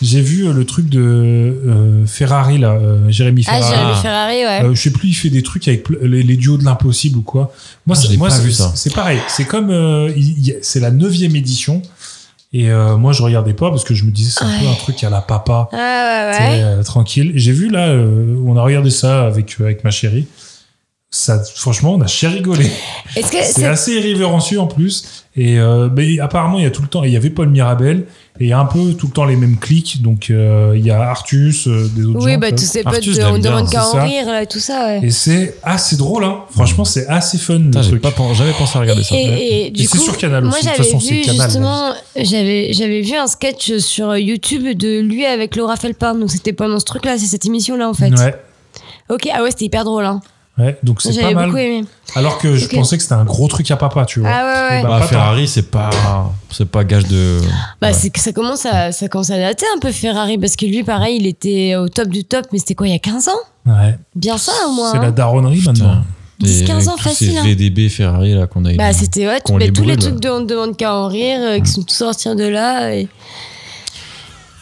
S7: J'ai vu euh, le truc de euh, Ferrari, là, euh, Jérémy
S6: Ah,
S7: Ferrari.
S6: Jérémy Ferrari, ouais.
S7: Euh, je sais plus, il fait des trucs avec pl- les, les duos de l'impossible ou quoi. Moi,
S5: Ah,
S7: c'est-
S5: je l'ai
S7: moi,
S5: pas
S7: c'est-
S5: vu, ça.
S7: C'est pareil. C'est comme, euh, il- il- c'est la neuvième édition. Et euh, moi, je regardais pas parce que je me disais c'est un peu
S6: Ouais.
S7: un truc à la papa.
S6: Ah ouais,
S7: T'sais,
S6: ouais.
S7: euh, tranquille. J'ai vu là, euh, on a regardé ça avec, euh, avec ma chérie. Ça, franchement, on a cher rigolé.
S6: Est-ce que
S7: C'est
S6: c'est
S7: assez irrévérencieux en plus. Et euh, mais apparemment, il y a tout le temps, il y avait Paul Mirabel et il y a un peu tout le temps les mêmes clics. Donc euh, il y a Artus, euh, des autres
S6: Oui,
S7: gens,
S6: bah
S7: quoi.
S6: tous ces potes,
S5: Artus,
S6: de-
S5: je l'aime
S6: on
S5: bien,
S6: demande qu'à
S7: c'est
S6: en
S7: ça.
S6: rire, là, euh, tout ça, ouais.
S7: Et c'est assez drôle, hein. Franchement, c'est assez fun
S5: Putain,
S7: le
S5: j'ai
S7: truc.
S5: pas pen- jamais pensé à regarder ça.
S6: Et, et
S7: Et
S6: du
S7: c'est
S6: coup,
S7: sur Canal
S6: moi
S7: aussi, de toute
S6: j'avais
S7: façon, c'est
S6: vu
S7: Canal,
S6: justement, j'avais j'avais vu un sketch sur YouTube de lui avec Laura Felpin, donc c'était pendant ce truc-là, c'est cette émission-là en fait.
S7: Ouais,
S6: Ok, ah ouais, c'était hyper drôle. Hein.
S7: Ouais, donc c'est pas
S6: J'avais
S7: mal.
S6: beaucoup aimé.
S7: Alors que je
S6: Ok.
S7: pensais que c'était un gros truc à papa, tu vois.
S6: Ah ouais, ouais.
S7: Et bah,
S5: Bah,
S7: pas tant.
S5: Ferrari, c'est pas, c'est pas gage de.
S6: Bah, c'est que ça commence à, ça commence à dater un peu Ferrari, parce que lui, pareil, il était au top du top, mais c'était quoi, il y a 15 ans
S7: Ouais.
S6: Bien ça, au moins.
S7: C'est
S6: hein.
S7: la daronnerie maintenant.
S6: 10-15 ans
S5: tous ces
S6: facile, hein.
S5: VDB Ferrari là qu'on a.
S6: Bah, c'était, ouais,
S5: qu'on
S6: mais
S5: les
S6: tous les
S5: brûle.
S6: trucs dont on ne demande qu'à en rire, euh, qui sont tous sortis de là. et-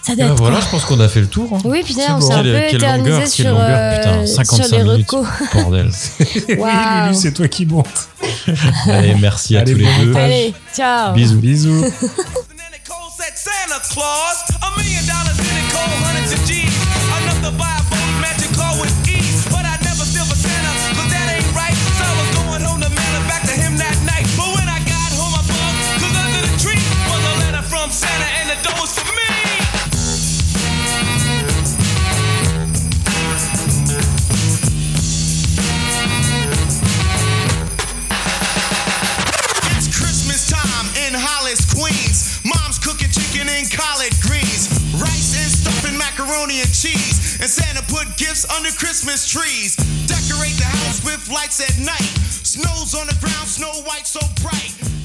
S6: Ça
S5: Ah,
S6: date.
S5: voilà,
S6: quoi.
S5: je pense qu'on a fait le tour. hein.
S6: Oui, putain,
S5: bon.
S6: on s'est un
S5: Quelle-
S6: peu
S5: quelle longueur,
S6: éternisé
S5: quelle
S6: sur,
S5: longueur,
S6: euh,
S5: putain,
S6: sur
S5: 55
S6: les
S5: minutes.
S6: recos.
S5: Bordel.
S7: Oui,
S6: Waouh.
S7: Lulu, c'est toi qui monte.
S5: Allez, merci à
S7: Allez,
S5: tous
S7: bon
S5: les deux.
S7: montage.
S6: Allez, ciao.
S5: Bisous.
S7: Bisous.
S12: said Santa Claus. A million dollars in it, cold hundreds of G's. Enough to buy a boat, magic car with ease. But I never feel for Santa, cause that ain't right. So I was going home to mail it back to him that night. But when I got home, I bugged, cause under the tree was a letter from Santa and the door was for me. It's Christmas time in Hollis, Queens. Mom's cooking chicken and collard greens, rice and stuffing macaroni and cheese. And Santa put gifts under Christmas trees. Decorate the house with lights at night. Snow's on the ground, snow white so bright.